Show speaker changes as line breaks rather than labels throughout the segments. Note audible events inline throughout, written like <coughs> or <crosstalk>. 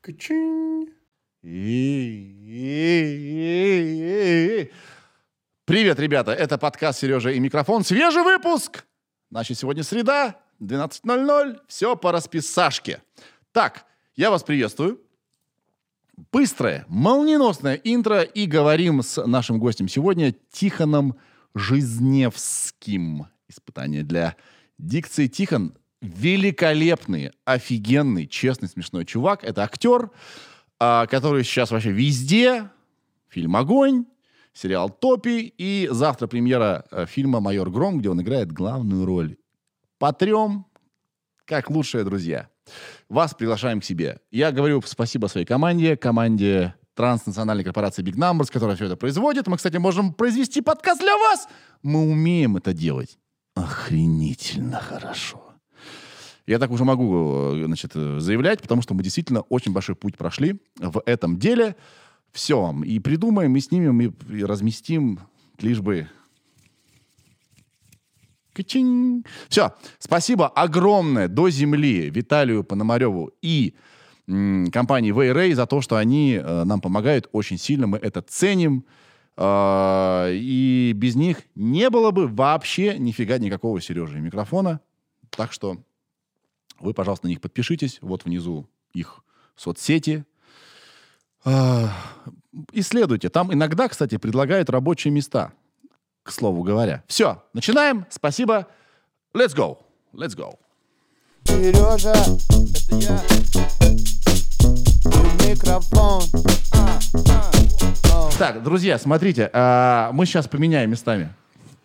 Качин.
И-и-и-и-и. Привет, ребята! Это подкаст «Сережа и микрофон». Свежий выпуск! Значит, сегодня среда, 12.00. Все по расписашке. Так, я вас приветствую. Быстрое, молниеносное интро. И говорим с нашим гостем сегодня Тихоном Жизневским. Испытание для дикции. Тихон великолепный, офигенный, честный, смешной чувак. Это актер, а, который сейчас вообще везде. Фильм «Огонь», сериал «Топи» и завтра премьера э, фильма «Майор Гром», где он играет главную роль. По трем, как лучшие друзья. Вас приглашаем к себе. Я говорю спасибо своей команде, команде транснациональной корпорации Big Numbers, которая все это производит. Мы, кстати, можем произвести подкаст для вас. Мы умеем это делать. Охренительно хорошо. Я так уже могу э, значит, э, заявлять, потому что мы действительно очень большой путь прошли в этом деле. Все вам и придумаем, и снимем, и, и разместим, лишь бы... Все, спасибо огромное до земли Виталию Пономареву и м, компании Way за то, что они э, нам помогают очень сильно, мы это ценим. А, и без них не было бы вообще нифига никакого Сережи и микрофона. Так что вы, пожалуйста, на них подпишитесь. Вот внизу их соцсети. А, Исследуйте. Там иногда, кстати, предлагают рабочие места, к слову говоря. Все, начинаем. Спасибо. Let's go. Let's go.
Сережа, это я. И микрофон.
Так, друзья, смотрите, а, мы сейчас поменяем местами.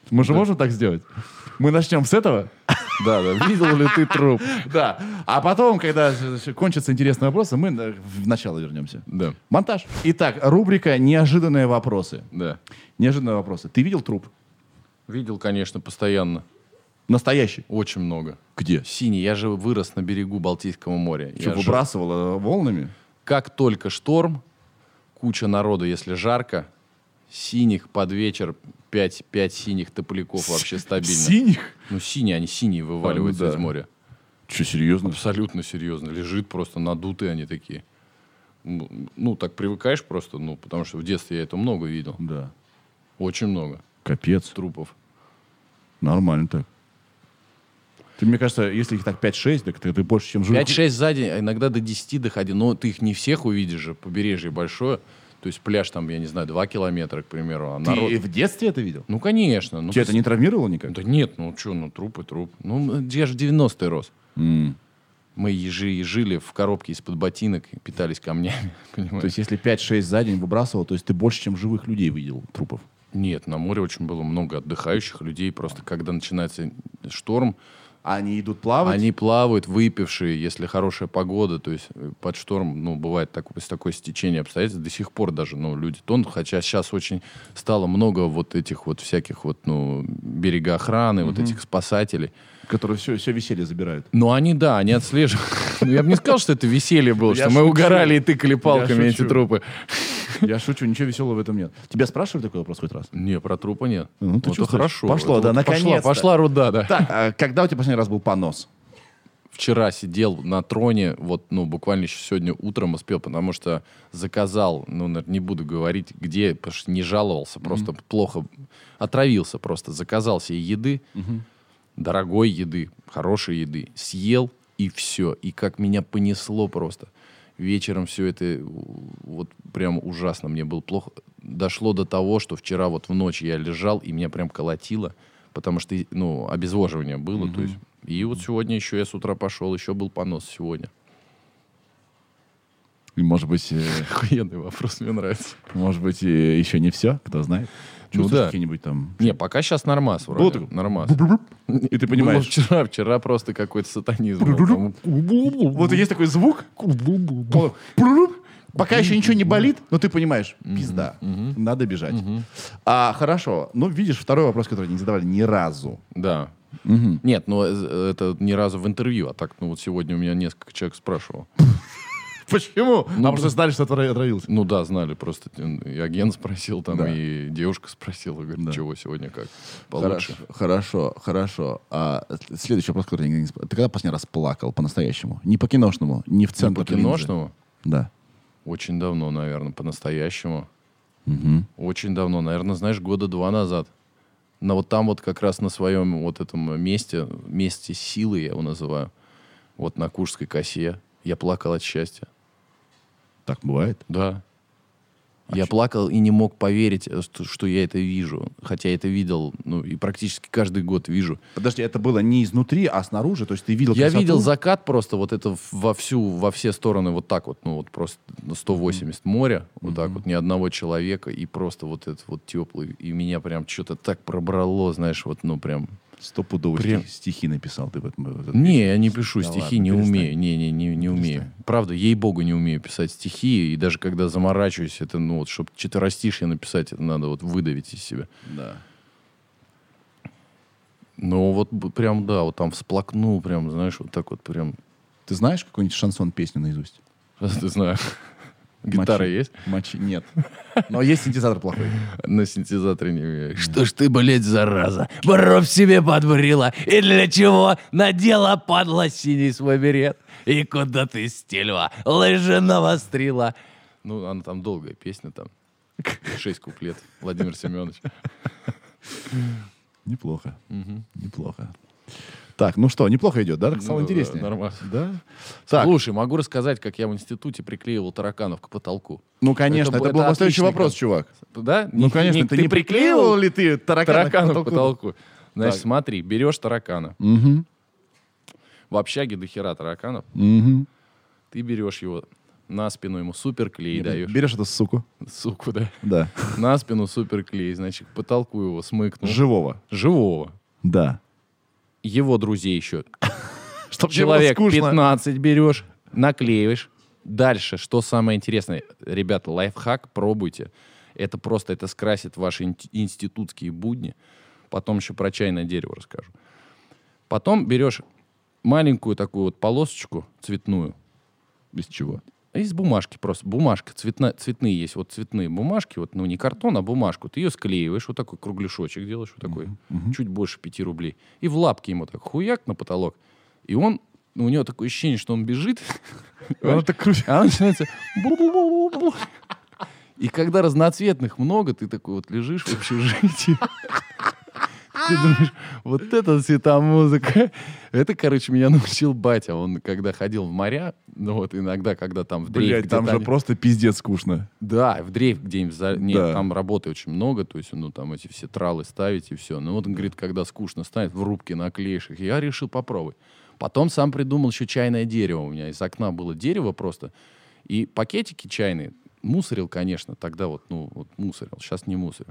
Мы же можем так сделать? Мы начнем с этого?
Да, да. Видел ли ты труп?
<laughs> Да. А потом, когда кончатся интересные вопросы, мы на- в начало вернемся.
Да,
Монтаж. Итак, рубрика «Неожиданные вопросы».
да.
Неожиданные вопросы. Ты видел труп?
Видел, конечно, постоянно.
Настоящий.
Очень много.
Где?
Синий, я же вырос на берегу Балтийского моря.
Что,
Я же-
выбрасывало волнами?
Как только шторм, куча народу, если жарко, синих под вечер, 5, пять синих топляков вообще стабильно.
Синих?
Ну, синие, они синие
А,
вываливаются
ну да.
из моря.
Че, серьезно?
Абсолютно серьезно. Лежит просто надутые они такие. Ну, ну, так привыкаешь просто, ну, потому что в детстве я это много видел.
Да.
Очень много
Капец.
трупов.
Нормально так. Ты, мне кажется, если их так 5-6, так Ну, ты, ты больше, чем живешь.
5-6 за день, а иногда до 10 доходи. Но ты их не всех увидишь же, побережье большое. То есть пляж там, я не знаю, 2 километра, к примеру. а
Ты
народ-
в детстве это видел?
Ну, конечно. Ну,
Тебя это не травмировало никак?
Да нет, ну что, ну труп и труп. Ну, где же 90-й рос?
М.
Мы ежи и жили в коробке из-под ботинок и питались камнями, <laughs> понимаешь?
То есть, если 5-6 за день выбрасывал, то есть ты больше, чем живых людей видел, трупов.
Нет, на море очень было много отдыхающих людей. Просто когда начинается шторм,
А Они идут плавать?
Они плавают, выпившие, если хорошая погода, то есть э, под шторм, ну, бывает такое, такое стечение обстоятельств, до сих пор даже, ну, люди тонут, хотя сейчас очень стало много вот этих вот всяких вот, ну, берегоохраны, вот этих спасателей.
Которые все, все веселье забирают.
Но они, да, они отслеживают. <laughs> Ну, я бы не сказал, что это веселье было,
Я
что мы
шучу.
угорали и тыкали палками
Я
эти
шучу.
трупы.
Я шучу, ничего веселого в этом нет. Тебя спрашивали такой вопрос хоть раз?
Не, про трупа нет.
Ну, ты
Вот это
чувствуешь?
хорошо.
Пошло,
Это
да,
вот пошла-
наконец-то.
Пошла руда, да.
<laughs> Так, а когда у тебя последний раз был понос?
вчера сидел на троне, вот, ну, буквально еще сегодня утром успел, потому что заказал, ну, наверно, не буду говорить, где, потому что не жаловался, просто плохо отравился просто. Заказал себе еды, дорогой еды, хорошей еды, съел и все. И как меня понесло просто. Вечером все это э, вот прям ужасно мне было плохо. Дошло до того, что вчера вот в ночь я лежал, и меня прям колотило, потому что, ну, обезвоживание было, то есть. И вот сегодня еще я с утра пошел, еще был понос сегодня. <laughs>
И, может быть, э,
Охуенный вопрос, мне нравится.
может быть, э, еще не все, кто знает.
Ну
Чувствуешь
да.
какие-нибудь там...
Не, пока сейчас нормас вроде.
Вот так.
Нормас. <laughs>
И ты
Понимаешь?
понимаешь...
Ну, вчера, вчера просто какой-то сатанизм. был. Там
Вот есть такой звук. Он- Пока еще ничего не болит, но ты понимаешь, пизда, надо бежать. А, хорошо. Ну, видишь, второй вопрос, который не задавали ни разу. <laughs>
Да. Нет, ну э, это ни разу в интервью, а так, ну вот сегодня у меня несколько человек спрашивал.
Почему?
Ну,
Потому что знали, что отра- отравился.
Ну да, знали просто. э, И агент спросил там,
Да.
и девушка спросила, говорит,
Да.
чего сегодня как получше.
Хорошо, хорошо, хорошо. А, э, следующий вопрос, который я никогда не спрашивал. Ты когда последний раз плакал по-настоящему? Не по-киношному, не в
Не
центр
по киношному?
линзы. Да.
«Ну, Очень давно, наверное, по-настоящему. Очень давно, наверное, знаешь, года два назад. Но вот там вот как раз на своем вот этом месте, месте силы я его называю, вот на Курской косе, я плакал от счастья.
Так бывает.
Да.
А
я плакал и не мог поверить, э, что, что я это вижу. Хотя я это видел, ну, и практически каждый год вижу.
Подожди, это было не изнутри, а снаружи? То есть ты видел
Я
красоту?
видел закат просто вот это в- вовсю, во все стороны вот так вот, ну вот просто на 180 моря, вот так вот, ни одного человека, и просто вот этот вот теплый, и меня прям что-то так пробрало, знаешь, вот, ну прям...
Стопудово
Прям.
стих- стихи написал ты в этом. в этом.
Не, я не пишу
Да ладно,
стихи, не
перестань.
умею, не, не, не, не умею.
Перестань.
Правда, ей-богу, не умею писать стихи, и даже когда заморачиваюсь, это, ну вот, чтобы четверостишье написать, это надо вот выдавить из себя.
Да.
Ну вот б- прям, да, вот там всплакнул, прям, знаешь, вот так вот прям, <laughs>
Ты знаешь какую-нибудь шансон-песню наизусть?
не знаю. Гитара
Мочи.
есть?
Мочи нет. <laughs> Но есть синтезатор плохой.
На синтезаторе не Что ж ты, блядь, зараза, воров себе подбрила, и для чего надела, падла, синий свой берет, и куда ты стельва, лыжи навострила. Ну, она там долгая песня, <laughs> там шесть куплет, Владимир Семенович.
Неплохо. Неплохо. Так, ну что, неплохо идет, да? Так Самое
Ну, да,
интересное.
нормально.
Да? Так,
Слушай, могу рассказать, как я в институте приклеивал тараканов к потолку.
ну, конечно, это,
это
был мой следующий
отличный
вопрос,
кон-
чувак.
Да?
Ну, конечно, ты, не приклеивал ли ты таракана к
тараканов к
потолку?
потолку? Значит,
Так.
смотри, берешь таракана.
Мгм.
В общаге до хера тараканов.
Мгм.
Ты берешь его на спину, ему суперклей
Нет,
даешь.
Берешь эту суку.
Суку, да.
Да.
На спину суперклей, значит, к потолку его смыкнул.
Живого.
Живого.
Да.
Его друзей еще.
Чтоб не было
Человек
скучно.
15 берешь, наклеиваешь. Дальше, что самое интересное, ребята, лайфхак, пробуйте. Это просто, это скрасит ваши ин- институтские будни. Потом еще про чайное дерево расскажу. Потом берешь маленькую такую вот полосочку цветную,
Без чего?
Из бумажки просто. Бумажка. цветна- цветные есть. Вот цветные бумажки. Вот, ну, не картон, а бумажку. Ты ее склеиваешь. Вот такой кругляшочек делаешь. Вот такой. Чуть больше 5 рублей. И в лапки ему так хуяк на потолок. И он... ну, у него такое ощущение, что он бежит.
Она так крутит.
А он начинается... бу-бу-бу-бу-бу. И когда разноцветных много, ты такой вот лежишь в общежитии. Ты думаешь, вот это цветомузыка. Это, короче, меня научил батя. Он когда ходил в моря, ну вот иногда, когда там в дрейф
Блять, там
где-то
же
они-
просто пиздец скучно.
Да, в дрейф где-нибудь. за- Нет,
Да.
там работы очень много, то есть, ну, там эти все тралы ставить и все. Ну, вот он говорит, когда скучно станет, в рубке наклеишь их. Я решил попробовать. Потом сам придумал еще чайное дерево у меня. Из окна было дерево просто. И пакетики чайные мусорил, конечно, тогда вот, ну, вот мусорил. Сейчас не мусорю.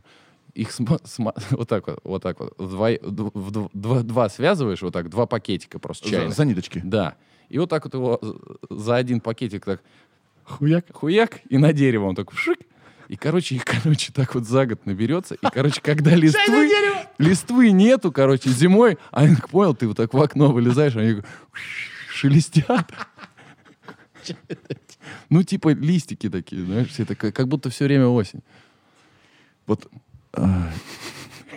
Их сма- сма- <laughs> вот так вот, вот так вот. Вдвое- дв- вдв- два, два связываешь, вот так, два пакетика просто
За,
чайных.
за ниточки.
Да. И вот так вот его з- за один пакетик так хуяк, хуяк, и на дерево он так шик. И, короче, их, короче, так вот за год наберется. И, короче, когда листвы, листвы нету, короче, зимой, а я так понял, ты вот так в окно вылезаешь, они как шелестят. Ну, типа листики такие, знаешь, все так, как будто все время осень.
Вот а,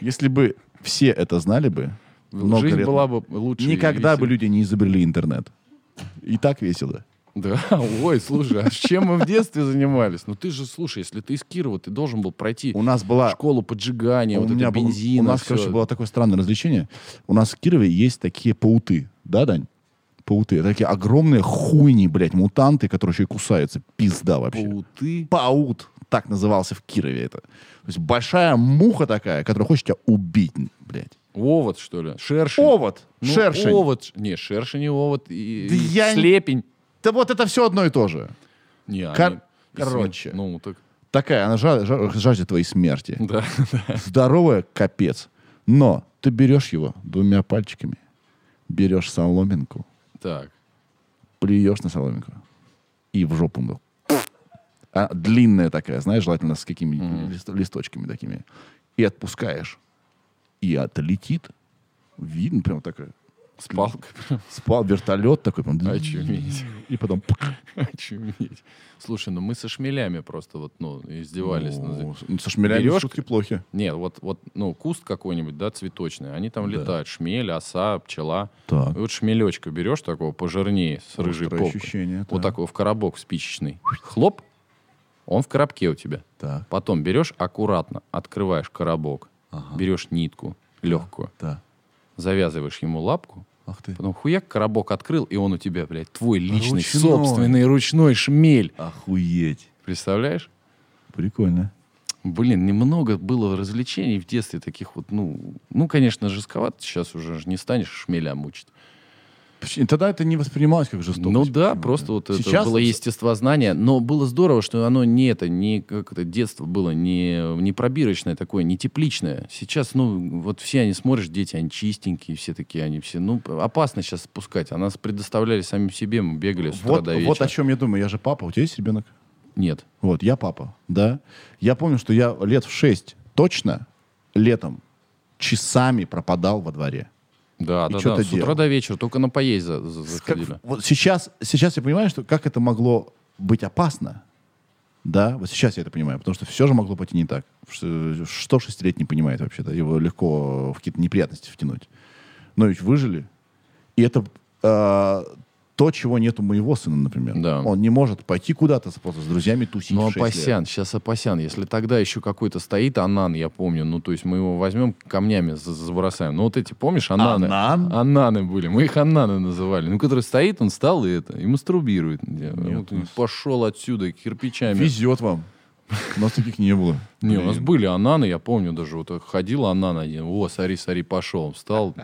если бы все это знали бы, много
Жизнь
лет-
была бы лучше. и
никогда бы
веселее.
люди не изобрели интернет. И так весело.
Да, ой, слушай, а с чем мы в детстве занимались? Ну ты же, слушай, если ты из Кирова, ты должен был пройти
У нас была...
школу поджигания,
у
вот
меня
это
был-
бензина.
У нас,
всё.
короче, было такое странное развлечение. У нас в Кирове есть такие пауты. Да, Дань? Пауты. Это такие огромные хуйни, блядь, мутанты, которые еще и кусаются. Пизда вообще.
Пауты.
Паут. Так назывался в Кирове это. То есть большая муха такая, которая хочет тебя убить, блядь.
Овод, что ли? Шершень.
Овод.
Ну,
шершень.
Овод. Не, шершень и овод. И,
Да
и
я не-
слепень.
Да вот это все одно и то же.
Не, они-
Кор-
и свин-
короче.
Ну, так, <laughs>
Такая, она жа- жа- жаждет твоей смерти.
да.
Здоровая капец. Но ты берешь его двумя пальчиками, берешь соломинку,
так.
плюешь на соломинку и в жопу мыл. А, длинная такая, знаешь, желательно с какими-нибудь лист- листочками такими. И отпускаешь. И отлетит. Видно прям А такая
С палкой.
Спал вертолет такой, прям,
Очуметь.
и потом... <laughs>
<laughs> Очуметь. Слушай, ну мы со шмелями просто вот, ну, издевались.
Ну,
над-
ну, со шмелями
Берешь-
шутки плохи.
Нет, вот, вот, ну, куст какой-нибудь, да, цветочный, они там
Да.
летают. Шмель, оса, пчела.
Так.
И вот шмелечка берешь такого пожирнее, с рыжей
Острое
попкой.
ощущение,
Вот
да.
такого в коробок спичечный. Хлоп, он в коробке у тебя.
Так,
Потом берешь аккуратно, открываешь коробок,
Ага.
берешь нитку легкую,
да.
завязываешь ему лапку,
Ах ты.
потом хуяк, коробок открыл, и он у тебя, блядь, твой личный,
Ручной.
собственный ручной шмель.
Охуеть.
Представляешь?
Прикольно.
Блин, немного было развлечений в детстве таких вот, ну, ну, конечно, жестковато, сейчас уже ж не станешь шмеля мучить.
Почти- Тогда это не воспринималось как жестокость.
Ну да,
почему-то.
просто вот
Сейчас
это было
с-
естествознание, но было здорово, что оно не это, не как это детство было, не, не пробирочное такое, не тепличное. Сейчас, ну, вот все они смотришь, дети, они чистенькие все такие, они все, ну, опасно сейчас спускать, а нас предоставляли самим себе, мы бегали с утра
Вот,
до
вот
вечера.
о чем я думаю. Я же папа. У тебя есть ребенок?
Нет.
Вот, я папа, да. Я помню, что я лет в шесть точно летом часами пропадал во дворе.
Да, да,
чё
да,
ты
с утра
делал?
до вечера, только на поесть за- за-
Как-
заходили.
вот сейчас, сейчас я понимаю, что как это могло быть опасно. Да, вот сейчас я это понимаю, потому что все же могло пойти не так. Что что шестилетний понимает вообще-то? Его легко в какие-то неприятности втянуть. Но ведь выжили. И это э, то, чего нет у моего сына, например.
Да.
Он не может пойти куда-то с- просто с друзьями тусить.
Ну,
в шесть лет.
Апасян, сейчас Апасян. Если тогда еще какой-то стоит Анан, я помню, ну, то есть мы его возьмем, камнями за- забросаем. Ну, вот эти, помнишь, Ананы?
Анан?
Ананы были, мы их Ананы называли. Ну, который стоит, он стал и это, и мастурбирует.
Нет, ну, у нас-
пошел отсюда кирпичами.
Везет вам. У нас таких не было.
Не, у нас
Блин.
были Ананы, я помню даже, вот ходил Анан один, о, сори, сори, пошел, он встал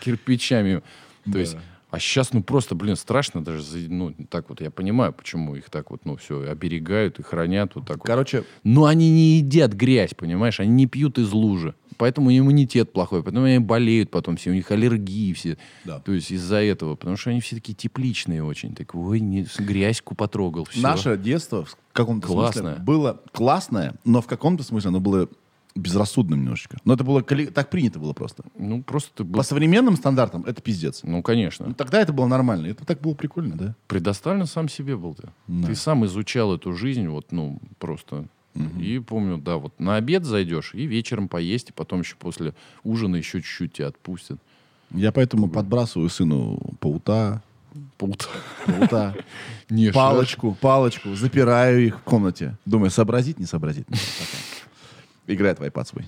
кирпичами. То есть, а сейчас, ну, просто, блин, страшно даже, за- ну, так вот, я понимаю, почему их так вот, ну, все, оберегают и хранят вот так вот.
Короче,
Но они не едят грязь, понимаешь? Они не пьют из лужи. Поэтому им иммунитет плохой. Поэтому они болеют потом все. У них аллергии все.
Да.
То есть из-за этого. Потому что они все такие тепличные очень. Так, ой, не, с- грязьку потрогал. Все.
наше детство в каком-то
Классное.
смысле было классное, но в каком-то смысле оно было безрассудным немножечко. Но это было колли- так принято было просто.
Ну, просто ты был...
По современным стандартам это пиздец.
Ну,
Ну,
конечно.
тогда это было нормально, это так было прикольно, да?
Предоставлен сам себе был ты.
Да.
Ты сам изучал эту жизнь, вот, ну, просто. И помню, да, вот на обед зайдешь, и вечером поесть, и потом еще после ужина еще чуть-чуть тебя отпустят.
Я поэтому подбрасываю сыну паута,
Пут.
паута,
Не,
палочку, палочку, запираю их в комнате. Думаю, сообразить, не сообразить. Ну, пока. Играет в iPad свой.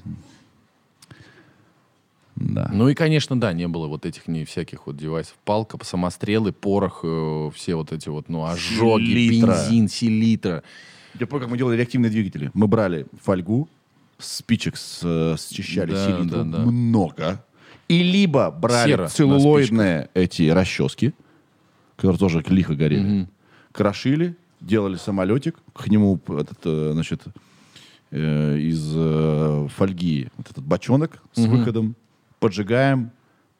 Да.
Ну и, конечно, да, не было вот этих не всяких вот девайсов. Палка, самострелы, порох, э, все вот эти вот, ну, ожоги,
Селитра.
бензин, селитра.
Я помню, как мы делали реактивные двигатели. Мы брали фольгу, спичек с, э, счищали
Да,
селитру
да, да.
много. И либо брали
Сера на
целлулоидные эти расчески, которые тоже лихо горели, крошили, делали самолетик, к нему п- этот, э, значит, э, из э, фольги вот этот бочонок с выходом, поджигаем,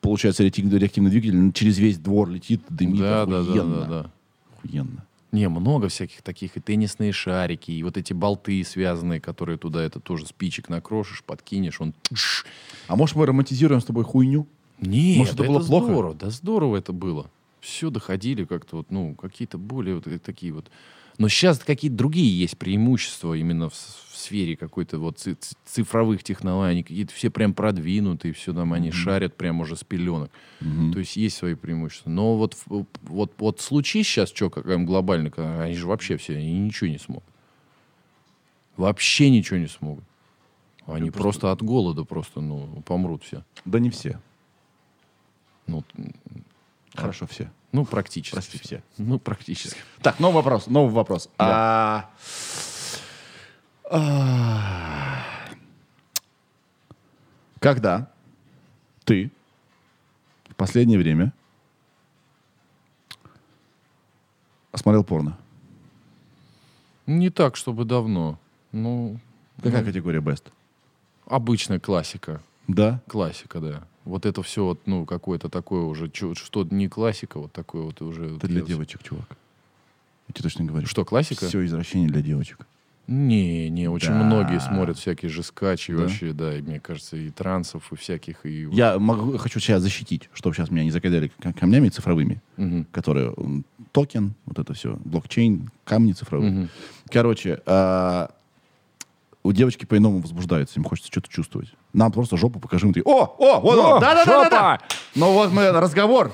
получается реактивный, реактивный двигатель ну, через весь двор летит, дымит,
Да, да, да,
охуенно.
да, да.
Охуенно.
Не, много всяких таких, и теннисные шарики, и вот эти болты связанные, которые туда, это тоже спичек накрошишь, подкинешь, он... тш.
А может мы романтизируем с тобой хуйню?
Нет,
Может, это
это,
было плохо?
здорово, да здорово это было. Все доходили как-то вот, ну, какие-то более вот э, такие вот. Но сейчас какие-то другие есть преимущества именно в, с- в сфере какой-то вот ци- ци- цифровых технологий. Они какие-то все прям продвинутые, все там они шарят прям уже с пеленок. То есть есть свои преимущества. Но вот, в- вот, вот случись сейчас что, какая глобальная, когда они же вообще все, они ничего не смогут. Вообще ничего не смогут. Они просто... от голода просто, ну, помрут все.
Да не все.
Ну,
Хорошо, все.
Ну, практически.
Прости, все.
Ну, практически.
Так, новый вопрос, новый вопрос. А, а, Когда ты в последнее время смотрел порно?
Не так, чтобы давно. Ну,
Какая категория best?
обычная классика.
Да?
Классика, да. Вот это все вот, ну, какое-то такое уже, чё- что не классика, вот такое вот уже. вот
Это для
я-
девочек, чувак. Я тебе точно говорю.
Что, классика?
Все извращение для девочек.
Не, не, очень
Да.
многие смотрят всякие же скачи
Да?
вообще, да, и мне кажется, и трансов, и всяких, и... вот-
Я могу, хочу себя защитить, чтобы сейчас меня не закидали к- камнями цифровыми,
Мгм.
которые м, токен, вот это все, блокчейн, камни цифровые.
Мгм.
Короче, а, у девочки по-иному возбуждаются, им хочется что-то чувствовать. Нам просто жопу покажи, мы такие, о, о, вот,
О,
он, да, да, да, да, да.
жопа!»
Но вот мы разговор.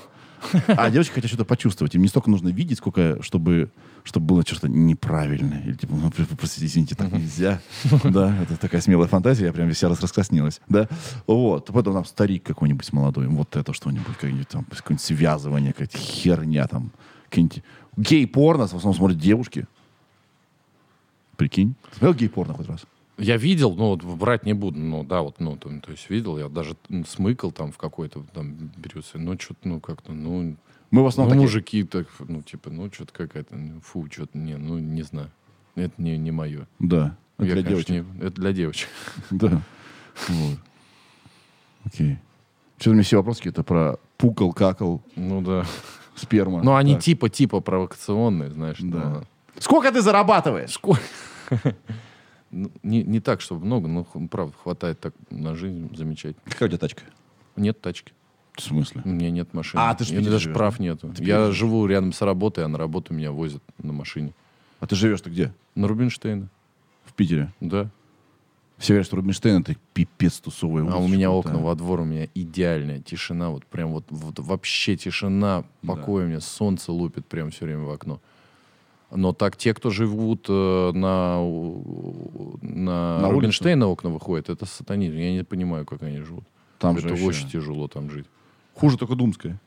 А девочки хотят что-то почувствовать. Им не столько нужно видеть, сколько, чтобы, чтобы было что-то неправильное. Или типа, ну, пр- пр- простите, извините, так нельзя. Да, это такая смелая фантазия, я прям весь раз раскраснилась. Да, вот. Потом там старик какой-нибудь молодой, им вот это что-нибудь, какое-нибудь там, какое-нибудь связывание, какая-то херня там. Какие-нибудь Гей-порно в основном смотрят девушки. Прикинь. Смотрел гей-порно хоть раз?
Я видел, но вот брать не буду, ну да, вот, ну, там, то есть видел, я даже м, смыкал там в какой-то там берется, ну, что-то, ну, как-то, ну,
Мы в основном
ну,
такие-
мужики так, ну, типа, ну, что-то какая-то, ну, фу, что-то, не, ну, не знаю. Это не, не мое.
Да. Это для девочек.
это для девочек. <laughs>
Да. Вот. Окей. Что-то у меня все вопросы какие-то про пукал, какал,
Ну, да.
сперма.
Но Ну, они
Так.
типа-типа провокационные, знаешь.
Да.
но-
Сколько ты зарабатываешь?
Ско- Ну, не, не так, чтобы много, но, х- правда, хватает так на жизнь замечательно.
Какая у тебя тачка?
Нет тачки.
В смысле?
У меня нет машины.
А, ты ж в
У меня
Питере
даже
живешь,
прав нету. Я живу рядом с работой, а на работу меня возят на машине.
А ты живешь-то где?
На Рубинштейна,
В Питере.
да.
Все говорят, что Рубинштейн это пипец тусовая
А у
улица,
меня
что-то.
окна во двор, у меня идеальная тишина, вот прям вот, вот вообще тишина, покой у меня, солнце лупит прям все время в окно. Но так те, кто живут э, на, у- на,
На улице?
Рубинштейна окна выходят, это сатанизм. Я не понимаю, как они живут.
Там
это
же вообще
очень тяжело там жить.
Хуже только Думская.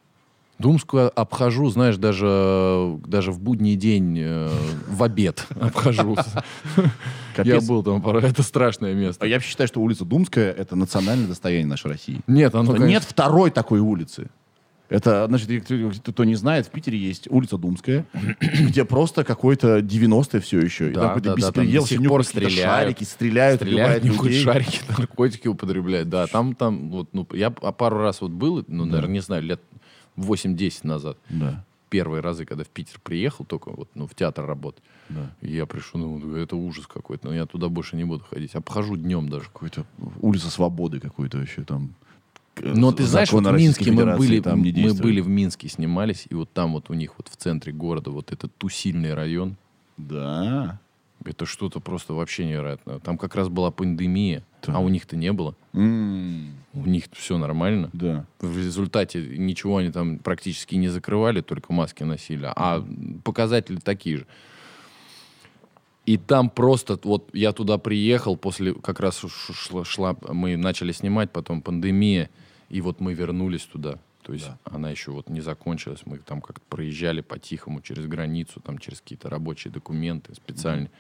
Думскую обхожу, знаешь, даже, даже в будний день э, в обед <laughs>
<laughs>
обхожу. Я
Капец.
был там, порой, это страшное
А
место.
я вообще считаю, что улица Думская это национальное достояние нашей России.
Нет, оно,
Что
конечно,
Нет второй такой улицы. Это, значит, и кто, кто не знает, в Питере есть улица Думская, <clears throat> где просто какой-то 90-е все еще. и
Да,
там какой-то
да, да, там до
беспредел,
сих
все
пор
нюхают какие-то
стреляют.
шарики, стреляют, убивают
стреляют, нюхают
людей.
шарики, <laughs> наркотики употребляют. Да, там, там, вот, ну, я п- пару раз вот был, ну, наверное, не знаю, лет 8-10 назад.
Да.
Первые разы, когда в Питер приехал, только вот, ну, в театр работать.
Да.
И Я пришел, ну, это ужас какой-то, но я туда больше не буду ходить. Обхожу днем даже.
Какой-то улица свободы какой-то еще там. Э,
Но ты знаешь, вот
законы
в
Российской
Минске мы
Федерации
были,
там не
мы
действуют.
были в Минске, снимались, и вот там вот у них вот в центре города вот этот тусильный район,
Да.
это что-то просто вообще невероятное. Там как раз была пандемия,
Да.
а у них-то не было.
М,
У них все нормально.
Да.
В результате ничего они там практически не закрывали, только маски носили. А показатели такие же. И там просто, вот я туда приехал, после как раз ш- шла, шла- мы начали снимать, потом пандемия, и вот мы вернулись туда. То есть она еще вот не закончилась, мы там как-то проезжали по-тихому через границу, там через какие-то рабочие документы специальные.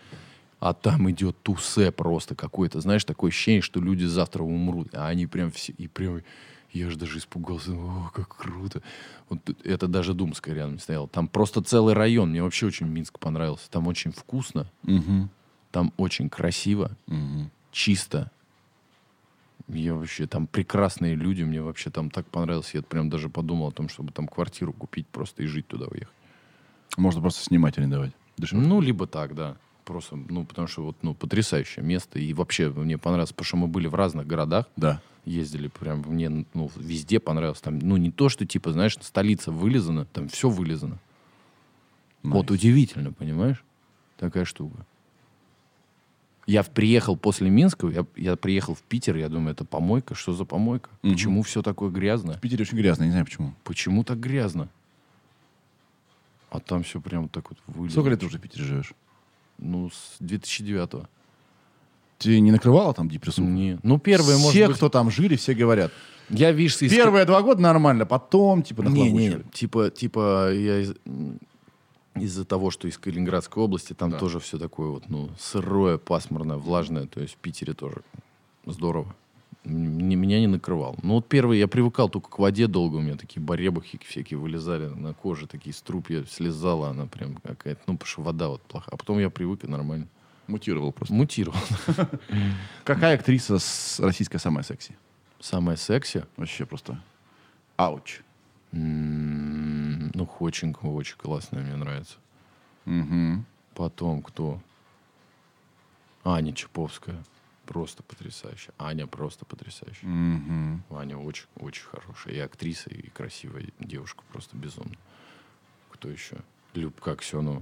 А там идет тусе просто какое-то, знаешь, такое ощущение, что люди завтра умрут, а они прям все, и прям, я же даже испугался, о, как круто. Вот тут- это даже Думская рядом стояла. Там просто целый район, мне вообще очень Минск понравился. Там очень вкусно,
Мгм.
там очень красиво,
Мгм.
чисто. Я вообще, там прекрасные люди, мне вообще там так понравилось. Я прям даже подумал о том, чтобы там квартиру купить просто и жить туда уехать.
Можно просто снимать, арендовать. Дешевле.
Ну, либо так, да. Просто, ну, потому что вот, ну, потрясающее место. И вообще мне понравилось, потому что мы были в разных городах,
Да.
ездили прям, мне, ну, везде понравилось. Там, ну, не то, что, типа, знаешь, столица вылезана, там все вылезано. Вот
Найс.
удивительно, понимаешь? Такая штука. Я в- приехал после Минска, я, я приехал в Питер, я думаю, это помойка, что за помойка?
Мгм.
Почему все такое грязное?
В Питере очень грязно, я не знаю почему.
Почему так грязно? А там все прям так вот вылезло.
Сколько лет ты уже в Питере живешь?
Ну, с 2009
Тебе не накрывало там депрессу?
Не. Ну, первые, может
все,
быть...
кто там жили, все говорят.
Я, видишь, иск-
Первые два года нормально, потом типа
Не, не,
нахлобучивали.
типа, типа я из- м, из-за того, что из Калининградской области, там
Да.
тоже все такое вот, ну, сырое, пасмурное, влажное, то есть в Питере тоже здорово. М, не- меня не накрывал. Ну, вот первый, я привыкал только к воде долго, у меня такие баребухи всякие вылезали на коже, такие струпья слезала, она прям какая-то, ну, потому что вода вот плохая. А потом я привык и нормально.
Мутировал просто.
Мутировал. <laughs>
Какая актриса с- российская самая секси?
Самое секси?
Вообще просто ауч.
М, Ну, Ходченко очень классная, мне нравится. Потом кто? Аня Чаповская. Просто потрясающе. Аня просто потрясающая. Аня очень, очень хорошая. И актриса, и красивая девушка. Просто безумно. Кто еще? Любка Аксенова.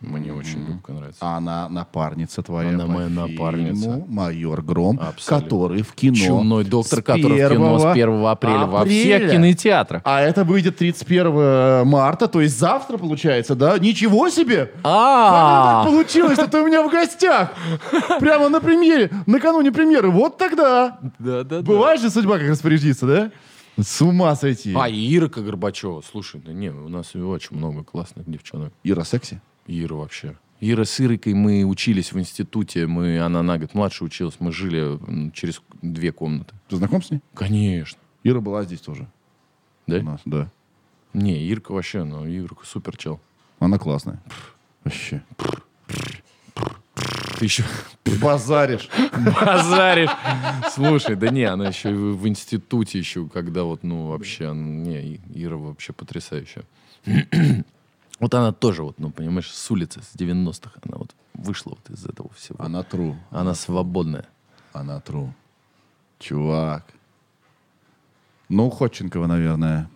Мне очень Любка нравится.
Она напарница твоя
Она
по
моя
фильму
напарница.
«Майор Гром»,
Абсолютно.
который в А кино.
Чумной доктор,
с
который в кино с 1 апреля во всех
апреля.
кинотеатрах.
А это выйдет 31 марта, то есть завтра получается, да? Ничего себе! Как
А,
так получилось, что ты у меня в гостях? Прямо на премьере, накануне премьеры. Вот тогда.
да, да,
Бывает же судьба, как распорядиться, да? С ума сойти.
А и Ирка Горбачева, слушай, да не, у нас очень много классных девчонок.
Ира секси?
Ира вообще. Ира с Ирикой мы учились в институте, мы, она на год младше училась, мы жили м, через две комнаты.
Ты знаком с ней?
Конечно.
Ира была здесь тоже.
Да?
У нас, да.
Не, Ирка вообще, ну, Ирка супер чел.
Она классная. Вообще.
Ты еще
Базаришь.
<laughs> базаришь. Слушай, да не, она еще и в в институте еще, когда вот, ну, вообще, не, И- Ира вообще потрясающая. <clears throat> Вот она тоже вот, ну, понимаешь, с улицы, с 90-х она вот вышла вот из этого всего.
Она тру.
Она свободная.
Она тру. Чувак. Ну, Ходченкова, наверное.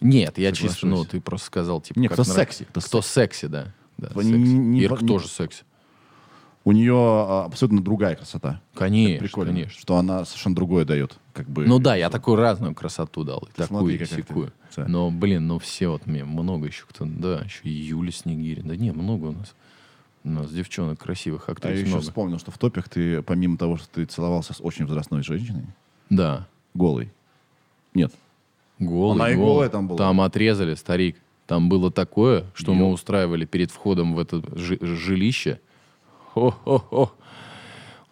Нет, я чисто,
Соглашусь.
ну, ты просто сказал, типа,
Не,
как
кто
нрав-
секси,
Кто,
кто
секси, да. да
Типа,
секси.
не- не-
Ирка
не-
тоже секси.
У нее а, абсолютно другая красота.
Конечно,
Прикольно.
конечно.
Что она совершенно другое дает. Как бы.
Ну да, я такую разную красоту дал. и Такую
Смотри,
и
какая ты,
сякую.
да.
Но, блин, ну все вот мне много еще кто. Да, еще и Юля Снегирин. Да не, много у нас. У нас девчонок
А
красивых
я
актрис
еще
много.
вспомнил, что в топях ты, помимо того, что ты целовался с очень возрастной женщиной,
Да.
голый. Нет.
Голый,
Она и
голый.
голая там была.
Там отрезали, старик. Там было такое, что мы устраивали перед входом в это жи- жилище. Хо-хо-хо.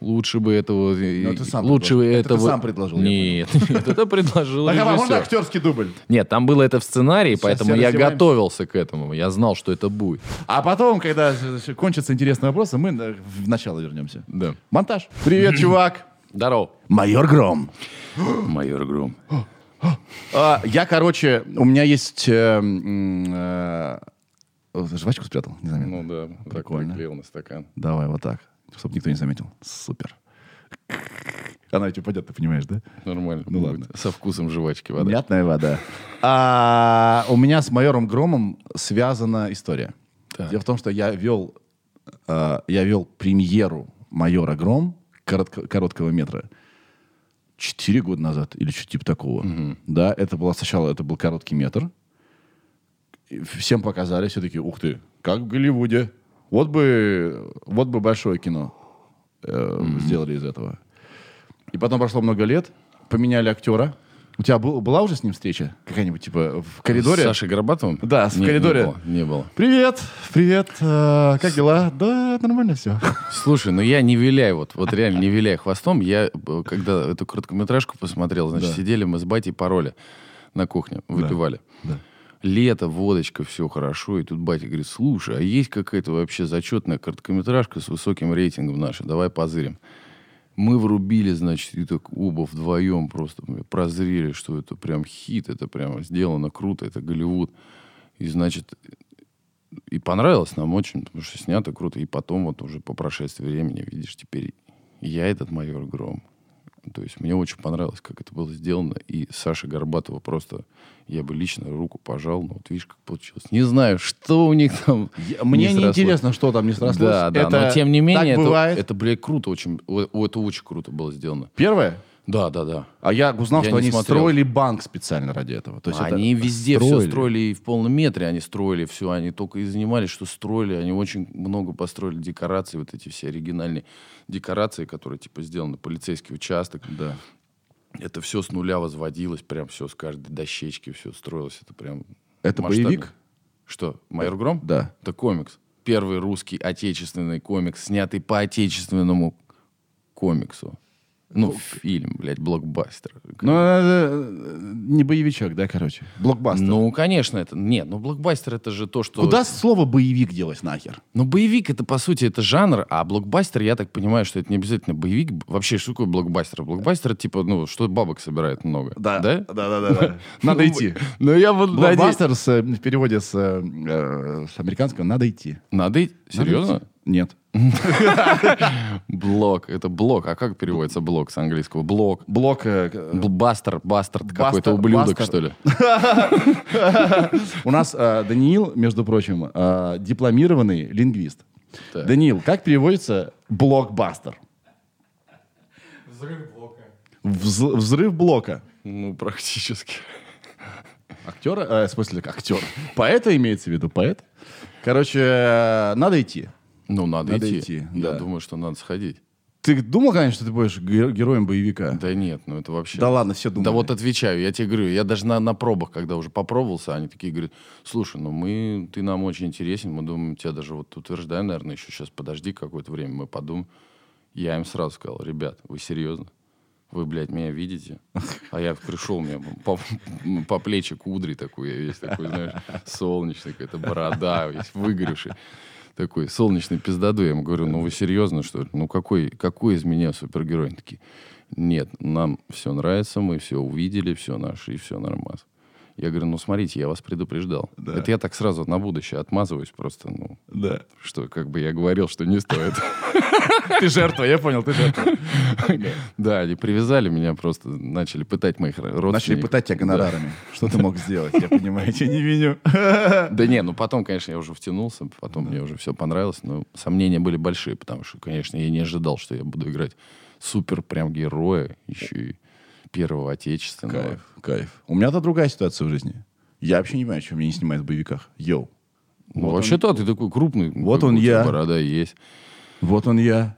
Лучше бы этого... и-
Но ты сам
лучше бы
предложил. Ну, Это ты
этого...
сам предложил, я
Нет, нет, <laughs> это предложил
Так, а можно
режиссер.
актерский дубль?
Нет, там было это в сценарии, поэтому
все
я
раздеваемся.
готовился к этому. Я знал, что это будет.
А потом, когда э, кончатся интересные вопросы, мы э, в начало вернемся.
Да.
Монтаж. Привет, чувак.
Здорово.
Майор Гром.
Майор Гром.
А, я, короче, у меня есть... э, м, э, о, жвачку спрятал? Незаметно.
Ну да,
Прикольно.
приклеил на стакан.
Давай вот так, чтобы никто не заметил. Супер. Она ведь упадет, ты понимаешь, да?
Нормально.
Ну
будет. Со вкусом жвачки вода.
Мятная вода. А, у меня с майором Громом связана история.
Так.
Дело в том, что я вел, э, я вел премьеру майора Гром коротко- короткого метра четыре года назад или что-то типа такого. Да, это было сначала это был короткий метр. И всем показали, все такие, ух ты, как в Голливуде. Вот бы, вот бы большое кино э, сделали из этого. И потом прошло много лет, поменяли актера. У тебя был- была уже с ним встреча? Какая-нибудь, типа, в коридоре?
С Сашей Горбатовым?
Да, в
Не- не
коридоре.
было, Не было.
Привет, привет, э, как дела? Да, нормально все.
Слушай, ну я не виляю, вот, вот реально не виляю хвостом. Я, э, когда эту короткометражку посмотрел, значит,
Да.
сидели мы с батей пароли на кухне, выпивали.
Да.
Лето, водочка, все хорошо. И тут батя говорит, слушай, а есть какая-то вообще зачетная короткометражка с высоким рейтингом наша? Давай позырим. Мы врубили, значит, и так оба вдвоем просто мы прозрели, что это прям хит, это прям сделано круто, это Голливуд. И, значит, и понравилось нам очень, потому что снято круто. И потом вот уже по прошествии времени, видишь, теперь я этот майор Гром. То есть мне очень понравилось, как это было сделано. И Саша Горбатова просто, я бы лично руку пожал, но вот видишь, как получилось. Не знаю, что у них там
Мне не,
срослось.
интересно, что там не срослось.
Да, да,
Это
но тем не менее,
так
это,
бывает.
это, блядь, круто очень, о- о, это очень круто было сделано.
Первое,
Да, да, да.
а я узнал,
Я
что
не
они
смотрел.
строили банк специально ради этого. То есть это
они везде все
строили.
строили, и в полном метре они строили все, они только и занимались, что строили, они очень много построили декораций, вот эти все оригинальные декорации, которые, типа, сделаны, полицейский участок.
Да.
Это все с нуля возводилось, прям все с каждой дощечки все строилось, это прям...
Это
масштабно.
боевик? Э,
Что, «Майор Гром»?
Да.
Это комикс. Первый русский отечественный комикс, снятый по отечественному комиксу. Ну, фильм, блядь, блокбастер.
Ну, э, э, не боевичок, да, короче. Блокбастер.
Ну, конечно, это... Нет, ну, блокбастер это же то, что...
Куда слово боевик делать нахер?
Ну, боевик это, по сути, это жанр, а блокбастер, я так понимаю, что это не обязательно боевик. Б- Вообще, что такое блокбастер? Блокбастер, это, типа, ну, что бабок собирает много. Да?
да, да. да. Надо идти.
Ну, я вот наде-
Блокбастер с, э, в переводе с, э, э, с американского «надо идти».
Надо идти?
Надо
Серьезно?
идти. Нет.
Блок. Это блок. А как переводится блок с английского? Блок.
Блок... э, э, <laughs>
Бл- Бастер, бастард, какой-то
Бастер-
ублюдок,
бастер.
что ли?
У нас э, Даниил, между прочим, э, дипломированный лингвист.
Так.
Даниил, как переводится блокбастер? Взрыв блока. Взрыв блока.
Ну, практически.
Актера, э, в смысле, актер. Поэта имеется в виду, поэт. Короче, э, надо идти.
Ну, надо,
Надо
идти.
идти,
Я
да.
думаю, что надо сходить.
Ты думал, конечно, что ты будешь ге- героем боевика?
Да нет, ну это вообще...
Да ладно, все думали.
Да вот отвечаю, я тебе говорю, я даже на, на пробах, когда уже попробовался, они такие говорят, слушай, ну мы, ты нам очень интересен, мы думаем, тебя даже вот утверждаю, наверное, еще сейчас подожди какое-то время, мы подумаем. Я им сразу сказал, ребят, вы серьезно? Вы, блядь, меня видите? А я пришел, у меня по, по плечи кудри такой, я весь такой, знаешь, солнечный, какая-то борода, весь выгоревший. Такой солнечный пиздоду. Я ему говорю, ну вы серьезно, что ли? Ну какой, какой из меня супергерой? Они такие, нет, нам все нравится, мы все увидели, все наше и все нормас. Я говорю, ну смотрите, я вас предупреждал.
Да.
Это я так сразу на будущее отмазываюсь просто, ну,
Да.
что как бы я говорил, что не стоит. <laughs>
Ты жертва, я понял, ты жертва.
Да, они привязали меня просто, начали пытать моих ро- родственников.
Начали пытать тебя гонорарами. Что ты мог сделать? Я понимаю, тебя не виню.
Да. Да не, ну потом, конечно, я уже втянулся, потом мне уже все понравилось, но сомнения были большие, потому что, конечно, я не ожидал, что я буду играть супер прям героя, еще и первого отечественного.
Кайф, кайф. У меня-то другая ситуация в жизни. Я вообще не понимаю, что меня не снимают в боевиках. Йоу.
Ну, вообще-то ты такой крупный.
Вот
как
он
бы у тебя
я.
Борода есть.
Вот он я.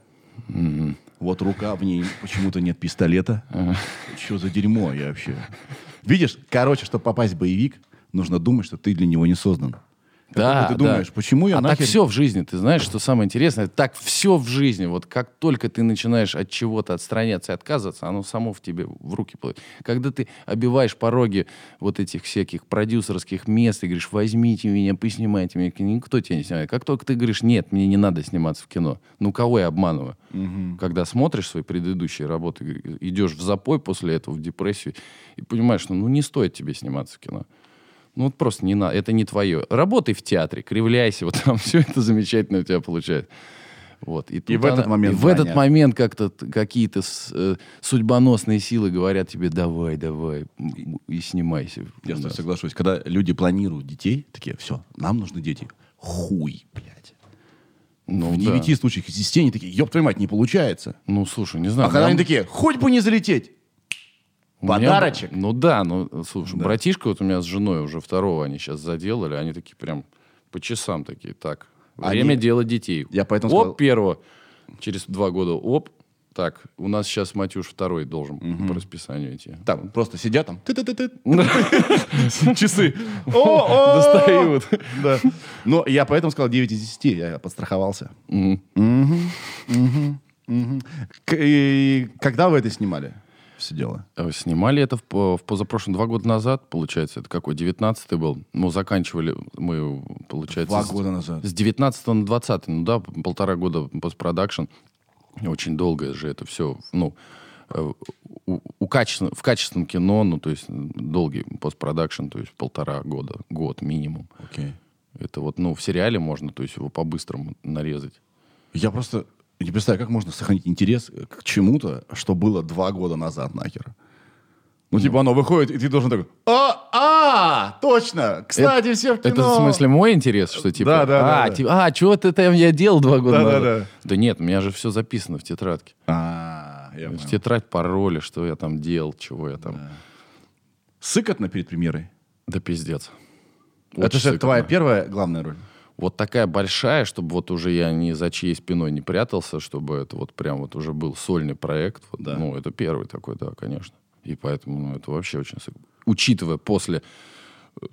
Вот рука, в ней почему-то нет пистолета. Что за дерьмо я вообще? Видишь, короче, чтобы попасть в боевик, нужно думать, что ты для него не создан. Как только ты думаешь, почему я
а
нахер...
так все в жизни, ты знаешь, что самое интересное, так все в жизни, вот как только ты начинаешь от чего-то отстраняться и отказываться, оно само в тебе в руки плывет. Когда ты обиваешь пороги вот этих всяких продюсерских мест и говоришь, возьмите меня, поснимайте меня, никто тебя не снимает. Как только ты говоришь, нет, мне не надо сниматься в кино, ну кого я обманываю? Когда смотришь свои предыдущие работы, идешь в запой после этого, в депрессию, и понимаешь, что ну не стоит тебе сниматься в кино. Ну вот просто не надо, это не твое. Работай в театре, кривляйся, вот там <laughs> все это замечательно у тебя получается. Вот. И, тут
в этот момент
и в этот
знания.
момент как-то т- какие-то с- э, судьбоносные силы говорят тебе, давай, давай, м, и снимайся. Ну
Я с тобой
Да.
соглашусь. Когда люди планируют детей, такие, все, нам нужны дети. Хуй, блядь.
Ну,
В
да.
9 случаях из 10 они такие, ёб твою мать, не получается.
ну, слушай, не
А
знаю.
когда
нам-
они такие, хоть бы не залететь.
у меня б-
подарочек.
ну да, ну, слушай, братишка вот у меня с женой уже второго они сейчас заделали, они такие прям по часам такие, так,
Они-
время делать детей.
Я поэтому
Оп,
сказал-
первого. Через два года, оп, так, у нас сейчас Матюш второй должен по расписанию идти.
Там просто сидят там, ты-ты-ты-ты. <laughs> Часы. О, о,
Достают.
Да. Но я поэтому сказал 9 из 10, я подстраховался. Мгм, мгм, мгм. К- И когда вы это снимали? Все дело.
Э, Снимали это в, по- в позапрошлом два года назад, получается. Это какой, 19-й был? Ну, заканчивали мы, получается...
Два
с-
года назад.
С 19 на 20, ну да, п- полтора года постпродакшн. Очень долго же это все, ну, э, у, у качествен- в качественном кино, ну, то есть м, долгий постпродакшн, то есть полтора года, год минимум.
Окей.
Это вот, ну, в сериале можно, то есть его по-быстрому нарезать.
Я просто не представляю, как можно сохранить интерес к чему-то, что было два года назад нахер. Ну, типа, оно выходит, и ты должен такой, а, а, точно, кстати, все в кино.
Это в смысле мой интерес, что типа...
Да, да,
а,
да, да.
типа, а, чего ты там я делал два года
Да, да,
назад?
да.
Да нет, у меня же все записано в тетрадке.
А, я
В
понял.
тетрадь пароли, что я там делал, чего я там... Да,
Сыкотно перед премьерой?
пиздец.
это
Очень
же твоя
стыдно.
первая главная роль.
Вот такая большая, чтобы вот уже я ни за чьей спиной не прятался, чтобы это вот прям вот уже был сольный проект. Вот,
Да.
Ну, это первый такой, да, конечно. И поэтому, ну, это вообще очень... сык- Учитывая после, э,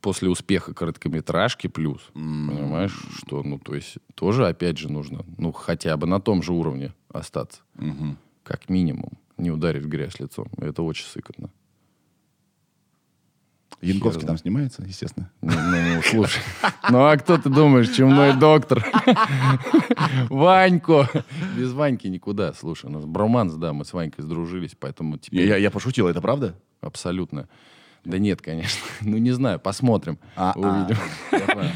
после успеха короткометражки плюс, понимаешь, что, ну, то есть тоже, опять же, нужно, ну, хотя бы на том же уровне остаться. Как минимум. Не ударить в грязь лицом. Это очень сыкотно.
Янковский там снимается, естественно.
Ну, ну, ну, слушай. Ну, а кто ты думаешь, чумной доктор? Ваньку. Без Ваньки никуда, слушай. У нас броманс, да, мы с Ванькой сдружились, поэтому
Я,
теперь
я- я пошутил, это правда?
<laughs> абсолютно... Да нет, конечно. Ну, не знаю, посмотрим.
А, а,
увидим.
я понял, я понял.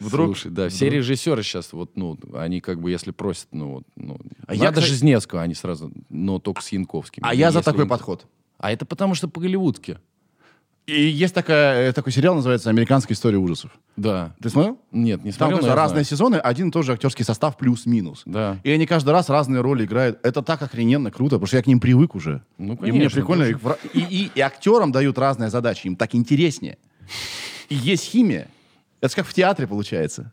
Вдруг...
Слушай, да, все режиссеры сейчас, вот, ну, они как бы, если просят, ну, вот, ну,
А я,
надо
кстати-
Жизневского, они сразу, но только с Янковским.
А я за
Если
такой
им-
подход.
А это потому что по-голливудски.
И есть такая, э, такой сериал, называется «Американская история ужасов».
Да.
Ты смотрел?
Нет, не
Там
смотрел, но
конечно,
я
разные
знаю.
сезоны, один и тот же актерский состав плюс-минус.
Да.
И они каждый раз разные роли играют. Это так охрененно круто, потому что я к ним привык уже.
Ну,
и мне
конечно,
прикольно.
да.
их вра- И, и- и актерам дают разные задачи, им так интереснее. И есть химия. Это ж как в театре получается.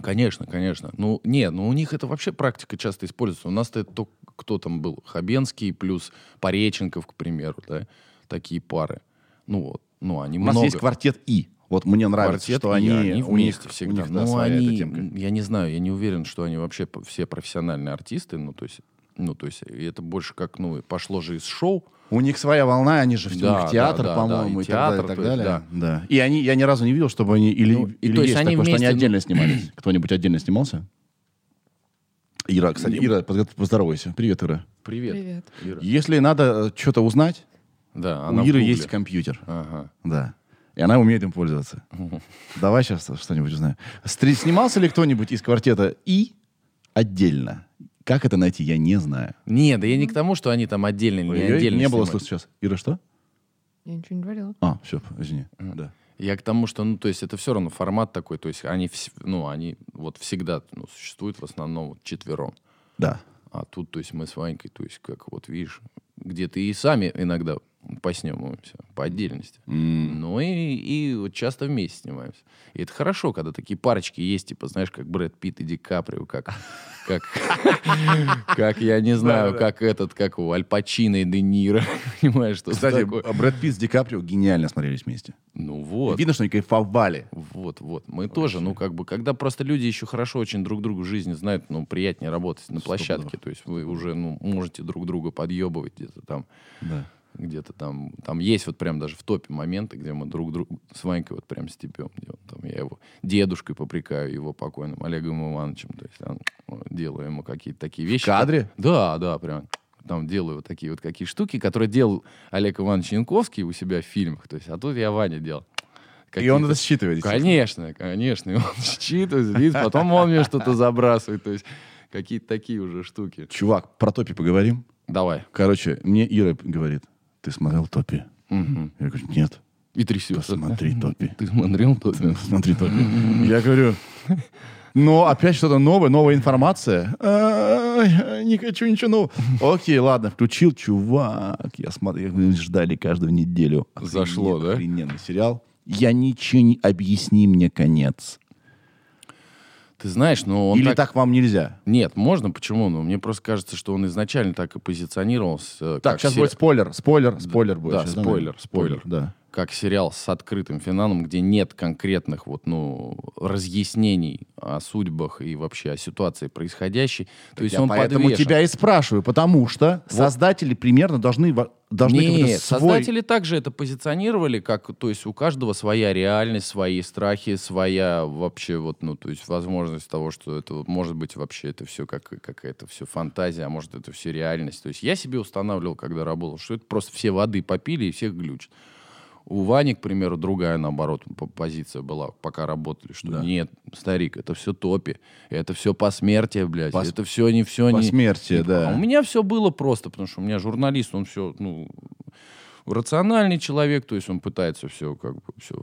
Конечно, конечно. Ну, не, ну у них это вообще практика часто используется. У нас-то это только кто там был? Хабенский плюс Пореченков, к примеру, да? Такие пары. Ну вот, ну они
У нас
много.
есть квартет И. Вот мне нравится,
Квартет,
что
и
они, у них-
вместе всегда.
У них, да,
ну,
своя эта
они,
темка.
м, я не знаю, я не уверен, что они вообще п- все профессиональные артисты. Ну, то есть, ну, то есть, и это больше как, ну, пошло же из шоу.
У них своя волна, они же в
Да,
у них театр,
да, да,
по-моему,
да,
и, так далее,
и театр,
и так
то есть,
далее. Да. И они, я ни разу не видел, чтобы они или,
Ну, и
или
то есть
есть
они
такое, что они
вместе, ну-
отдельно
<clears throat>
снимались. Кто-нибудь отдельно снимался? Ира, кстати, Ира, позд- поздоровайся. Привет, Ира.
Привет.
Привет.
Ира.
Если надо что-то узнать,
Да, она
у
в
Иры
Гугле.
есть компьютер.
Ага.
Да. И она умеет им
<laughs>
пользоваться. Давай сейчас что-нибудь узнаем. Стри- Снимался ли кто-нибудь из квартета И отдельно? Как это найти, я не знаю.
Не, да я не к тому, что они там отдельно, или не
Ой-ой,
отдельно.
не было
снимались.
слышно сейчас. Ира, что?
Я ничего не говорила.
А, все, извини. Да.
Я к тому, что, ну, то есть это все равно формат такой, то есть они, вс- ну, они вот всегда ну, существуют в основном вот четвером.
Да.
А тут, то есть мы с Ванькой, то есть как вот видишь, где-то и сами иногда поснимаемся по отдельности. Ну и, и вот часто вместе снимаемся. И это хорошо, когда такие парочки есть, типа, знаешь, как Брэд Питт и Ди Каприо, как, как, как я не знаю, как этот, как у Аль Пачино и Де Ниро, <laughs> понимаешь, что
Кстати, а
такое.
Брэд Питт с Ди Каприо гениально смотрелись вместе.
Ну вот.
Видно, что они кайфовали.
Вот, вот. Мы тоже, ну, как бы, когда просто люди еще хорошо очень друг друга в жизни знают, ну, приятнее работать на площадке. То есть вы уже, ну, можете друг друга подъебывать где-то там. Где-то там, там есть вот прям даже в топе моменты, где мы друг другу с Ванькой вот прям степем. Где он там, я его дедушкой попрекаю, его покойным Олегом Ивановичем. То есть там, ну, делаю ему какие-то такие вещи.
кадре?
Да, да, прям там делаю вот такие вот какие штуки, которые делал Олег Иванович Янковский у себя в фильмах. То есть, а тут я Ваня делал.
И он
Какие-то
это считывает.
Конечно, конечно. И он <laughs> считывает, злит, потом он мне что-то забрасывает. То есть какие-то такие уже штуки.
Чувак, про Топи поговорим.
Давай.
Короче, мне Ира говорит, ты смотрел Топи? Я говорю, нет,
И трясется.
посмотри Топи.
<laughs> Ты смотрел тот?
Смотри Топи. <laughs> Я говорю, ну, опять что-то новое, новая информация. Ай, Не хочу ничего нового. <laughs> Окей, ладно, включил. Чувак, я смотрел, ждали каждую неделю. Охренен-
Зашло, да?
Охрененный сериал. Я ничего не... Объясни мне конец.
Ты знаешь, но он
Или
так-
так вам нельзя?
Нет, можно, почему? Но мне просто кажется, что он изначально так и позиционировался. э,
Так,
как
сейчас
се-
будет спойлер, спойлер, спойлер будет.
да,
сейчас,
спойлер,
наверное?
спойлер.
Да.
как сериал с открытым финалом, где нет конкретных вот, ну, разъяснений о судьбах и вообще о ситуации происходящей. То есть
Я
он
поэтому
подвешен.
тебя и спрашиваю, потому что создатели примерно должны во- должны какой-то
Нет,
свой-
создатели также это позиционировали, как, то есть у каждого своя реальность, свои страхи, своя вообще вот, ну, то есть возможность того, что это вот может быть вообще это все как какая-то все фантазия, а может это все реальность. То есть я себе устанавливал, когда работал, что это просто все воды попили и всех глючат. У Вани, к примеру, другая, наоборот, п- позиция была, пока работали, что нет, старик, это все топи, это все посмертие, блядь,
Пос-
это все не все не...
посмертие,
не-
да.
А у меня все было просто, потому что у меня журналист, он все, ну, рациональный человек, то есть он пытается все, как бы, все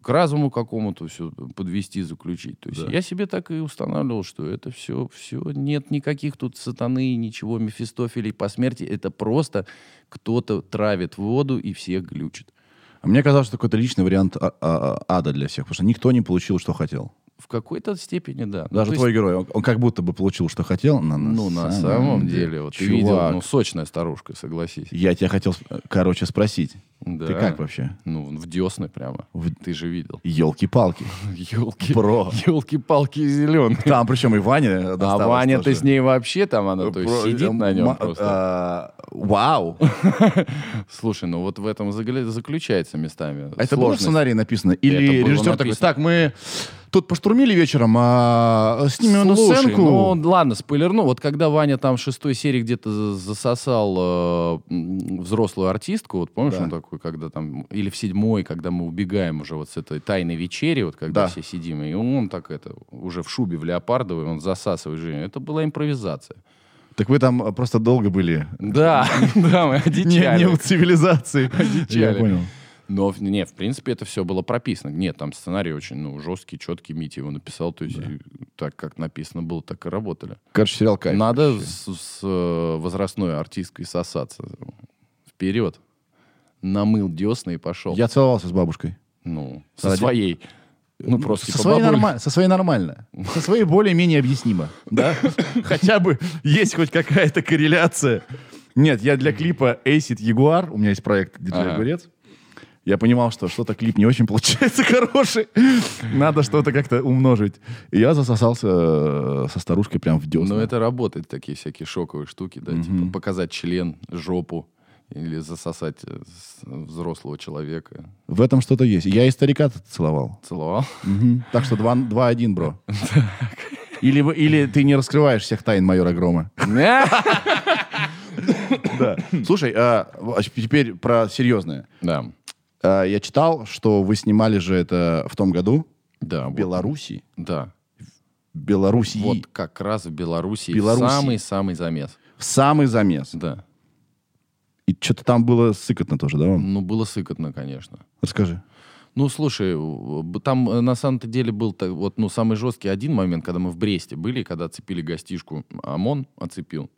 к разуму какому-то все подвести, заключить. То есть я себе так и устанавливал, что это все, все, нет никаких тут сатаны, ничего, мефистофелей по смерти. Это просто кто-то травит воду и всех глючит.
А Мне казалось, что какой-то личный вариант а- а- а- ада для всех, потому что никто не получил, что хотел.
В какой-то степени, да. Ну,
Даже
то есть-
твой герой, он, он как будто бы получил, что хотел. но
Ну, на самом деле, вот ты
чувак,
видел, ну, сочная старушка, согласись.
я тебя хотел, сп- короче, спросить.
Да.
Ты как вообще?
Ну, в десны прямо. Ты же видел. <laughs>
Елки-палки.
Елки.
Про.
Елки-палки <laughs> зеленые.
Там причем и Ваня
А
досталось
Ваня, ты
тоже.
с ней вообще там, она то есть
Про- э,
сидит на нем
ма-
просто.
а, Вау.
<laughs> Слушай, ну вот в этом загля- заключается местами
<laughs> А Это было в
сложность.
сценарии написано? Или
Это было
режиссер такой,
написано.
так, мы... Тут поштурмили вечером, а снимем одну
Слушай,
сценку.
ну ладно, спойлерну. Вот когда Ваня там в шестой серии где-то за- засосал э, м, взрослую артистку, вот помнишь,
Да.
он такой, когда там, или в седьмой, когда мы убегаем уже вот с этой тайной вечери, вот когда
Да.
все сидим, и он так это, уже в шубе в леопардовой, он засасывает Женю. Это была импровизация.
Так вы там э, просто долго были.
<laughs> Да, да, мы
Не, не
одичали.
в цивилизации. Я
Одичали.
понял.
Но, в- не, в принципе, это все было прописано. Нет, там сценарий очень, ну, жесткий, четкий, Митя его написал, то есть и так, как написано было, так и работали.
Короче, сериал кайф.
Надо
вообще.
с, с, э, возрастной артисткой сосаться. Вперед. Намыл десны и пошел.
Я целовался с бабушкой.
Ну, со
Ради-
своей. Ну, просто
со
типа
своей,
бабуль.
норма- со своей нормально. Со своей более-менее объяснимо. Да? <laughs> Хотя бы есть хоть какая-то корреляция. Нет, я для клипа Acid Jaguar, у меня есть проект «Диджей
Ага.
Огурец», я понимал, что что-то клип не очень получается <laughs> хороший. Надо что-то как-то умножить. И я засосался э, со старушкой прям в десна.
Но Ну, это работает, такие всякие шоковые штуки, да, типа показать член, жопу или засосать э, с- взрослого человека.
В этом что-то есть. Я и старика целовал.
Целовал?
Мгм. Так что 2-1, бро. Или, вы- или ты не раскрываешь всех тайн майора Грома.
Да.
Да. Слушай, а, в- а теперь про серьезное. А, Я читал, что вы снимали же это в том году
Да.
в
вот,
Беларуси.
Да.
Белоруссии.
Вот как раз в Беларуси
Белоруссии.
самый-самый замес.
В самый замес.
Да.
И что-то там было сыкотно тоже, да? вам?
Ну, было сыкотно, конечно.
Расскажи.
Ну, слушай, у- б- там э, на самом-то деле был та- вот, ну, самый жесткий один момент, когда мы в Бресте были, когда оцепили гостишку. ОМОН оцепил.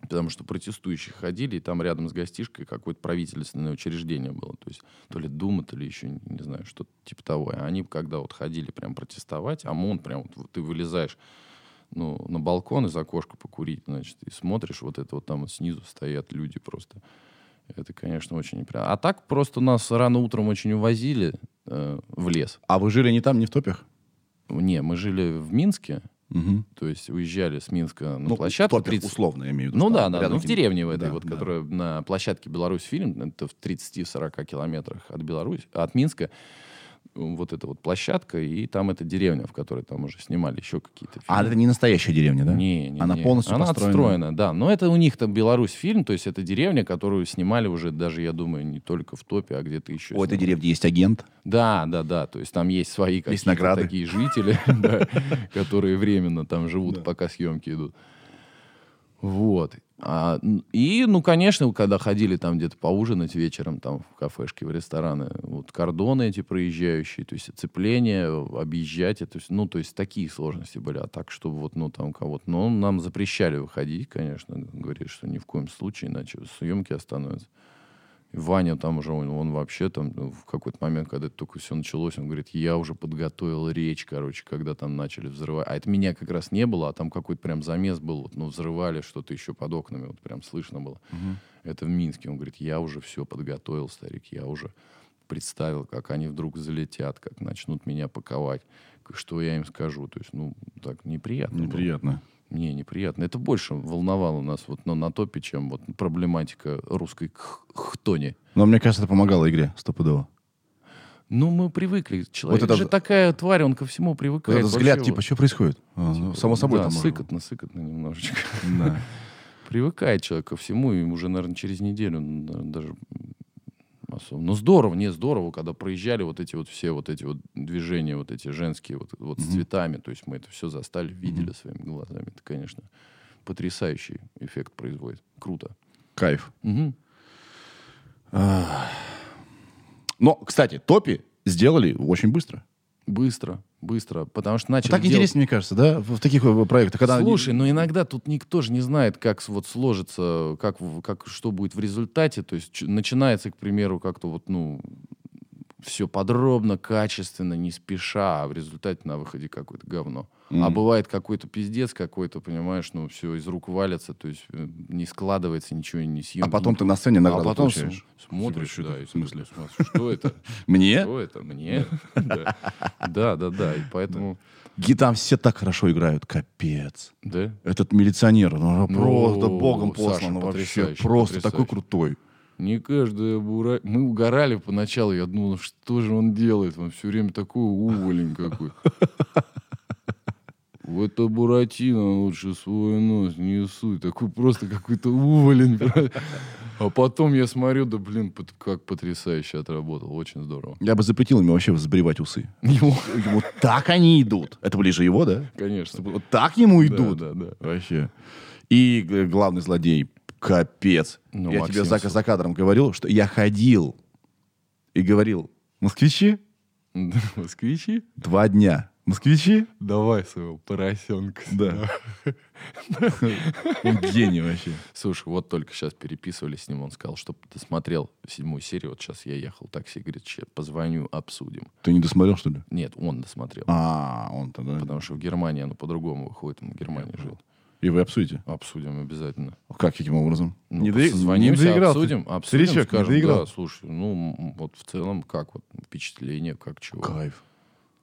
Потому что протестующие ходили, и там рядом с гостишкой какое-то правительственное учреждение было. То есть то ли Дума, то ли еще, не не знаю, что-то типа того. И они, когда вот ходили прям протестовать, ОМОН прям, вот, вот ты вылезаешь ну, на балкон из окошка покурить, значит, и смотришь, вот это вот там вот снизу стоят люди просто. Это, конечно, очень неприятно. А так просто нас рано утром очень увозили э, в лес.
А вы жили не там, не в топях?
Не, мы жили в Минске,
Мгм.
то есть уезжали с Минска на
Ну,
площадку.
в топях
30
условно, я имею в виду.
Ну
что
да,
там
да,
рядом
ну в
какие-то-
деревне в этой,
Да,
вот,
да.
которая на площадке Беларусь фильм, это в 30-40 километрах от Беларусь, от Минска, м, вот эта вот площадка, и там эта деревня, в которой там уже снимали еще какие-то фильмы.
А это не настоящая деревня, да?
Не, не,
Она
не.
полностью
Она
построена.
отстроена, да. Но это у них там Беларусь фильм, то есть это деревня, которую снимали уже даже, я думаю, не только в топе, а где-то еще.
У этой
снимали.
деревни есть агент.
Да, да, да. То есть там есть свои
Есть
какие-то
награды.
такие жители, <laughs> да, которые временно там живут, пока съемки идут. Вот. А, н- и, ну, конечно, когда ходили там где-то поужинать вечером, там в кафешки, в рестораны, вот кордоны эти проезжающие, то есть оцепление, объезжать, это, всё, ну, то есть такие сложности были. А так, чтобы вот, ну, там кого-то... Но нам запрещали выходить, конечно, говорили, что ни в коем случае, иначе съемки остановятся. И Ваня там уже, он, он вообще там ну, в какой-то момент, когда это только все началось, он говорит, я уже подготовил речь, короче, когда там начали взрывать. А это меня как раз не было, а там какой-то прям замес был, вот, ну, взрывали что-то еще под окнами, вот прям слышно было. Это в Минске. Он говорит, я уже все подготовил, старик, я уже представил, как они вдруг залетят, как начнут меня паковать, к- что я им скажу. То есть, ну, так неприятно. было.
Неприятно.
Не, неприятно. Это больше волновало нас вот ну, на, на топе, чем вот проблематика русской кх- хтони.
Но мне кажется, это помогало игре стопудово.
Ну, мы привыкли. Человек
это
же
в-
такая тварь, он ко всему
Вот
привыкает.
этот взгляд,
вообще
типа,
вот. Типа,
что происходит? А, ну, Само собой
да,
там. уже.
сыкотно, сыкотно немножечко. <laughs>
Да.
Привыкает человек ко всему, и уже, наверное, через неделю на- даже особо. Ну, здорово, не здорово, когда проезжали вот эти вот все вот эти вот движения, вот эти женские, вот, вот с цветами. То есть мы это все застали, видели своими глазами. Это, конечно, потрясающий эффект производит. Круто.
Кайф.
Мгм.
Но, кстати, топи сделали очень быстро.
Быстро, быстро. Потому что начали
так
делать-
интересно, мне кажется, да, в, в таких э, проектах. Когда они-
Слушай, но иногда тут никто же не знает, как с- вот сложится, как, в- как что будет в результате. То есть ч- начинается, к примеру, как-то вот, ну, все подробно, качественно, не спеша, а в результате на выходе какое-то говно. А бывает какой-то пиздец какой-то, понимаешь, ну, все из рук валится, то есть э, не складывается ничего, не съем.
а потом ты на сцене награду
а потом см-
получаешь.
смотришь,
Типа, что
да,
это?
и
В смысле?
смотришь, что это?
Мне?
Что это? Мне? <laughs> Да, да, да, да, и поэтому...
И там все так хорошо играют, капец.
Да?
Этот милиционер, ну,
Ну,
просто богом
Саша,
послан вообще,
потрясающе,
просто
потрясающе.
такой крутой.
Не каждая бура... Мы угорали поначалу, я думал, «Ну что же он делает? Он все время такой уволень какой. В это Буратино лучше свой нос не суй. Такой просто какой-то уволень. <laughs> А потом я смотрю, да блин, пот- как потрясающе отработал. Очень здорово.
Я бы запретил ему вообще сбривать усы. Ему, ему так они идут. Это были же его, да?
Конечно.
Вот так ему идут.
Да, да, да.
Вообще. И г- главный злодей. Капец.
Ну,
я
Максим
тебе за,
Су-
за кадром говорил, что я ходил и говорил, москвичи,
<laughs> Москвичи?
два дня. Москвичи?
Давай своего поросенка.
Да. Он гений вообще.
Слушай, вот только сейчас переписывались с ним, он сказал, чтобы ты смотрел седьмую серию, вот сейчас я ехал в такси, говорит, «Ща позвоню, обсудим.
Ты не досмотрел, что ли?
Нет, он досмотрел,
А, он тогда.
потому что в Германии оно по-другому выходит, он в Германии жил.
И вы обсудите.
Обсудим обязательно.
Как, каким образом?
Ну,
Не дои- не
созвонимся,
доиграл ты.
обсудим, обсудим,
Старичок, не
скажем,
доиграл.
да, слушай, ну, м, вот в целом, как вот впечатление, как чего.
Кайф.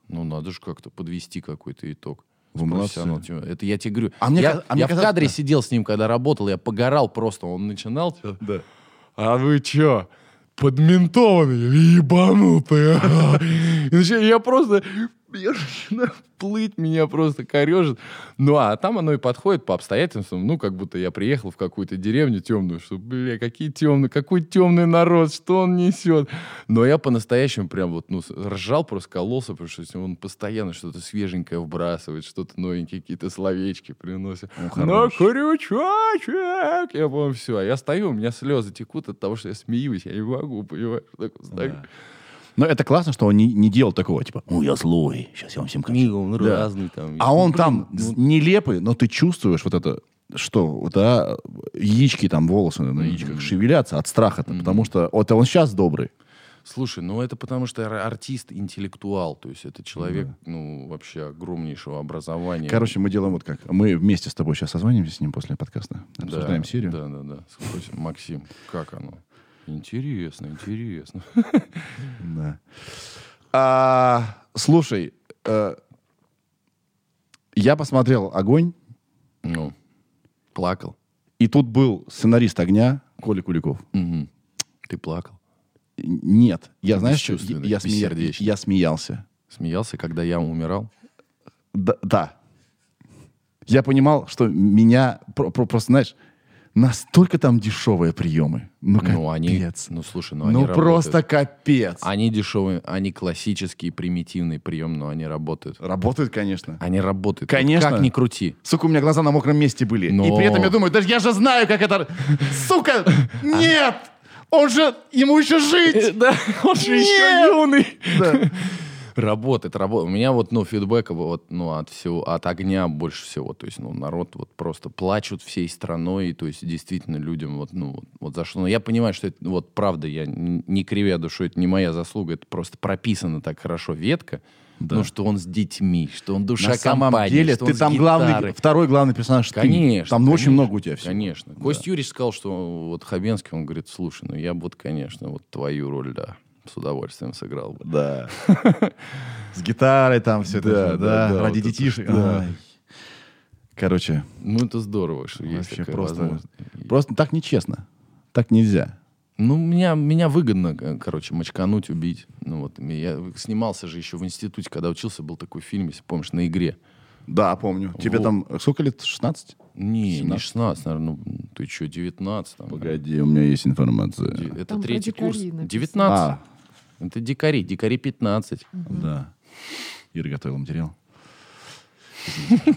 Ну, надо же как-то подвести какой-то итог.
Вы молодцы.
Профессионал, тем- Это я тебе говорю.
А мне
я
ка- а мне
я в
казалось-
кадре
да.
сидел с ним, когда работал, я погорал просто. Он начинал. типа,
Да.
А вы чё? Подментованный, ебанутые. <laughs> И начи- Я просто... Я начинаю плыть, меня просто корежит. Ну, а там оно и подходит по обстоятельствам. Ну, как будто я приехал в какую-то деревню темную, что, бля, какие темные, какой темный народ, что он несет. Но я по-настоящему прям вот, ну, с- ржал просто колосса, потому что он постоянно что-то свеженькое вбрасывает, что-то новенькие какие-то словечки приносит. Ну, Но крючочек! Я помню, все. А я стою, у меня слезы текут от того, что я смеюсь. Я не могу, понимаешь? Так вот стою.
Но это классно, что он не, не делал такого, типа, ну я злой, сейчас я вам всем кончу».
он
Да.
разный там.
А он там
ну
з- нелепый, но ты чувствуешь вот это, что, да, яички там, волосы на яичках шевелятся от страха-то, потому что вот он сейчас добрый.
Слушай, ну это потому что ар- артист интеллектуал, то есть это человек, ну, вообще огромнейшего образования.
Короче, мы делаем вот как. Мы вместе с тобой сейчас созвонимся с ним после подкаста.
Да,
Обсуждаем серию.
Да, да, да. Слушай, Максим, как оно? Интересно, интересно.
Да. А, слушай, э, я посмотрел «Огонь»,
Ну, плакал.
и тут был сценарист «Огня» Коля Куликов.
Мгм. Ты плакал.
Нет. Я,
Ты
знаешь, что? Я,
бесчувственный,
я смея-
бессердечный.
я смеялся.
Смеялся, когда я умирал?
Да. да. Я понимал, что меня про- про- просто, знаешь, настолько там дешевые приемы. Ну, капец.
Ну, они, ну, слушай, ну,
Ну,
они
просто
работают.
капец.
Они дешевые, они классический, примитивный прием, но они работают.
Работают, конечно.
Они работают. Вот
Конечно.
Как ни крути.
Сука, у меня глаза на мокром месте были. И
Но-
при этом я думаю, да я же знаю, как это...
<laughs>
Сука! Нет! Он же... Ему еще жить!
<laughs> <laughs> Да, он же
Нет!
юный.
Да.
Работает, работает. У меня вот, ну, фидбэк вот, ну, от всего, от огня больше всего. То есть, ну, народ вот просто плачут всей страной, и, то есть, действительно, людям вот, ну, вот, вот за что. Но я понимаю, что это, ну, вот, правда, я н- не кривя душу, это не моя заслуга, это просто прописано так хорошо ветка, ну, что он с детьми, что он душа
На самом
компании,
деле,
что
ты
он с
там главный,
гитарой.
второй главный персонаж. ты.
Конечно.
Там ну, очень
конечно,
много у тебя всего.
Конечно. Кость Юрьевич сказал, что вот Хабенский, он говорит, слушай, ну я бы вот, конечно, вот твою роль, да, с удовольствием сыграл бы.
Да. <laughs> С гитарой там все
Да,
это. всё,
да,
Да,
да,
ради
вот это
детишек.
ж, да.
Ай. Короче,
Ну это здорово, что есть
вообще
такая
просто...
возможность.
Просто так нечестно. Так нельзя.
Ну, меня, меня выгодно, к- короче, мочкануть, убить. Ну вот, и я снимался же еще в институте, когда учился, был такой фильм, если помнишь, на игре.
Да, помню. Тебе
Вот.
там э, сколько лет? 16?
Не, не 16, наверное, ну ты что, 19. Там,
Погоди, у меня есть информация.
Ди- Это
Там про
третий
дикарей
курс.
написано.
19.
А.
Это дикари, дикари 15.
Да. Ира готовила материал. <laughs>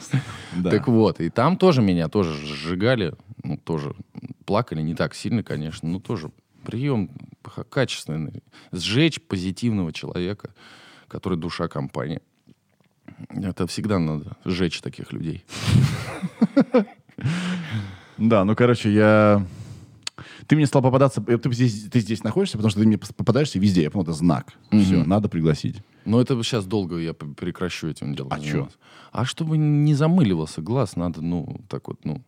Да.
Так вот, и там тоже меня тоже сжигали, ну, тоже плакали не так сильно, конечно, но тоже прием х- качественный. Сжечь позитивного человека, который душа компании. Это всегда надо сжечь таких людей.
Да, ну, короче, я... Ты мне стал попадаться... э, Ты здесь, ты здесь находишься, потому что ты мне пос- попадаешься везде. Я понял, это знак. Все, надо пригласить.
Но это сейчас долго я п- прекращу этим делом.
А чё?
заниматься. А чтобы не замыливался глаз, надо, ну, так вот, ну,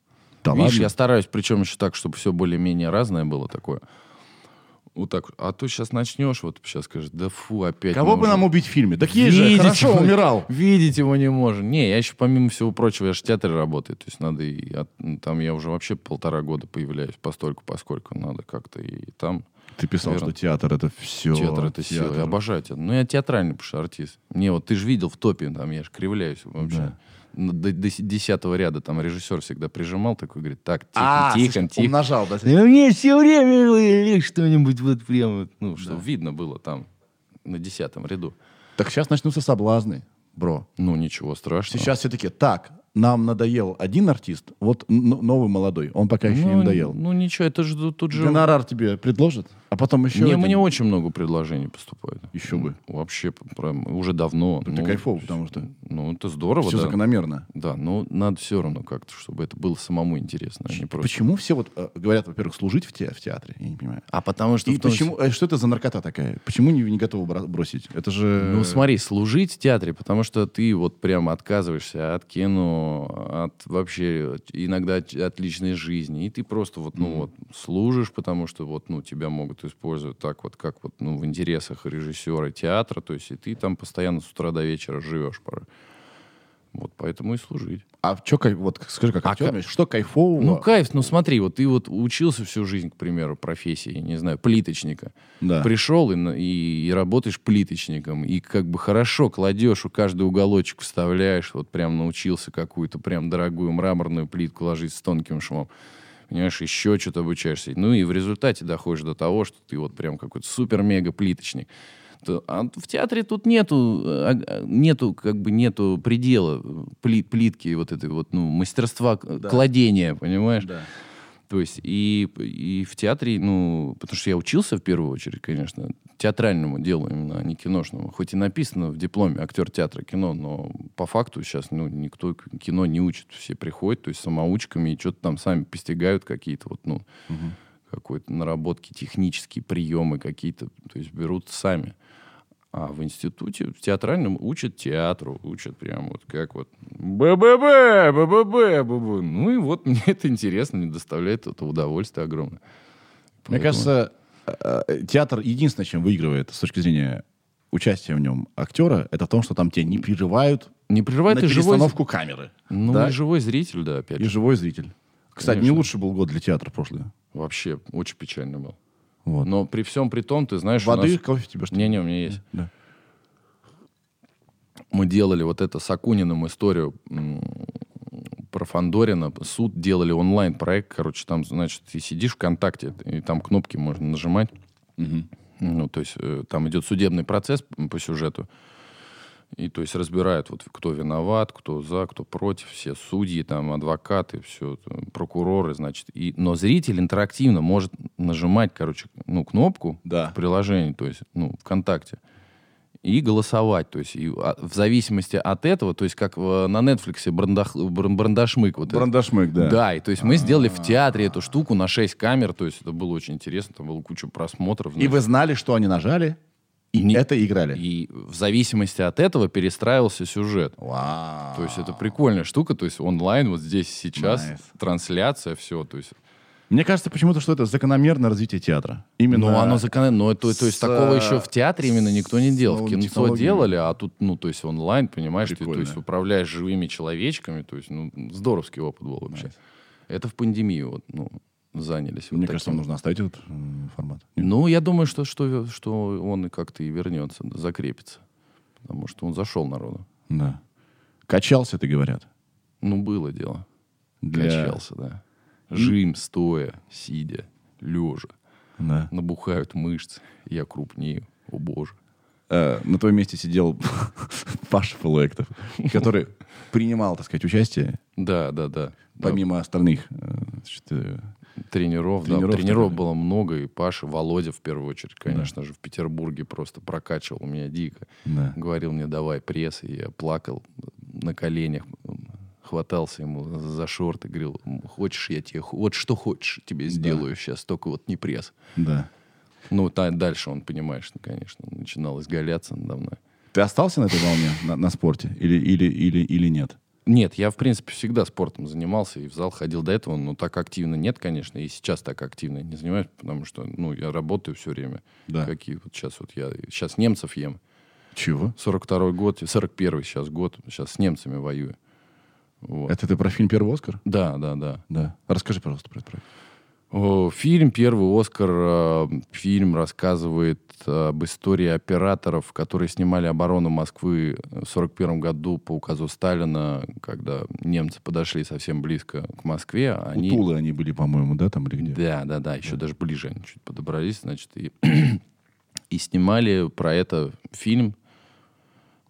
Да
Видишь,
ладно?
я стараюсь, причем еще так, чтобы все более-менее разное было такое. Вот так. А то сейчас начнешь, вот сейчас скажешь, да фу, опять.
Кого бы
нужно».
нам убить в фильме? Так есть же,
Видеть
хорошо,
его-
умирал.
Видеть его не можем. Не, я еще, помимо всего прочего, я же в театре работаю. То есть надо и... от- ну, там я уже вообще полтора года появляюсь постольку, поскольку надо как-то и там.
Ты писал,
Верно.
что театр это все.
театр это сила. Я обожаю театр. Ну, я театральный, потому что артист. Мне вот, ты же видел в топе, там, я же кривляюсь вообще. Ну, До, до с- десятого ряда там режиссер всегда прижимал такой, говорит, так, тихо,
А,
тихо,
слушай,
тихо.
умножал, да?
Ну, мне все время э, что-нибудь вот прям, вот, ну, что видно было там на десятом ряду.
Так сейчас начнутся соблазны, бро.
Ну, ничего страшного.
Сейчас все таки так, нам надоел один артист, вот н- новый молодой, он пока еще не
Ну,
надоел.
Ну, ничего, это же тут- тут же...
Гонорар тебе предложат, а потом еще
Мне, мне очень много предложений поступает. Ну,
Еще бы.
Вообще, прям, уже давно.
Это
Ну,
кайфово, потому что
Ну, это здорово,
все
да.
закономерно.
Да, но надо все равно как-то, чтобы это было самому интересно, а не просто.
Почему все вот э, говорят, во-первых, служить в, те- в театре, я не понимаю.
А потому что
И
в том
почему, э, что это за наркота такая? Почему не, не готовы бра- бросить? Это же...
Ну, смотри, служить в театре, потому что ты вот прям отказываешься от кино, от вообще иногда от, от личной жизни, и ты просто вот, ну, вот служишь, потому что вот, ну, тебя могут использовать так вот, как вот, ну, в интересах режиссера театра, то есть и ты там постоянно с утра до вечера живешь порой. Вот поэтому и служить.
А чё кай- вот как- скажи, как
А
актер,
ка-
знаешь, что кайфового?
Ну, кайф, ну смотри, вот ты вот учился всю жизнь, к примеру, профессии, не знаю, плиточника.
Да.
Пришел и, на- и, и работаешь плиточником, и как бы хорошо кладешь, у каждый уголочек вставляешь, вот прям научился какую-то прям дорогую мраморную плитку ложить с тонким швом. Понимаешь, еще что-то обучаешься. Ну и в результате доходишь до того, что ты вот прям какой-то супер-мега-плиточник. То- а в театре тут нету, э, а, нету как бы нету предела э, пли- плитки и вот этой вот, ну, мастерства э, кладения, понимаешь?
Да.
То есть и, и в театре, ну, потому что я учился в первую очередь, конечно, театральному делу именно, а не киношному. Хоть и написано в дипломе актер театра кино, но по факту сейчас ну, никто к- кино не учит. Все приходят, то есть самоучками и что-то там сами постигают какие-то вот, ну, какой-то наработки, технические приемы какие-то, то есть берут сами. А в институте, в театральном учат театру, учат прям вот как вот БББ, БББ, ББ. Ну и вот мне это интересно, мне доставляет это удовольствие огромное.
Мне
Поэтому-
кажется, э, э, театр единственное, чем выигрывает с точки зрения участия в нем актера, это в том, что там тебя не прерывают
не прерывает
на
и живой...
перестановку камеры.
Ну
да?
и живой зритель, да, опять
И
же.
живой зритель. Кстати, не
Конечно.
лучший был год для театра прошлый.
Вообще очень печально был.
Вот.
Но при всем при том, ты знаешь, у
Воды,
нас-
кофе тебе что?
Не-не, у меня есть.
Да.
Мы делали вот это с Акуниным историю м, про Фандорина. Суд делали онлайн-проект. Короче, там, значит, ты сидишь ВКонтакте, и там кнопки можно нажимать. Ну, то есть э, там идет судебный процесс м, по сюжету. И то есть разбирают, вот, кто виноват, кто за, кто против, все судьи, там, адвокаты, все, там, прокуроры, значит. И, но зритель интерактивно может нажимать, короче, ну, кнопку
Да.
в приложении, то есть, ну, ВКонтакте, и голосовать. То есть и, а, в зависимости от этого, то есть как в- на Нетфликсе брандах, бран- брандашмык вот этот.
Брандашмык, да. А.
Да, и то есть мы сделали в театре эту штуку на 6 камер, то есть это было очень интересно, там было куча просмотров.
И вы знали, что они нажали, и
Не-
это играли.
И в зависимости от этого перестраивался сюжет.
Вау.
То есть это прикольная штука, то есть онлайн вот здесь сейчас
Nice.
трансляция все, то есть.
Мне кажется, почему-то, что это закономерное развитие театра. Именно...
Ну, оно закон... но то, то есть
с,
такого
э,
еще в театре именно никто не
с
делал. В
новыми
кинцо
технологиями.
делали, а тут, ну, то есть онлайн, понимаешь, ты, то
Прикольно.
есть управляешь живыми человечками, то есть, ну, здоровский опыт был вообще. Это в пандемию вот, ну, занялись. вот
Мне кажется,
таким.
нам нужно оставить этот м, формат.
Ну, я думаю, что, что, что он и как-то и вернется, закрепится. Потому что он зашел народу.
Да. Качался, ты говорят.
Ну, было дело.
Для-
Качался, да. Жим, стоя, сидя, лежа.
Да.
Набухают мышцы. Я крупнее. О боже.
Э, на твоем месте сидел <laughs> Паша Флуэктов, который принимал, так сказать, участие,
Да, да, да. Да,
помимо остальных. э, значит, э,
тренеров, да.
тренеров
Тренеров
так
было много. И Паша, Володя в первую очередь, конечно же, в Петербурге просто прокачивал меня дико.
да.
Говорил мне, давай пресс. И я плакал на коленях. м, Хватался ему за шорты. Говорил, «М, хочешь, я тебе... хо- Вот что хочешь, тебе сделаю сейчас. Только вот не пресс.
да.
Ну, та- дальше он, понимаешь, ну, конечно, начинал изгаляться надо мной.
Ты остался на этой волне, на, на спорте? Или, или, или, или нет?
Нет, я, в принципе, всегда спортом занимался и в зал ходил до этого, но так активно нет, конечно, и сейчас так активно не занимаюсь, потому что, ну, я работаю все время.
Да.
Какие вот сейчас вот я... Сейчас немцев ем.
Чего?
42-й год, 41-й сейчас год, сейчас с немцами воюю. Вот.
Это ты про фильм «Первый Оскар»?
Да, да, да.
Да. Расскажи, пожалуйста, про этот проект.
О, Фильм «Первый Оскар», э, фильм рассказывает э, об истории операторов, которые снимали оборону Москвы в 1941 году по указу Сталина, когда немцы подошли совсем близко к Москве. а Они...
У Тулы они были, по-моему, да, там или где?
Да, да, да, еще даже ближе они чуть подобрались, значит, и, <clears throat> и снимали про это фильм.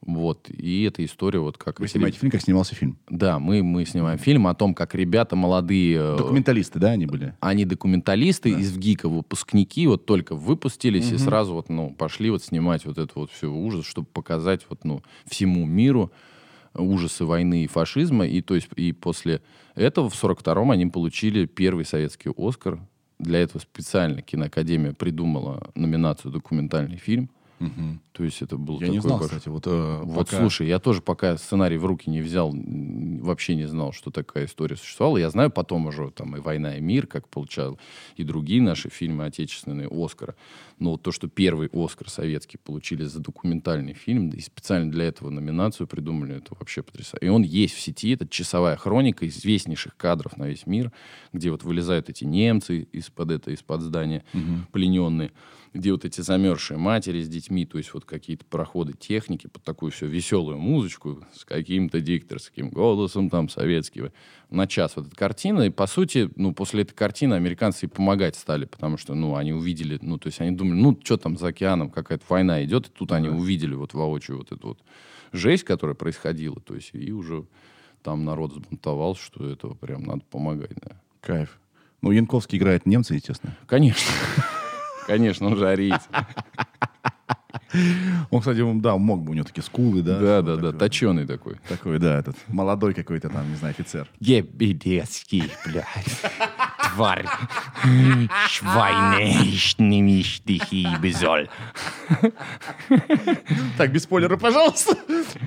Вот, и эта история вот как...
Вы
эти
снимаете фильм, как снимался фильм.
Да, мы, мы снимаем фильм о том, как ребята молодые... э,
Документалисты, да, они были?
Они документалисты из ВГИКа, выпускники, вот только выпустились и сразу вот, ну, пошли вот снимать вот этот вот все ужас, чтобы показать вот, ну, всему миру ужасы войны и фашизма. И, то есть, и после этого в 42-м они получили первый советский «Оскар». Для этого специально киноакадемия придумала номинацию «Документальный фильм». То есть это был
Я
такой
не знал,
большой-
кстати. Вот, э,
вот
пока-
слушай, я тоже пока сценарий в руки не взял, м, вообще не знал, что такая история существовала. Я знаю потом уже там и «Война и мир», как получал, и другие наши фильмы отечественные, «Оскара». Но вот то, что первый «Оскар» советский получили за документальный фильм, да и специально для этого номинацию придумали, это вообще потрясающе. И он есть в сети, это часовая хроника известнейших кадров на весь мир, где вот вылезают эти немцы из-под это, из-под здания, плененные где вот эти замерзшие матери с детьми, то есть вот какие-то проходы техники под такую все веселую музычку с каким-то дикторским голосом там советского на час вот эта картина. И, по сути, ну, после этой картины американцы и помогать стали, потому что, ну, они увидели, ну, то есть они думали, ну, что там за океаном, какая-то война идет, и тут они увидели вот воочию вот эту вот жесть, которая происходила, то есть и уже там народ сбунтовался, что этого прям надо помогать, да.
Кайф. Ну, Янковский играет немца, естественно.
Конечно. Конечно, он же ариец.
Он, кстати, он, да, мог бы, у него такие скулы, да. что
Да, да, да,
такое.
точеный такой.
Такой, да, этот молодой какой-то там, не знаю, офицер.
Ебедецкий, блядь. Тварь. Schweinechtnimi стихи безоль.
Так, без спойлеров,
<laughs>
пожалуйста.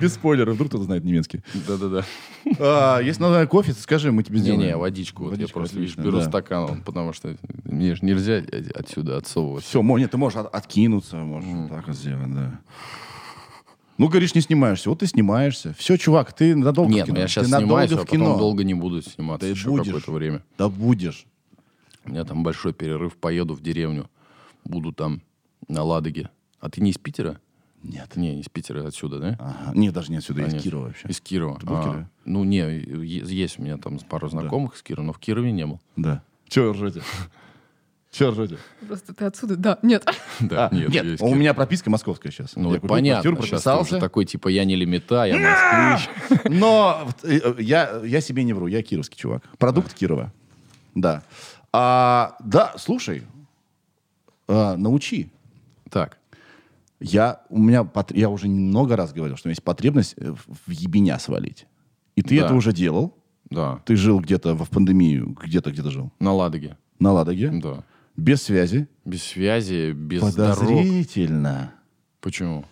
Без спойлеров, вдруг кто-то знает немецкий.
Да-да-да.
А, если надо кофе, скажи, мы тебе сделаем.
Не-не, водичку. Вот я
Водичку,
просто, видишь,
отлично,
беру
да.
стакан, он, потому что мне же нельзя отсюда отсовывать.
Все, мо- нет, ты можешь от- откинуться, можешь вот так вот сделать, да. Ну, говоришь, не снимаешься. Вот ты снимаешься. Все, чувак, ты надолго в
Нет,
кино.
ну я сейчас
ты надолго
снимаюсь, а
в
потом
кино.
долго не буду сниматься
Ты
еще
будешь.
какое-то время.
Да будешь.
У меня там большой перерыв, поеду в деревню, буду там на Ладоге. А ты не из Питера?
Нет.
Не, не из Питера, отсюда, да?
Ага. Нет, даже не отсюда,
А,
из
нет.
Кирова вообще.
Из Кирова.
был в
А,
Кирове?
ну, не, е- есть у меня там пару знакомых из Кирова, но в Кирове не
<laughs>
был.
Да. Че ржете? Че ржете?
Просто ты отсюда, да, <laughs> нет.
Да,
а, Нет,
я из
у
Кирова.
меня прописка московская сейчас.
Ну,
я
это
купил
понятно.
квартиру,
Сейчас
прописался.
тоже такой, типа, я не
<laughs>
лимита, я москвич.
Но вот, э, э, я, я себе не вру, я кировский чувак. Продукт Кирова. Да. А, да, слушай, а, научи.
Так.
Я, у меня, пот- я уже много раз говорил, что у меня есть потребность э, в в ебеня свалить. И ты
Да.
это уже делал.
Да.
Ты жил где-то в в пандемию, где-то где-то жил.
На Ладоге.
На Ладоге.
Да.
Без связи.
Без связи, без дорог.
Подозрительно.
Почему?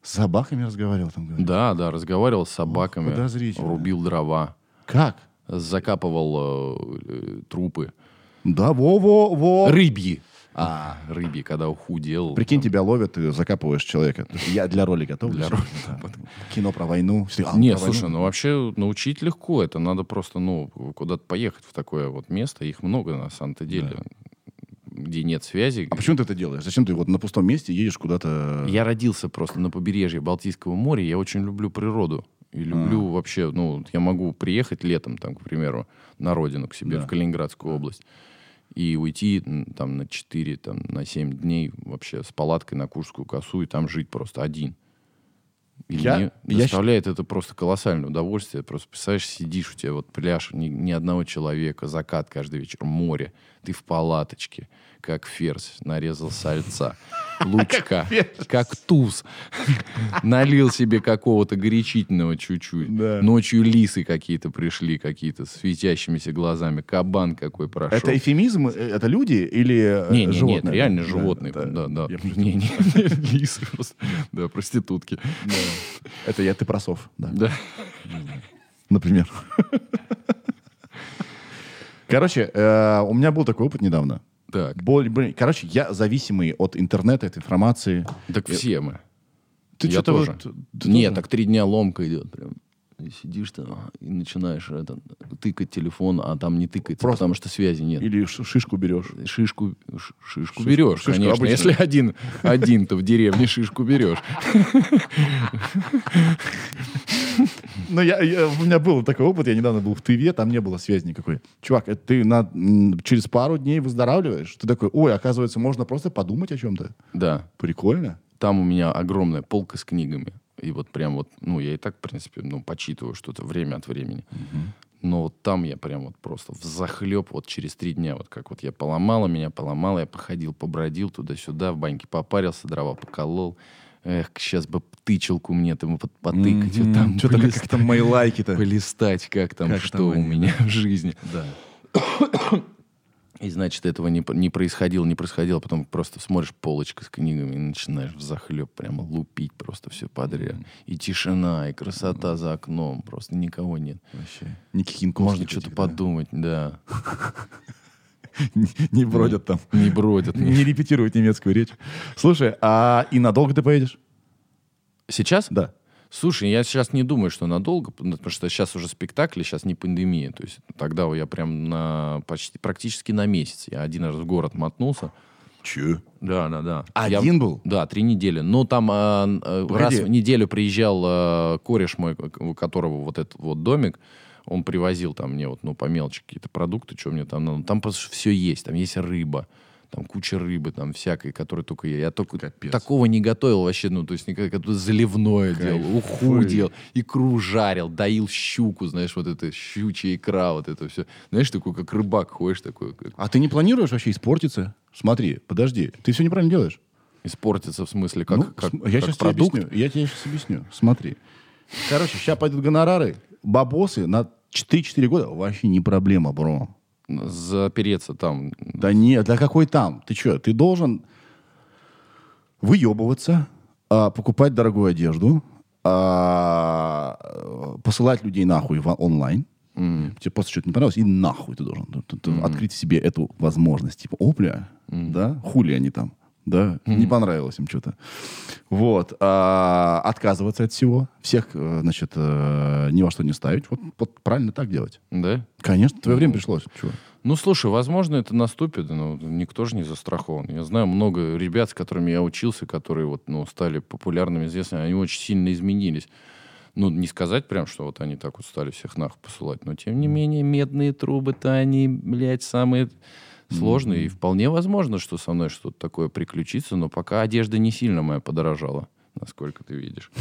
С собаками разговаривал там, говорит.
Да, да, разговаривал с собаками,
подозрительно.
рубил дрова,
Как?
закапывал э, э, трупы.
Да, во-во-во.
Рыбьи. А, рыбьи, когда уху делал.
Прикинь, тебя ловят и закапываешь человека. Я для роли готов. Для роли. Кино про войну. Все, а,
Не,
про войну?
слушай, ну вообще научить легко. Это надо просто, ну, куда-то поехать в такое вот место. Их много на самом-то деле. Где нет связи.
А почему ты это делаешь? Зачем ты вот на пустом месте едешь куда-то?
Я родился просто на побережье Балтийского моря. Я очень люблю природу. И люблю вообще, ну, вот я могу приехать летом, там, к примеру, на родину к себе, в Калининградскую область, и уйти м, там на 4, там, на 7 дней вообще с палаткой на Курскую косу и там жить просто один. И
Я-
мне
я
доставляет это просто колоссальное удовольствие. Просто, представляешь, сидишь, у тебя вот пляж, ни, ни одного человека, закат каждый вечер, море. Ты в палаточке, как ферзь,
<laughs>
нарезал сальца, лучка, как туз. <laughs> Налил себе какого-то горячительного чуть-чуть.
Да.
Ночью лисы какие-то пришли, какие-то с светящимися глазами. Кабан какой прошел.
Это эфемизм? Э, Это люди или э,
Не, не,
животные?
нет, реально
Да,
животные. Да, да.
Я просто-
Не, не, <laughs> лисы
<laughs>
просто. Да, проститутки.
Это я, ты просов. Да.
Да.
например. Короче, э, у меня был такой опыт недавно.
Так,
Боль- блин, короче, я зависимый от интернета, от информации.
так все мы.
Ты
Я
что-то
тоже.
вот... ты
Нет,
тоже?
так три дня ломка идет прям. И сидишь там а, и начинаешь это, тыкать телефон, а там не тыкать,
Просто.
потому что связи нет.
Или ш- шишку берешь.
Шишку, ш- шишку берешь,
шишку
конечно.
обычную.
Если один, один, то в деревне шишку берешь.
Ну, я, я- у меня был такой опыт, я недавно был в Тыве, там не было связи никакой. Чувак, это ты на, м, через пару дней выздоравливаешь. Ты такой, ой, оказывается, можно просто подумать о чем-то.
Да.
Прикольно.
Там у меня огромная полка с книгами. И вот прям вот, ну, я и так, в принципе, ну, почитываю что-то время от времени. Но вот там я прям вот просто взахлеб вот через три дня. Вот как вот я поломала, меня поломала, я походил, побродил туда-сюда, в баньке попарился, дрова поколол. Эх, сейчас бы тычелку мне там под- потыкать, вот там
Что-то
полис-
как-то мои лайки-то.
полистать, как там,
Как
что
там
у
они,
меня в жизни.
Да.
И значит, этого не, п- не происходило, не происходило. Потом просто смотришь полочка с книгами и начинаешь захлеб прямо лупить просто все подряд. И тишина, и красота за окном. Просто никого нет.
Вообще. Никаких инкоусных
Можно что-то
этих, да.
подумать, да.
<laughs> Не бродят там.
Не
<laughs>
бродят.
Не репетируют немецкую речь. Слушай, а и надолго ты поедешь?
Сейчас?
Да.
Слушай, я сейчас не думаю, что надолго, ну, потому что сейчас уже спектакли, сейчас не пандемия. То есть тогда я прям на почти, практически на месяц. Я один раз в город мотнулся.
Че?
Да, да, да. Я-
Один был?
Да, три недели. Ну, там а, н- э,
Погоди.
раз в неделю приезжал э, кореш мой, к- у которого вот этот вот домик, он привозил там мне вот, ну, по мелочи какие-то продукты, что мне там надо. Там просто все есть, там есть рыба, там куча рыбы, там всякой, которая только я. Я только такого не готовил вообще, ну, то есть никогда какое-то заливное делал, уху делал, икру жарил, доил щуку, знаешь, вот это щучья икра, вот это все. Знаешь, такой, как рыбак ходишь, такой, как
А ты не планируешь вообще испортиться? Смотри, подожди, ты все неправильно делаешь.
испортится в смысле, как,
Ну,
как,
см- я
как
сейчас
продукт.
тебе объясню. Я тебе сейчас объясню. Смотри. Короче, сейчас пойдут гонорары, бабосы на 3-4 года. Вообще не проблема, бро.
запереться там.
Да нет, да какой там? Ты что, ты должен выебываться, а, покупать дорогую одежду, а, э, посылать людей нахуй в- онлайн. Тебе просто что-то не понравилось, и нахуй ты должен ты- ты- ты открыть в себе эту возможность. Типа, о, бля, да, хули они там, да, не понравилось им что-то. Вот, а, отказываться от всего, всех, э, значит, э, ни во что не ставить. Вот, вот правильно так делать.
Да?
Конечно, твое время пришло. Чего?
Ну, слушай, возможно, это наступит, но никто же не застрахован. Я знаю много ребят, с которыми я учился, которые вот, ну, стали популярными, известными, они очень сильно изменились. Ну, не сказать прям, что вот они так вот стали всех нахуй посылать, но тем не менее медные трубы-то они, блядь, самые сложные. И вполне возможно, что со мной что-то такое приключится, но пока одежда не сильно моя подорожала, насколько ты видишь.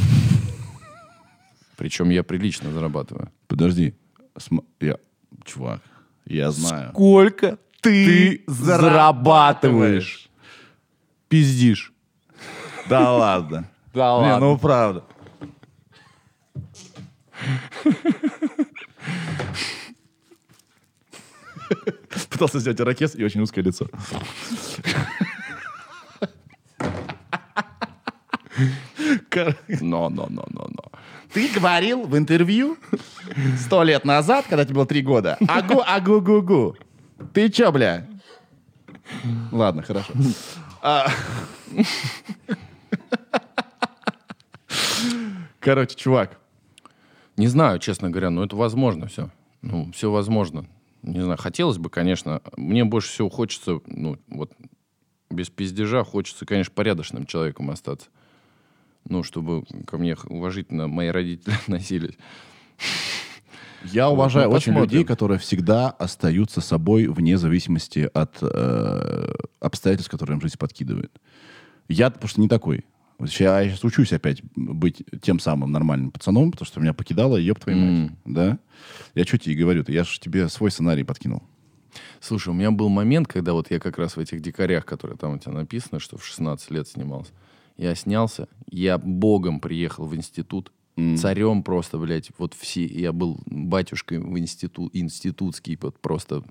Причем я прилично зарабатываю.
Подожди. См- Я... Чувак, я знаю.
Сколько
ты зарабатываешь?
Пиздишь.
Да ладно.
Да
Не, ну правда. Пытался сделать ирокез и очень узкое лицо. Кор-
Но, но, но, но, но.
Ты говорил в интервью сто лет назад, когда тебе было три года, агу, агу, гу, гу. Ты чё, бля? Ладно,
<laughs>
хорошо. А. Короче, чувак,
Не знаю, честно говоря, но это возможно все. Ну, все возможно. Не знаю, хотелось бы, конечно. Мне больше всего хочется, ну, вот, без пиздежа хочется, конечно, порядочным человеком остаться. Ну, чтобы ко мне х- уважительно мои родители <laughs> относились.
я
Вот,
уважаю
ну,
очень
посмотрим.
людей, которые всегда остаются собой вне зависимости от э, обстоятельств, которые им жизнь подкидывает. Я, потому что не такой. Вот ща- Я сейчас учусь опять быть тем самым нормальным пацаном, потому что меня покидало, еб твою мать. Да? Я что тебе и говорю-то? Я же тебе свой сценарий подкинул.
Слушай, у меня был момент, когда вот я как раз в этих дикарях, которые там у тебя написано, что в 16 лет снимался, я снялся, я богом приехал в институт, царем просто, блядь, вот все, я был батюшкой в институт, институтский, вот просто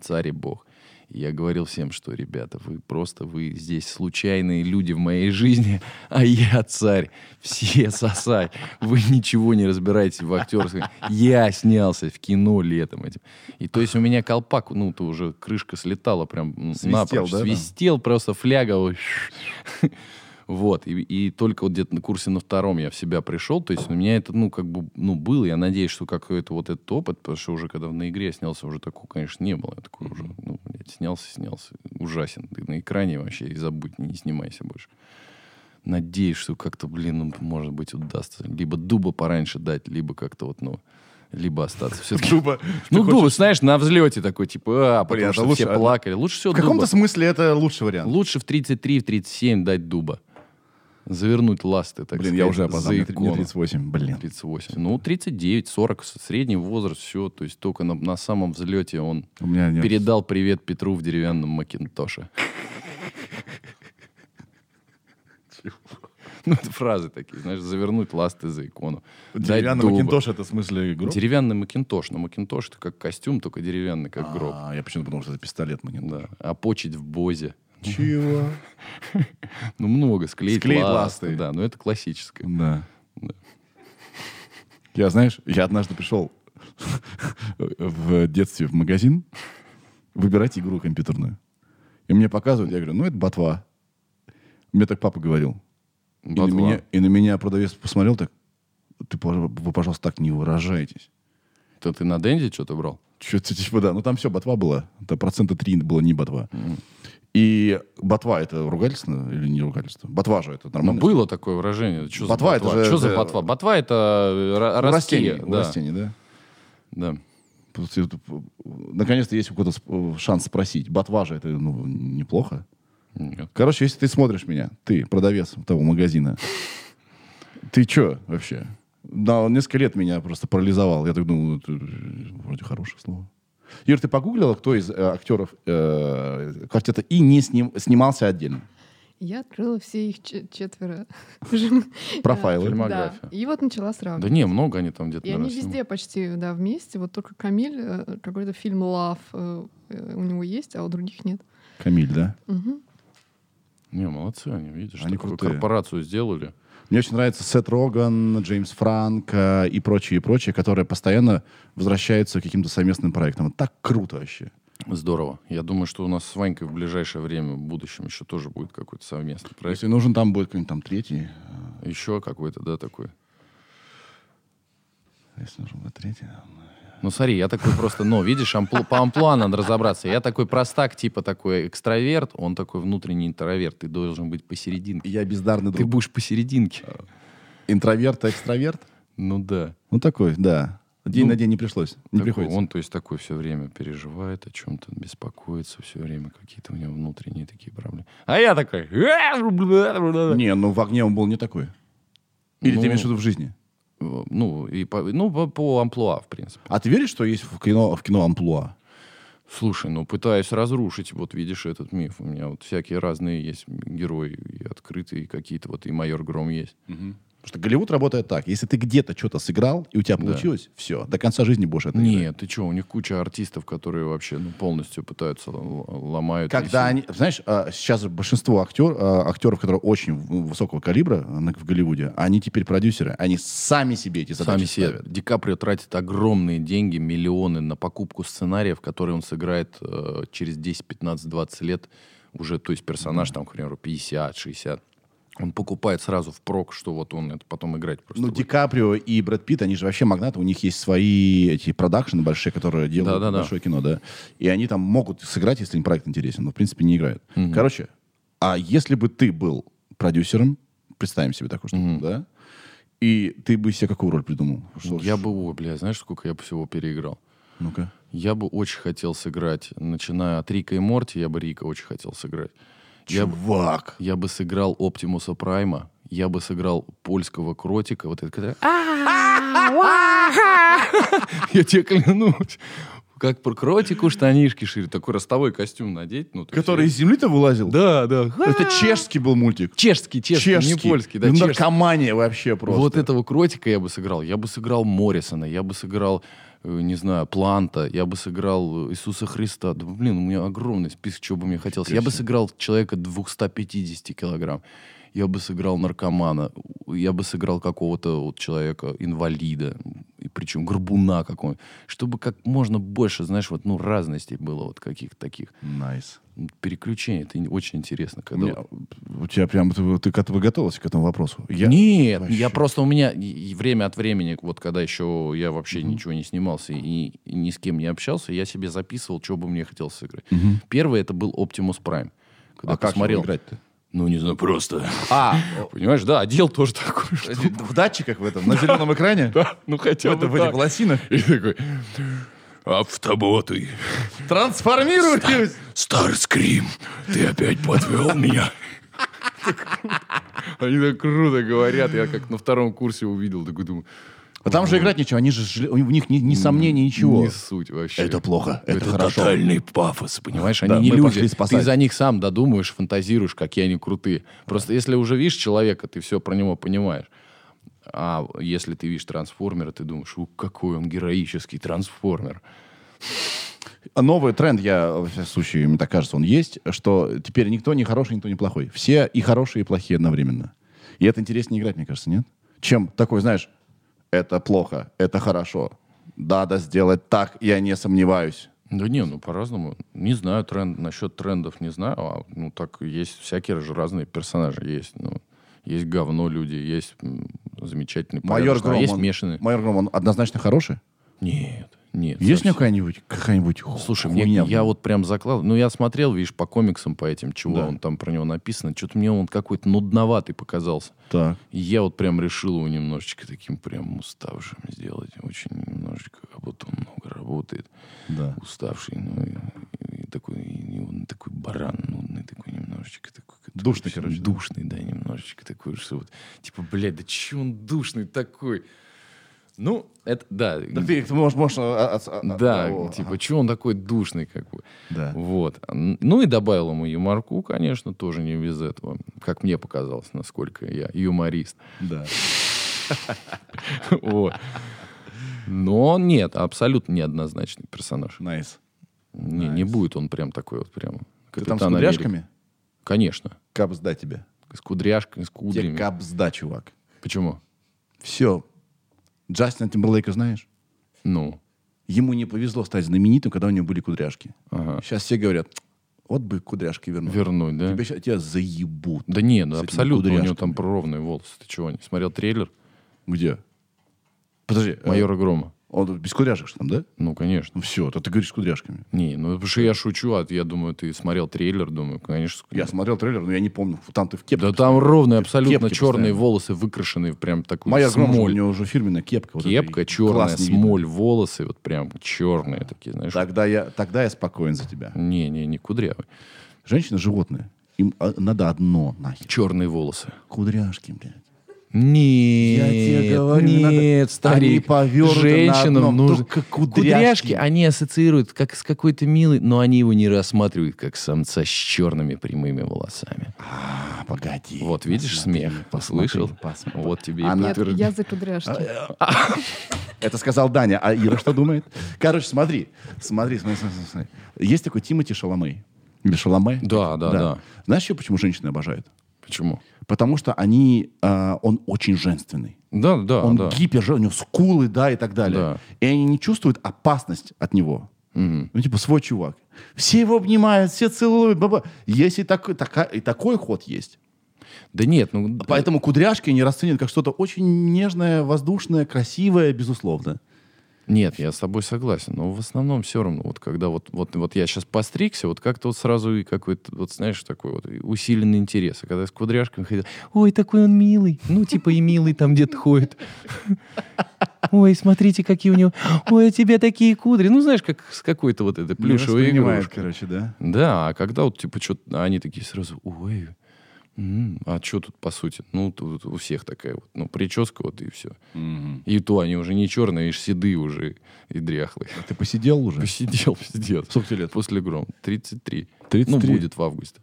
царь и бог. Я говорил всем, что, ребята, вы просто, вы здесь случайные люди в моей жизни, <laughs> а я царь, все сосать. Вы ничего не разбираетесь в актерской. Я снялся в кино летом этим. И то есть у меня колпак, ну, то уже крышка слетала прям м,
Свистел,
напрочь.
да, да?
Свистел просто фляга. вот. Вот, и, и только вот где-то на курсе на втором я в себя пришел, то есть у меня это, ну, как бы, ну, было, я надеюсь, что какой-то вот этот опыт, потому что уже когда на игре я снялся, уже такого, конечно, не было, я такой уже, ну, блядь, снялся, снялся, ужасен, ты на экране вообще, и забудь, не снимайся больше. Надеюсь, что как-то, блин, ну, может быть, удастся, либо дуба пораньше дать, либо как-то вот, ну, либо остаться все-таки.
Дуба.
Ну,
Ты
дуба,
хочешь-
знаешь, на взлете такой, типа, а, потому
Блин, это
что
лучше,
все
а,
плакали. Лучше всего
В каком-то
дуба.
смысле это лучший вариант.
А. Лучше в 33, в 37 дать дуба. Завернуть ласты, так
Блин,
сказать,
я уже
за
опоздал. Мне три- мне
икону.
38, блин.
38. Ну, 39, 40, с- средний возраст, все. То есть только на, на самом взлете он
У меня нет.
передал привет Петру в деревянном Макинтоше. Ну, это фразы такие, знаешь, завернуть ласты за икону. дать
Деревянный
дуба.
макинтош это в смысле гроб?
Деревянный макинтош. Но макинтош это как костюм, только деревянный, как гроб.
А, я почему-то подумал, что это пистолет макинтош.
Да. А почить в бозе.
Чего?
Ну, много. Склеить,
Склеить
ласты.
ласты.
Да, но это классическое.
<laughs> Да. Я, знаешь, я однажды пришел в детстве в магазин выбирать игру компьютерную. И мне показывают, я говорю, ну это ботва. Мне так папа говорил. И на,
Ботва.
меня, и на меня продавец посмотрел так, ты, пож- вы, пожалуйста, так не выражайтесь.
То ты на Денде что-то брал?
Что-то типа, да, ну там все, ботва была. Это процента 3 было не ботва. И ботва это ругательство или не ругательство? Ботва же это
Ну,
нормально.
было такое выражение. Что
Ботва,
за
это
ботва?
же-
Что за
это-
ботва? Ботва это э, ра-
У
ростки.
растений, у
да.
растений, да?
Да.
Просто это, п- Наконец-то есть у кого-то сп- шанс спросить. Ботва же это ну, неплохо.
Нет.
Короче, если ты смотришь меня, ты, продавец того магазина, ты чё вообще? Да, он несколько лет меня просто парализовал. Я так думал, это вроде хорошее слово. Юр, ты погуглила, кто из э, актеров э, «Квартета И» не сним- снимался отдельно?
Я открыла все их че- <laughs> четверо.
Профайлы.
э, Да.
Фильмография.
И вот начала
Да
сравнивать.
не, много они там где-то.
И они
наверное, снимали.
везде почти, да, вместе. Вот только Камиль, э, какой-то фильм «Лав» э, э, у него есть, а у других нет.
Камиль, да?
Мгм.
Не, молодцы они, видишь,
Они
такую
крутые.
корпорацию сделали.
Мне очень нравится Сет Роган, Джеймс Франк э, и прочие, и прочие, которые постоянно возвращаются к каким-то совместным проектам. Это Так круто вообще.
Здорово. Я думаю, что у нас с Ванькой в ближайшее время, в будущем, еще тоже будет какой-то совместный проект.
Если нужен, там будет какой-нибудь там третий.
Еще какой-то, да, такой.
А Если нужен будет третий, да.
Ну, смотри, я такой просто, ну, видишь, амплу- по амплуа надо разобраться. Я такой простак, типа такой экстраверт, он такой внутренний интроверт. Ты должен быть посерединке.
Я бездарный
Ты
друг.
будешь посерединке.
Интроверт, экстраверт?
а, Ну да.
Ну такой, да. День
Ну,
на день не пришлось. Не
Такой,
приходится.
Он, то есть, такой все время переживает, о чем-то беспокоится все время, какие-то у него внутренние такие проблемы. А я такой... <laughs>
Не, ну в огне он был не такой. Или
Ну.
ты имеешь в виду в жизни?
Ну, и по, ну, по, по амплуа, в принципе.
А ты веришь, что есть в кино, в кино амплуа?
Слушай, ну, пытаюсь разрушить, вот видишь, этот миф. У меня вот всякие разные есть герои, и открытые какие-то, вот и майор Гром есть.
Потому что Голливуд работает так. Если ты где-то что-то сыграл, и у тебя получилось, все, до конца жизни будешь это играть.
Нет, ты что, у них куча артистов, которые вообще ну, полностью пытаются, л- ломают. и
Когда
всё.
они, знаешь, а, сейчас большинство актер, а, актеров, которые очень в- ну, высокого калибра на- в Голливуде, они теперь продюсеры, они сами себе эти задачи
Сами себе.
ставят.
Ди Каприо тратит огромные деньги, миллионы на покупку сценариев, которые он сыграет э, через 10, 15, 20 лет уже, то есть персонаж там, к примеру, 50, 60. Он покупает сразу впрок, что вот он это потом играть просто
Ну,
будет.
Ди Каприо и Брэд Питт, они же вообще магнаты, у них есть свои эти продакшены большие, которые делают
Да-да-да.
большое кино, да. И они там могут сыграть, если им проект интересен, но в принципе не играют. Короче, а если бы ты был продюсером, представим себе такую штуку, да, и ты бы себе какую роль придумал? Что ж,
Я бы, ой, бля, знаешь, сколько я бы всего переиграл?
Ну-ка.
Я бы очень хотел сыграть, начиная от Рика и Морти, я бы Рика очень хотел сыграть. Я бы-
Чувак!
Я бы сыграл Оптимуса Прайма, я бы сыграл польского кротика, вот это, который, я тебе клянусь. Как про кротику штанишки шире, такой ростовой костюм надеть, ну, то есть-
Который из земли-то вылазил?
да, да,
Это чешский был мультик.
чешский, чешский, не польский, да,
Ну,
чешский.
Наркомания вообще просто.
Вот этого кротика я бы сыграл, я бы сыграл Моррисона, я бы сыграл э, не знаю, Планта, я бы сыграл э, Иисуса Христа. Да, блин, у меня огромный список, чего бы мне хотелось. Я бы
Отлично.
сыграл человека 250 килограмм. Я бы сыграл наркомана. У- Я бы сыграл какого-то вот человека, инвалида, и причем горбуна какого-нибудь. Чтобы как можно больше, знаешь, вот, ну, разностей было вот каких-то таких.
Найс.
Переключений, это ин- очень интересно. Когда вот-
У тебя прям, ты, ты как-то готовился к этому вопросу. Я-
Нет,
Вообще.
я просто у меня и- и время от времени, вот когда еще я вообще ничего не снимался и, и ни с кем не общался, я себе записывал, что бы мне хотелось сыграть.
Мгм.
Первый это был Optimus Prime. Когда
А как
посмотрел.
его играть-то? <laughs>
Ну, не знаю, просто. <laughs>
А,
Понимаешь, да, одел тоже такой.
Э, в датчиках в этом, на <laughs> зеленом экране?
<laughs> Ну, хотя
Это в этих лосинах?
И такой, автоботы,
Трансформируюсь!
Старскрим, ты опять подвел меня. Они так круто говорят. Я как на втором курсе увидел, такой думаю,
А там же играть ничего, они же, жили- у них ни, ни сомнений, ничего.
не суть вообще.
плохо,
тотальный пафос, Ну, понимаешь? Они
Да,
не
мы пошли
люди.
спасать.
Ты за них сам додумываешь, фантазируешь, какие они крутые. Просто если уже видишь человека, ты все про него понимаешь. А если ты видишь трансформера, ты думаешь, у какой он героический трансформер.
А Новый тренд, я, во всяком случае, мне так кажется, он есть, что теперь никто не хороший, никто не плохой. Все и хорошие, и плохие одновременно. И это интереснее играть, мне кажется, нет? Чем такой, знаешь, это плохо, это хорошо. Надо сделать так, я не сомневаюсь.
Да не, ну по-разному. Не знаю, тренд насчет трендов не знаю. А, ну так есть всякие же разные персонажи есть. Ну, есть говно люди, есть м, замечательный
Майор
порядочный, а
Гром,
есть
он-
мешанные.
Майор Гром, он однозначно хороший?
Нет, нет.
Есть у
совсем.
него какая-нибудь, какая-нибудь ху-
Слушай, мне,
хуйня?
я вот прям заклад... Ну, я смотрел, видишь, по комиксам, по этим, чего
Да.
он там про него написано. Что-то мне он какой-то нудноватый показался.
Так.
И я вот прям решил его немножечко таким прям уставшим сделать. Очень немножечко, как будто он много работает.
Да.
Уставший, ну, и, и такой, и он такой баран нудный, такой немножечко такой. который
Душный,
очень
короче, да?
Душный, да, немножечко такой, что вот, типа, блядь, да че он душный такой? Ну, это, да.
Да ты ты можешь... можешь, а, а, а,
Да,
о,
типа, чего он такой душный, как бы.
Да.
Вот. Н- Ну и добавил ему юморку, конечно, тоже не без этого. Как мне показалось, насколько я юморист. <laughs>
а, Да.
Вот. Но нет, абсолютно неоднозначный персонаж.
Найс.
Не, не будет он прям такой вот прям.
Ты там с
Капитан Америка.
кудряшками?
Конечно.
Капсда тебе.
С кудряшками, с
Тебе
кудрями.
капсда, чувак.
Почему?
Все. Джастина Тимберлейка знаешь?
Ну.
Ему не повезло стать знаменитым, когда у него были кудряшки.
Ага.
Сейчас все говорят, вот бы кудряшки вернуть.
Вернуть, да?
Тебя, ща- тебя заебут.
Да не, ну
С этими
абсолютно. У него
кудряшками.
там ровные волосы. Ты чего, не смотрел трейлер
Где? Подожди, э,
«Майора Грома»?
он без кудряшек же там, да?
Ну, конечно.
Ну все, то ты говоришь с кудряшками.
Не, ну потому что я шучу, а я думаю, ты смотрел трейлер, думаю, конечно.
Я смотрел трейлер, но я не помню. Там ты в кепке.
Да там ровные, абсолютно
кепки
черные
постоянно.
волосы, выкрашенные в прям такую
Моя грома, у
смоль.
него уже фирменная кепка. вот эта,
Кепка
и
черная,
класс не видно.
смоль, волосы вот прям черные такие, знаешь.
Тогда я, тогда я спокоен за тебя.
Не, не, не кудрявый.
Женщины животные. Им а, надо одно нахер.
Черные волосы.
Кудряшки, блядь. Я
Нет,
тебе говорю, не надо.
нет,
Они
старик.
повернуты на
Женщинам
одном,
нужно.
только кудряшки.
они ассоциируют как с какой-то милой, но они его не рассматривают как самца с черными прямыми волосами.
А, погоди.
Вот видишь
Посмотри,
смех,
посмотри,
послышал?
посмотри.
Вот тебе и
Она-
Нет,
подтверждение.
я за кудряшки.
Это сказал Даня. А Ира что думает? Короче, смотри. Смотри, смотри, смотри. смотри. Есть такой Тимати Шаломей. Или Шаломе?
Да, да, да.
Знаешь, еще почему женщины обожают?
Почему?
Потому что они... а, он очень женственный.
Да, да,
он
да.
гипер, у него скулы, да, и так далее.
Да.
И они не чувствуют опасность от него. Ну, типа, свой чувак. Все его обнимают, все целуют. Баба. Есть и, такой- така- и такой ход есть.
Да нет, ну
А Поэтому кудряшки они расценят как что-то очень нежное, воздушное, красивое, безусловно.
Нет, я с тобой согласен, но в основном все равно, вот когда вот, вот, вот я сейчас постригся, вот как-то вот сразу и какой-то, вот знаешь, такой вот усиленный интерес. А когда я с кудряшками ходил, ой, такой он милый, ну типа и милый там где-то ходит. Ой, смотрите, какие у него, ой, у тебя такие кудри. Ну знаешь, как с какой-то вот этой плюшевой
понимает,
игрушкой.
короче, да.
Да, а когда вот типа что-то, они такие сразу, ой, м, а что тут по сути? Ну тут у всех такая вот, ну прическа вот и все. И то они уже не черные, видишь, седые уже и дряхлые. <laughs>
Ты посидел уже?
Посидел, пиздец.
Сколько тебе лет?
После гром. 33.
33?
Ну, будет в августе.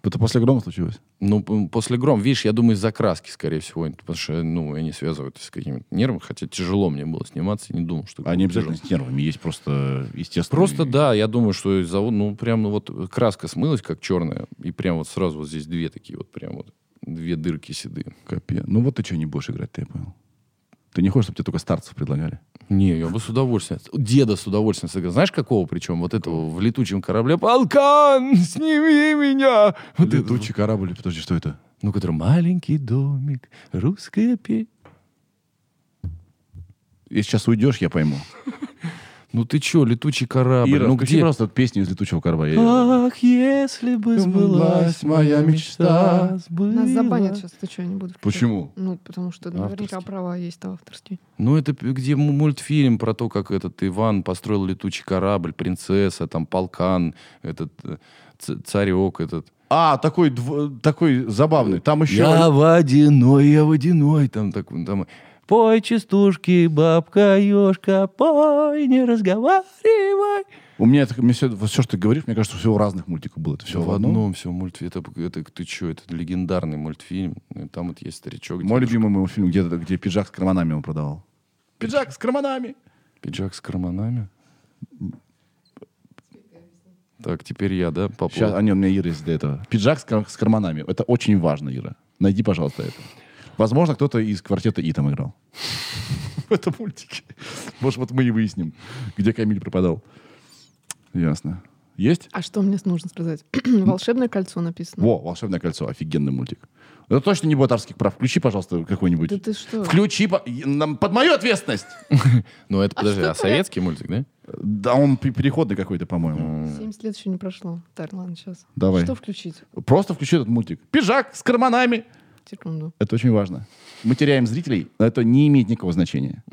Что-то после грома случилось.
Ну, п- после гром, видишь, я думаю, из-за краски, скорее всего, потому что, ну, они связывают с какими-то нервами, хотя тяжело мне было сниматься, я не думал, что...
А Они
будет тяжело. <laughs>
обязательно с нервами есть просто естественно.
Просто, да, я думаю, что из-за, вот, ну, прям ну, вот краска смылась, как черная, и прям вот сразу вот здесь две такие вот, прям вот, две дырки седые.
Капец. Ну вот ты что не будешь играть, ты я понял. Ты не хочешь, чтобы тебе только старцев предлагали?
Не, я бы с удовольствием. Деда с удовольствием сыграл. Знаешь, какого причем? Вот этого в летучем корабле. Полкан, сними меня! Вот это вот.
Летучий корабль. Подожди, что это?
Ну, который маленький домик, русская песня.
Если сейчас уйдешь, я пойму.
Ну ты чё, летучий корабль?
Ира,
ну
включи,
где? А.
пожалуйста, песню из «Летучего корабля». Я-
Ах, если бы сбылась моя мечта.
Нас
сбылась.
забанят сейчас, ты что, я не буду включать.
Почему?
Ну, потому что наверняка
Авторский.
права есть там авторские.
Ну, это п- где му- мультфильм про то, как этот Иван построил летучий корабль, принцесса, там, полкан, этот э, ц- царек этот.
А, такой, дв- такой забавный. Там еще...
Я водяной, я водяной. Там, так, там, пой, частушки, бабка, ёшка, пой, не разговаривай.
У меня это- мне все, все, что ты говоришь, мне кажется, все в разных мультиках было. Это все в одном.
все мультфильм. Это, это ты чё, это легендарный мультфильм. Ну, Там вот есть старичок.
Мой
дедушка.
любимый мой фильм, где, где пиджак с карманами он продавал. Пиджак с карманами!
Пиджак с карманами. Так, теперь я, да, поплыл?
Сейчас, а не, у меня Ира есть для этого. Пиджак с, кар- с карманами. Это очень важно, Ира. Найди, пожалуйста, это. Возможно, кто-то из квартета И там играл. <laughs> В этом мультике. Может, вот мы и выясним, где Камиль пропадал. Ясно. Есть?
А что мне нужно сказать? <clears throat> Волшебное кольцо написано.
Во, «Волшебное кольцо». Офигенный мультик. Это точно не будет авторских прав. Включи, пожалуйста, какой-нибудь.
Да ты что?
Включи по- нам- под мою ответственность.
Ну, это, подожди, а советский мультик, да?
Да он пе- переходный какой-то, по-моему.
70 лет еще не прошло. Так, ладно, сейчас.
Давай.
Что включить?
Просто включи этот мультик. Пиджак с карманами.
Секунду.
Это очень важно. Мы теряем зрителей, но это не имеет никакого значения.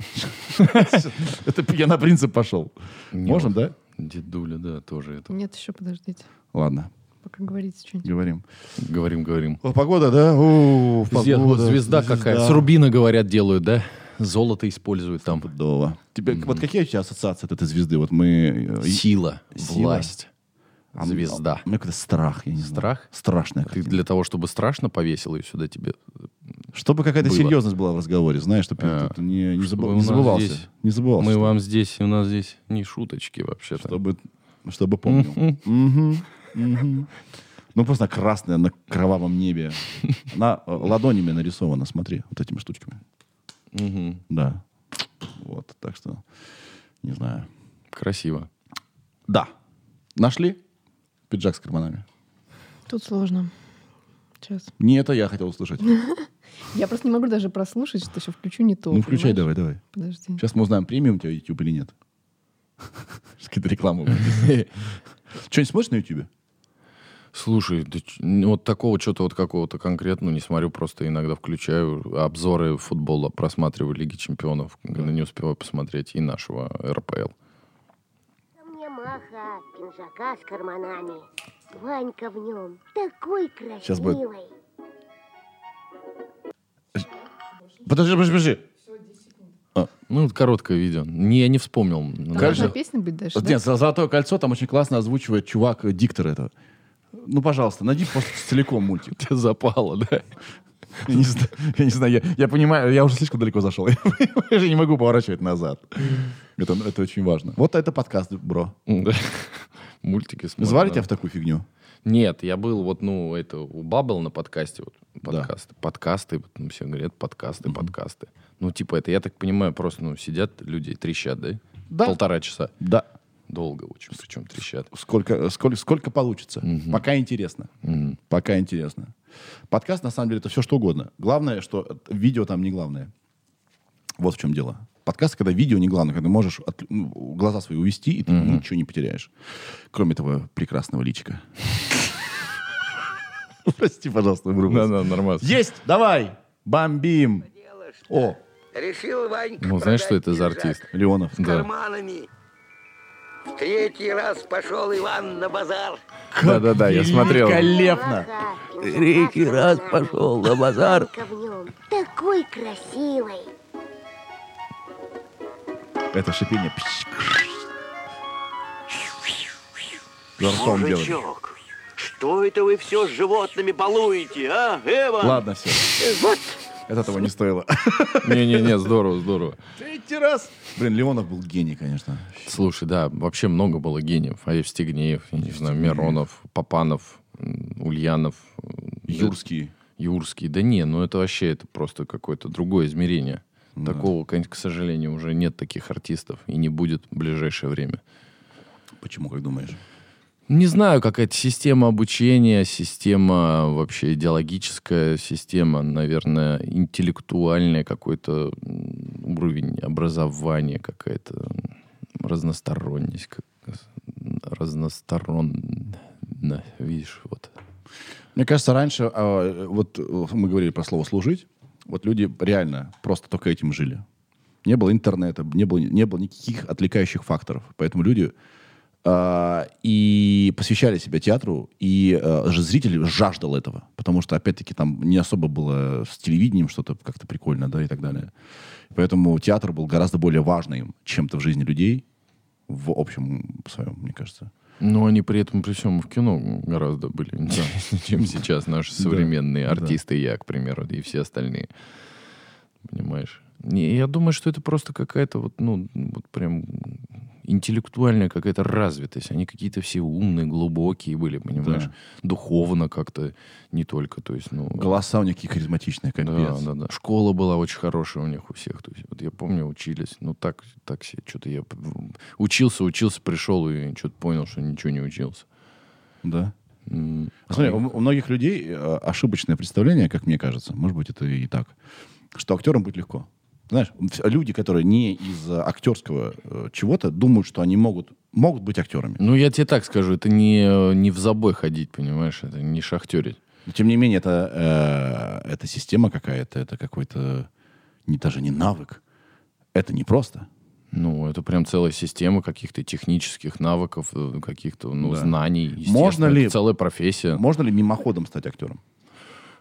Это я на принцип пошел. Можем, да?
Дедуля, да, тоже это.
Нет, еще подождите.
Ладно,
Пока говорите что-нибудь.
говорим.
Говорим, говорим.
О, погода, да? О,
Звезда,
погода,
звезда какая. С рубина, говорят, делают, да? Золото используют там.
Здорово. Тебе вот какие у тебя ассоциации от этой звезды? Вот мы... э, и-
Сила,
Сила.
власть,
а м-
звезда.
У меня какой-то страх, я не знаю.
Страх?
Страшная
Ты
картина.
для того, чтобы страшно повесил ее сюда тебе.
Чтобы какая-то
было.
серьезность была в разговоре, знаешь, чтобы
А.
ты не, не забы-
Чтобы
не
у нас
забывался.
здесь-
Не забывался.
Мы
что-
вам здесь, и у нас здесь не шуточки вообще-то.
Чтобы, чтобы помнил. Мгм. Мгм. Ну, просто красная на кровавом небе. Она э, ладонями нарисована, смотри, вот этими штучками.
Мгм.
Да. Вот, так что, не знаю.
Красиво.
Да. Нашли пиджак с карманами?
Тут сложно. Сейчас.
Не это я хотел услышать.
Я просто не могу даже прослушать, что еще включу не то.
Ну, включай
понимаешь?
давай, давай.
Подожди.
Сейчас мы узнаем, премиум у тебя YouTube или нет. <laughs> Сейчас Какие-то рекламы. Что-нибудь смотришь на YouTube?
Слушай, да ч- вот такого что-то вот какого-то конкретного не смотрю, просто иногда включаю обзоры футбола, просматриваю Лиги Чемпионов, когда не успеваю посмотреть и нашего РПЛ.
Мне маха пинжака с карманами. Ванька в нем такой красивый.
Сейчас будет. Подожди, подожди, подожди.
Ну, вот короткое видео. Не, я не вспомнил.
Там
Даже-
должна песня быть дальше, да?
Нет, за «Золотое кольцо» там очень классно озвучивает чувак, э, диктор этого. Ну, пожалуйста, найди просто целиком мультик. <laughs>
Тебя запало, да?
Я не знаю, я, не знаю, я, я понимаю, я уже слишком далеко зашел. <laughs> Я, же не могу поворачивать назад. Это, это очень важно. Вот это подкаст, бро.
Да. <laughs> Мультики смотрю.
Звали
да.
тебя в такую фигню?
Нет, я был вот, ну, это, у Баббл на подкасте, вот, подкасты, подкасты, вот, ну, все говорят, подкасты, подкасты. Ну, типа, это, я так понимаю, просто, ну, сидят люди и трещат, да?
Да.
Полтора часа.
Да.
Долго очень, причем трещат.
Сколько, сколько, сколько получится? Пока интересно. Пока интересно. Подкаст, на самом деле, это все что угодно. Главное, что видео там не главное. Вот в чем дело. Подкаст, когда видео не главное, когда можешь от- ну, глаза свои увести, и ты ничего не потеряешь. Кроме твоего прекрасного личика. <laughs> Прости, пожалуйста, вырвался.
Да-да, нормально.
Есть, давай, бомбим. О,
Решил Ванька
Ну, знаешь, что
продать
это за
пиджак
артист?
Леонов.
с
Да.
карманами. В третий раз пошел Иван на базар.
Да-да-да, я смотрел.
Великолепно.
Третий раз пошел на базар. Ванька в нем такой красивый.
Это шипение. За ртом делали.
Мужичок, Что это вы все с животными балуете, а, Эван?
Ладно, все. Это того не стоило. <laughs>
Не-не-не, здорово, здорово.
Третий раз. Блин, Леонов был гений, конечно.
Слушай, да, вообще много было гениев. Евстигнеев, я не знаю, Миронов, Папанов, м, Ульянов, м,
Юрский.
Юрский. Да не, ну это вообще это просто какое-то другое измерение. Такого, кон- к сожалению, уже нет таких артистов и не будет в ближайшее время.
Почему, как думаешь?
Не знаю, какая-то система обучения, система вообще идеологическая, система, наверное, интеллектуальная, какой-то м, уровень образования, какая-то м, разносторонность, как, разносторонно, видишь, вот.
Мне кажется, раньше, а, вот э, мы говорили про слово «служить», вот люди реально просто только этим жили. Не было интернета, не было, не было никаких отвлекающих факторов. Поэтому люди а, и посвящали себя театру, и а, ж- зритель жаждал этого. Потому что, опять-таки, там не особо было с телевидением что-то как-то прикольно, да, и так далее. Поэтому театр был гораздо более важным чем-то в жизни людей, в общем своем, мне кажется.
Но они при этом, при всем, в кино
<laughs>
гораздо были интереснее, чем сейчас наши современные
да.
артисты, я, к примеру, и все остальные. Понимаешь? Не, я думаю, что это просто какая-то вот, ну, вот прям интеллектуальная какая-то развитость. Они какие-то все умные, глубокие были, понимаешь? Духовно как-то не только, то есть, ну...
Голоса у них такие харизматичные,
Да,
капец.
да, да. Школа была очень хорошая у них у всех. То есть, вот я помню, учились. Ну, так, так себе. Что-то я п- учился, учился, пришел и что-то понял, что ничего не учился.
да.
М,
А Смотри, у, у многих людей э, ошибочное представление, как мне кажется, может быть, это и так, что актерам быть легко. Знаешь, вс- люди, которые не из э, актерского э, чего-то, думают, что они могут, могут быть актерами.
Ну, я тебе так скажу, это не, э, не в забой ходить, понимаешь, это не шахтерить.
Но, тем не менее, это, э, это система какая-то, это какой-то не, даже не навык. Это непросто.
Ну, это прям целая система каких-то технических навыков, э, каких-то ну,
Да.
знаний. естественно,
Можно ли-
это целая профессия.
Можно ли мимоходом стать актером?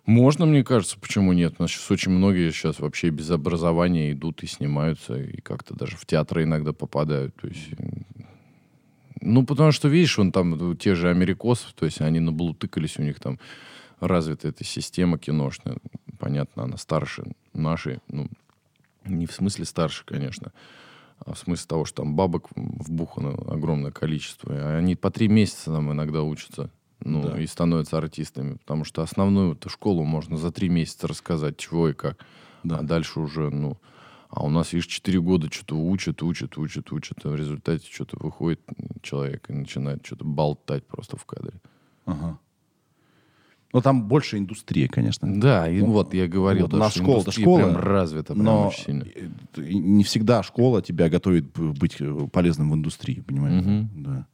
Можно, мне кажется, почему нет? У нас сейчас очень многие сейчас вообще без образования идут и снимаются, и как-то даже в театры иногда попадают. То есть, м, ну, потому что, видишь, он там, ну, те же америкосов, то есть они наблутыкались, у них там развита эта система киношная. Понятно, она старше нашей, ну, не в смысле старше, конечно, а в смысле того, что там бабок вбухано огромное количество. И Они по три месяца там иногда учатся. Ну, и становятся артистами. Потому что основную эту школу можно за три месяца рассказать, чего и как. А дальше уже, ну... А у нас, видишь, четыре года что-то учат, учат, учат, учат. А в результате что-то выходит человек и начинает что-то болтать просто в кадре.
Ага. Но Ну, там больше индустрия, конечно.
Да, и Ну, вот я говорил,
Вот
да,
у нас
что
школа-то
индустрия
Ну, школа,
прям развита прям
Но
очень сильно.
э, э, не всегда школа тебя готовит б- быть э, полезным в индустрии, понимаешь? Да.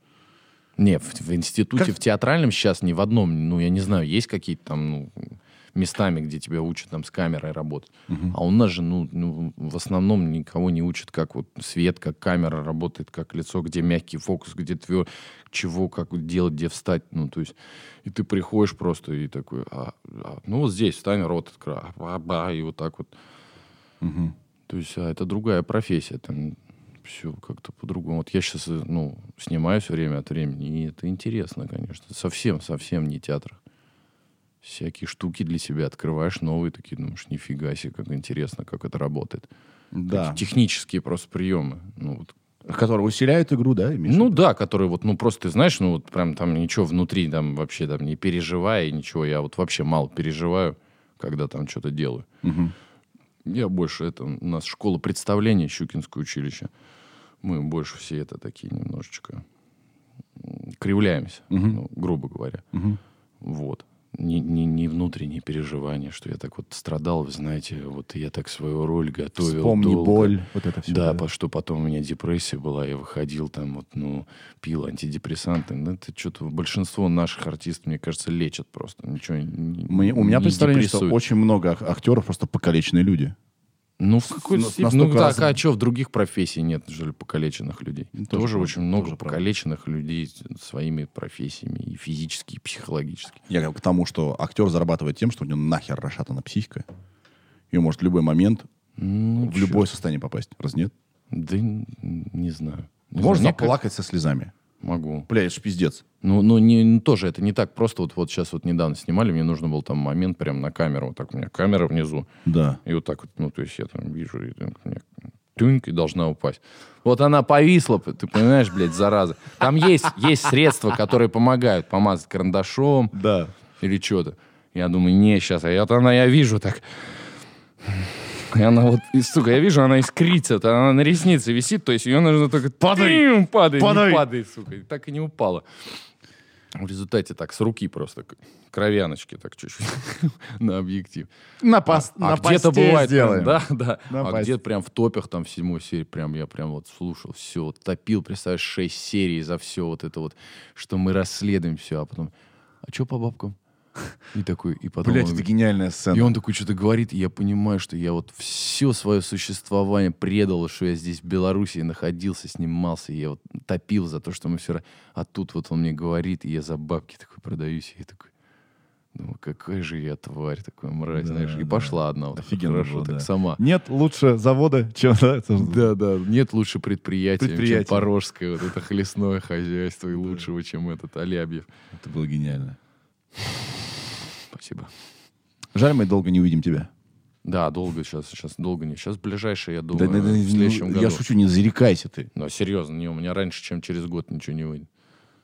Не, в, в институте,
Как-
в театральном сейчас ни в одном, ну, я не знаю, есть какие-то там, ну, местами, где тебя учат там с камерой работать. А у нас же, ну, ну, в основном никого не учат, как вот свет, как камера работает, как лицо, где мягкий фокус, где твер... чего, как делать, где встать. Ну, то есть, и ты приходишь просто и такой, а, а, ну, вот здесь встань, рот открой, а, ба, ба, и вот так вот. То есть, а, это другая профессия, там все как-то по-другому. Вот я сейчас, ну, снимаюсь время от времени, и это интересно, конечно. Совсем, совсем не театр. Всякие штуки для себя открываешь, новые такие, думаешь, нифига себе, как интересно, как это работает.
Да.
Эти Технические просто приемы. Ну, вот.
Которые усиляют игру, да, Миша?
ну да, которые вот, ну просто, ты знаешь, ну вот прям там ничего внутри, там вообще там не переживая и ничего. Я вот вообще мало переживаю, когда там что-то делаю. Я больше, это у нас школа представления, Щукинское училище. Мы больше все это такие немножечко м, кривляемся, ну, грубо говоря. Вот. Не, не, не внутренние переживания, что я так вот страдал, вы знаете, вот я так свою роль готовил.
Вспомни
долго.
боль, вот это все.
Да, по- что потом у меня депрессия была, я выходил там, вот, ну, пил антидепрессанты. Ну, это что-то большинство наших артистов, мне кажется, лечат просто. Ничего не-
Мне- у меня
не
представление, что
депрессует.
очень много ак- актеров просто покалеченные люди.
Ну, в какой-то
на-
степени. Ну,
настолько
так,
разные.
а что, в других профессий нет, что ли, покалеченных людей?
Ну,
Тоже,
тоже правда,
очень много
тоже правда.
покалеченных людей с- своими профессиями, и физически, и психологически.
Я говорю к тому, что актер зарабатывает тем, что у него нахер расшатана психика. И он может в любой момент
Ну,
в
чё-
любое состояние попасть. Раз нет?
Да н- не знаю. Не
Можно
знаю, мне
плакать со слезами.
Могу.
Бля, это ж пиздец.
Ну, ну, не, ну, тоже это не так просто. Вот, вот сейчас вот недавно снимали, мне нужно был там момент прям на камеру. Вот так у меня камера внизу.
Да.
И вот так вот, ну, то есть я там вижу, и там мне тюнь, и должна упасть. Вот она повисла, п- ты понимаешь, блядь, зараза. Там есть, есть средства, которые помогают помазать карандашом
Да.
или что-то. Я думаю, не, сейчас, а вот она, я вижу так. И она вот, и, сука, я вижу, она искрится, вот она на реснице висит, то есть ее нужно только... Падай! Падай, падай.
Падай!
не падай, сука. И так и не упала. В результате так с руки просто к- кровяночки так чуть-чуть <laughs> на объектив.
На, пос-
А
на
где-то
посте
бывает, прям,
сделаем.
да, да.
На
а
посте.
где-то прям в топях, там, в седьмой серии, прям я прям вот слушал все, вот, топил, представляешь, шесть серий за все вот это вот, что мы расследуем все, а потом, а что по бабкам? И такой, и потом...
Блять,
он
это
говорит-
гениальная сцена.
и он такой что-то говорит, и я понимаю, что я вот все свое существование предал, что я здесь в Беларуси находился, снимался, и я вот топил за то, что мы все... А тут вот он мне говорит, и я за бабки такой продаюсь, и я такой... Ну, какая же я тварь, такой мразь,
Да,
знаешь. И
да.
пошла одна вот
Офигенно
хорошо,
было,
так
да.
сама.
Нет лучше завода, <laughs> чем...
Да, да, нет лучше предприятия,
Предприятие.
чем Порожское, вот это хлестное хозяйство, и лучшего, чем этот Алябьев.
Это было гениально.
Спасибо.
Жаль, мы долго не увидим тебя.
Да, долго сейчас, сейчас долго не. Сейчас ближайшее, я
Да,
думаю,
да, да,
в следующем
ну,
году.
Я шучу, не зарекайся ты.
Но серьезно, не, у меня раньше, чем через год ничего не выйдет.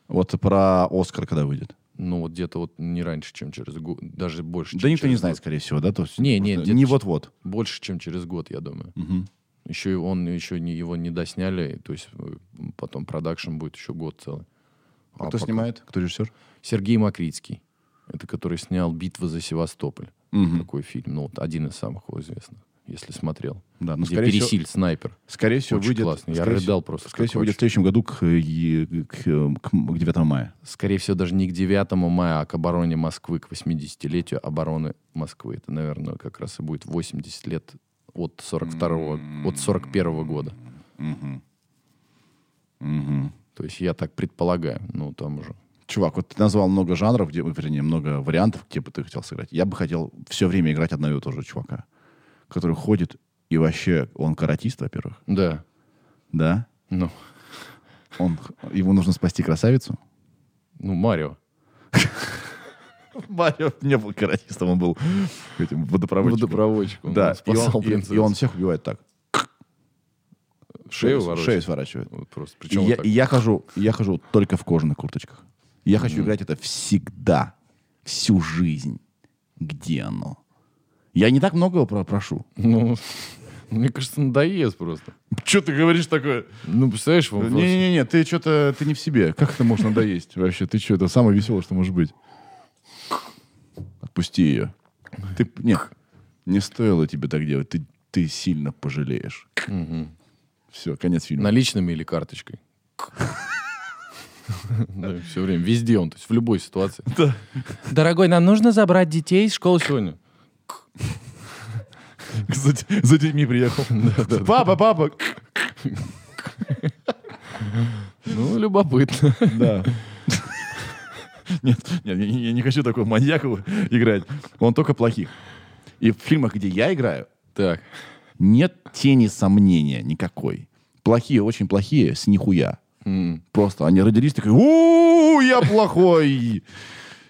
Вот про Оскар, когда выйдет.
Ну, вот где-то вот не раньше, чем через год, даже больше,
Да
чем
никто не
через
знает,
год.
скорее всего, да? То есть
Не, не,
просто
где-то
не
ч-
вот-вот.
Больше, чем через год, я думаю.
Мгм.
Еще и он, еще не, его не досняли, то есть э, потом продакшн будет еще год целый.
А кто
пока-
снимает? Кто режиссер?
Сергей Макритский. Это который снял «Битва за Севастополь».
Мгм.
Такой фильм, ну, вот один из самых его известных, если смотрел.
Да, ну,
Где
скорее всего-
Пересиль, снайпер.
Скорее всего,
Очень
выйдет...
классно. Я
скорее
рыдал
всего-
просто,
Скорее
как
всего, выйдет в
очень.
следующем году к, э, е- к, э, к м- к 9 мая.
Скорее всего, даже не к 9 мая, а к обороне Москвы, к 80-летию обороны Москвы. Это, наверное, как раз и будет 80 лет от 42 от 41 года. То есть я так предполагаю, ну там уже.
Чувак, вот ты назвал много жанров, где, вернее, много вариантов, где бы ты хотел сыграть. Я бы хотел все время играть одного и того же чувака, который ходит, и вообще он каратист, во-первых,
Да.
да?
Ну,
Он, х- ему нужно спасти <laughs> красавицу.
ну Марио.
Марио не был каратистом, он был этим водопроводчиком.
Водопроводчик. Он
Да, и
спасал
он, и-
принцессу.
и он всех убивает так.
шею
Шею
ворочает.
сворачивает.
Вот просто.
И
Причем вот
я,
так.
и я хожу, я хожу только в кожаных курточках. Я хочу играть это всегда, всю жизнь. Где оно? Я не так много про- прошу.
Ну, <laughs> мне кажется, надоест просто.
Что ты говоришь такое?
Ну, представляешь, вам просто-
Не-не-не, ты что-то ты не в себе. Как это можно доесть вообще? Ты что, это самое веселое, что может быть. Отпусти ее. Ты, нет, не стоило тебе так делать. Ты, ты сильно пожалеешь. Все, конец фильма.
Наличными или карточкой? <laughs> все время, везде он, то есть в любой ситуации. Дорогой, нам нужно забрать детей из школы сегодня.
<laughs> За, де- за детьми приехал. Папа, папа.
Ну, любопытно. <laughs>
Да. <laughs> Нет, нет, я не- я не хочу такого маньяка играть. Он только плохих. И в фильмах, где я играю,
Так,
нет тени сомнения никакой. Плохие, очень плохие, с нихуя. Просто они родились такие, у я плохой.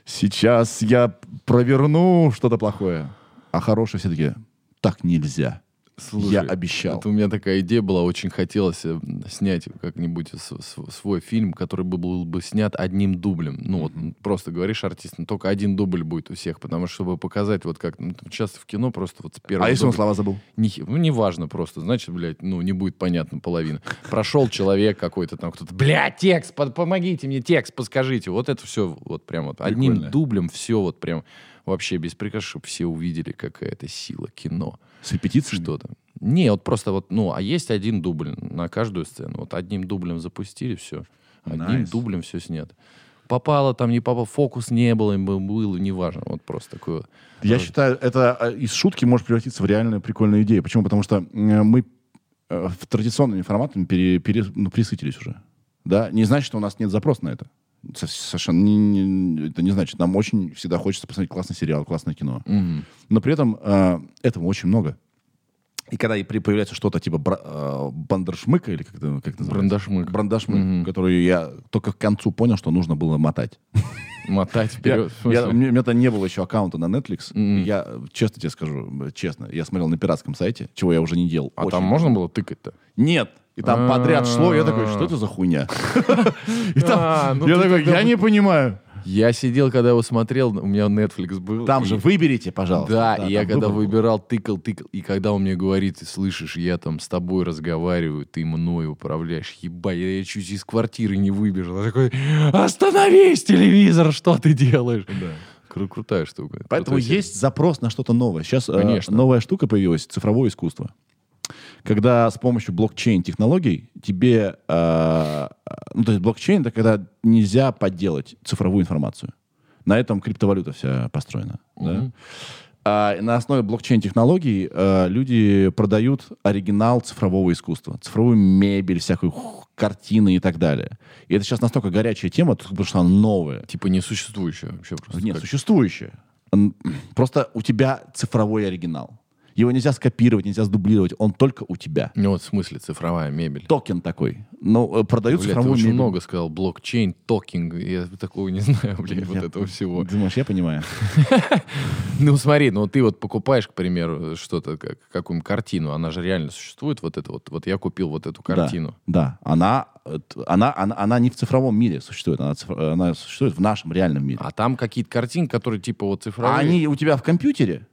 Сейчас я проверну что-то плохое. А хорошие все таки так нельзя.
слушай.
я обещал.
вот у меня такая идея была, очень хотелось э, снять как-нибудь с- с- свой фильм, который бы был бы снят одним дублем. Ну, вот просто говоришь артистам, только один дубль будет у всех, потому что, чтобы показать, вот как ну, там часто в кино просто вот с первого
а если он
дубля-
слова забыл?
Нихи- ну, неважно просто, значит, блядь, ну, не будет понятно половина. Прошел человек какой-то там, кто-то, блядь, текст, под- помогите мне, текст, подскажите. Вот это все вот прям вот одним
Прикольно.
дублем все вот прям вообще без приказа, чтобы все увидели, какая это сила кино.
С репетицией?
Что-то. Не, вот просто вот, ну, а есть один дубль на каждую сцену. Вот одним дублем запустили все, одним
Nice.
дублем все снято. Попало там, не попало, фокус не было, им бы было, неважно. Вот просто такое. вот.
Я считаю, это э, из шутки может превратиться в реальную прикольную идею. Почему? Потому что э, мы э, в традиционными форматами пере- пере- ну, присытились уже. Да? Не значит, что у нас нет запроса на это. Со- Совершенно не- не- это не значит. Нам очень всегда хочется посмотреть классный сериал, классное кино. Но при этом э, этого очень много. И когда и при- появляется что-то типа бра- э, бандершмыка, или как это, как это называется?
Брандашмык.
Брандашмык, которую я только к концу понял, что нужно было мотать.
Мотать
Я-
вперед. в
я- У
смысле?
меня у меня-то не было еще аккаунта на Netflix. И Я, э, честно тебе скажу, э, честно, я смотрел на пиратском сайте, чего я уже не делал.
А
Очень
там можно было тыкать-то?
Нет. И там подряд шло, я такой, что это за
<laughs>
хуйня? И
А,
там-
ну
Я
ты
такой,
тогда
я не
<laughs>
понимаю.
Я сидел, когда его смотрел, у меня Netflix был.
Там
и-
же выберите, пожалуйста.
Да, и я
там
когда
выбор был.
выбирал, тыкал, тыкал. И когда он мне говорит, ты слышишь, я там с тобой разговариваю, ты мной управляешь. Ебать, я, я чуть из квартиры не выбежал. Я такой, остановись, телевизор, что ты делаешь? Кру- крутая штука.
Поэтому
Крутая серия.
есть запрос на что-то новое. Сейчас э,
Конечно.
новая штука появилась, цифровое искусство. Когда с помощью блокчейн-технологий тебе... э, ну, то есть блокчейн — это когда нельзя подделать цифровую информацию. На этом криптовалюта вся построена. да? А, на основе блокчейн-технологий э, люди продают оригинал цифрового искусства. Цифровую мебель, всякую хух, картины и так далее. И это сейчас настолько горячая тема, потому что она новая.
Типа несуществующая вообще просто.
Нет,
как-
существующее. Н- <clears throat> Просто у тебя цифровой оригинал. Его нельзя скопировать, нельзя сдублировать. Он только у тебя.
Ну вот в смысле цифровая мебель.
Токен такой. Ну, э, продают
Блядь, ты
цифровую
очень
мебель.
много сказал. Блокчейн, токинг. Я такого не <laughs> знаю, блядь, вот
Я-
этого всего.
Думаешь, я
<laughs>
понимаю?
Ну смотри, ну ты вот покупаешь, к примеру, что-то, как, какую-нибудь картину, она же реально существует, вот это вот. Вот я купил вот эту картину.
Да, да. Она, э, т- она, она, она не в цифровом мире существует. Она, цифр- э, она существует в нашем реальном мире.
А там какие-то картинки, которые типа вот цифровые.
А они у тебя в компьютере?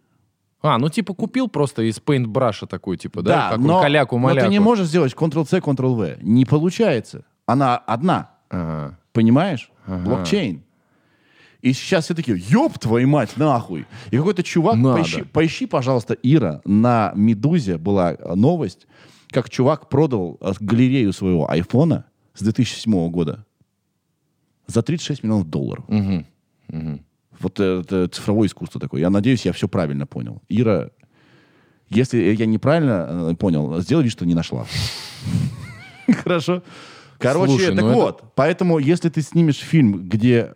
А, ну типа купил просто из пейнтбраша такой, типа, да? Как он,
но,
каляку
но ты
маляку.
не можешь сделать Ctrl-C, Ctrl-V. Не получается. Она одна.
Ага.
Понимаешь? Блокчейн. И сейчас все такие, ёб твою мать, нахуй. И какой-то чувак,
Надо.
поищи, поищи, пожалуйста, Ира, на «Медузе» была э, новость, как чувак продал э, галерею своего айфона с 2007 года за 36 миллионов долларов. Вот это цифровое искусство такое. Я надеюсь, я все правильно понял. Ира, если я неправильно э, понял, сделай вид, что не нашла. <laughs> Хорошо. Короче,
Слушай,
так
ну это-
вот, поэтому если ты снимешь фильм, где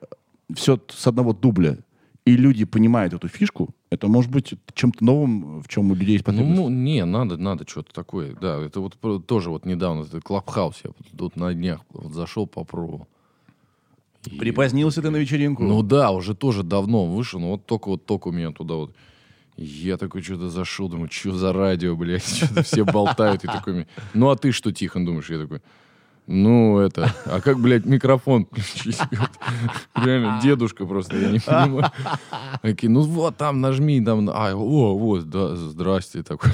все с одного дубля, и люди понимают эту фишку, это может быть чем-то новым, в чем у людей есть
Ну,
потребность.
ну, не, надо, надо что-то такое. Да, это вот про- тоже вот недавно, это Клабхаус, я тут на днях вот зашел, попробовал. И-
Припозднился ты на вечеринку.
Ну да, уже тоже давно вышел, но вот только вот только у меня туда вот. Я такой что-то зашел, думаю, что за радио, блядь, <laughs> что-то все болтают. И такой, мне, ну а ты что, Тихон, думаешь? Я такой, ну это, а как, блядь, микрофон включить? <laughs> Вот Реально, дедушка просто, я не понимаю. Такие, ну вот, там нажми, там, а, о, вот, да, здрасте, такой.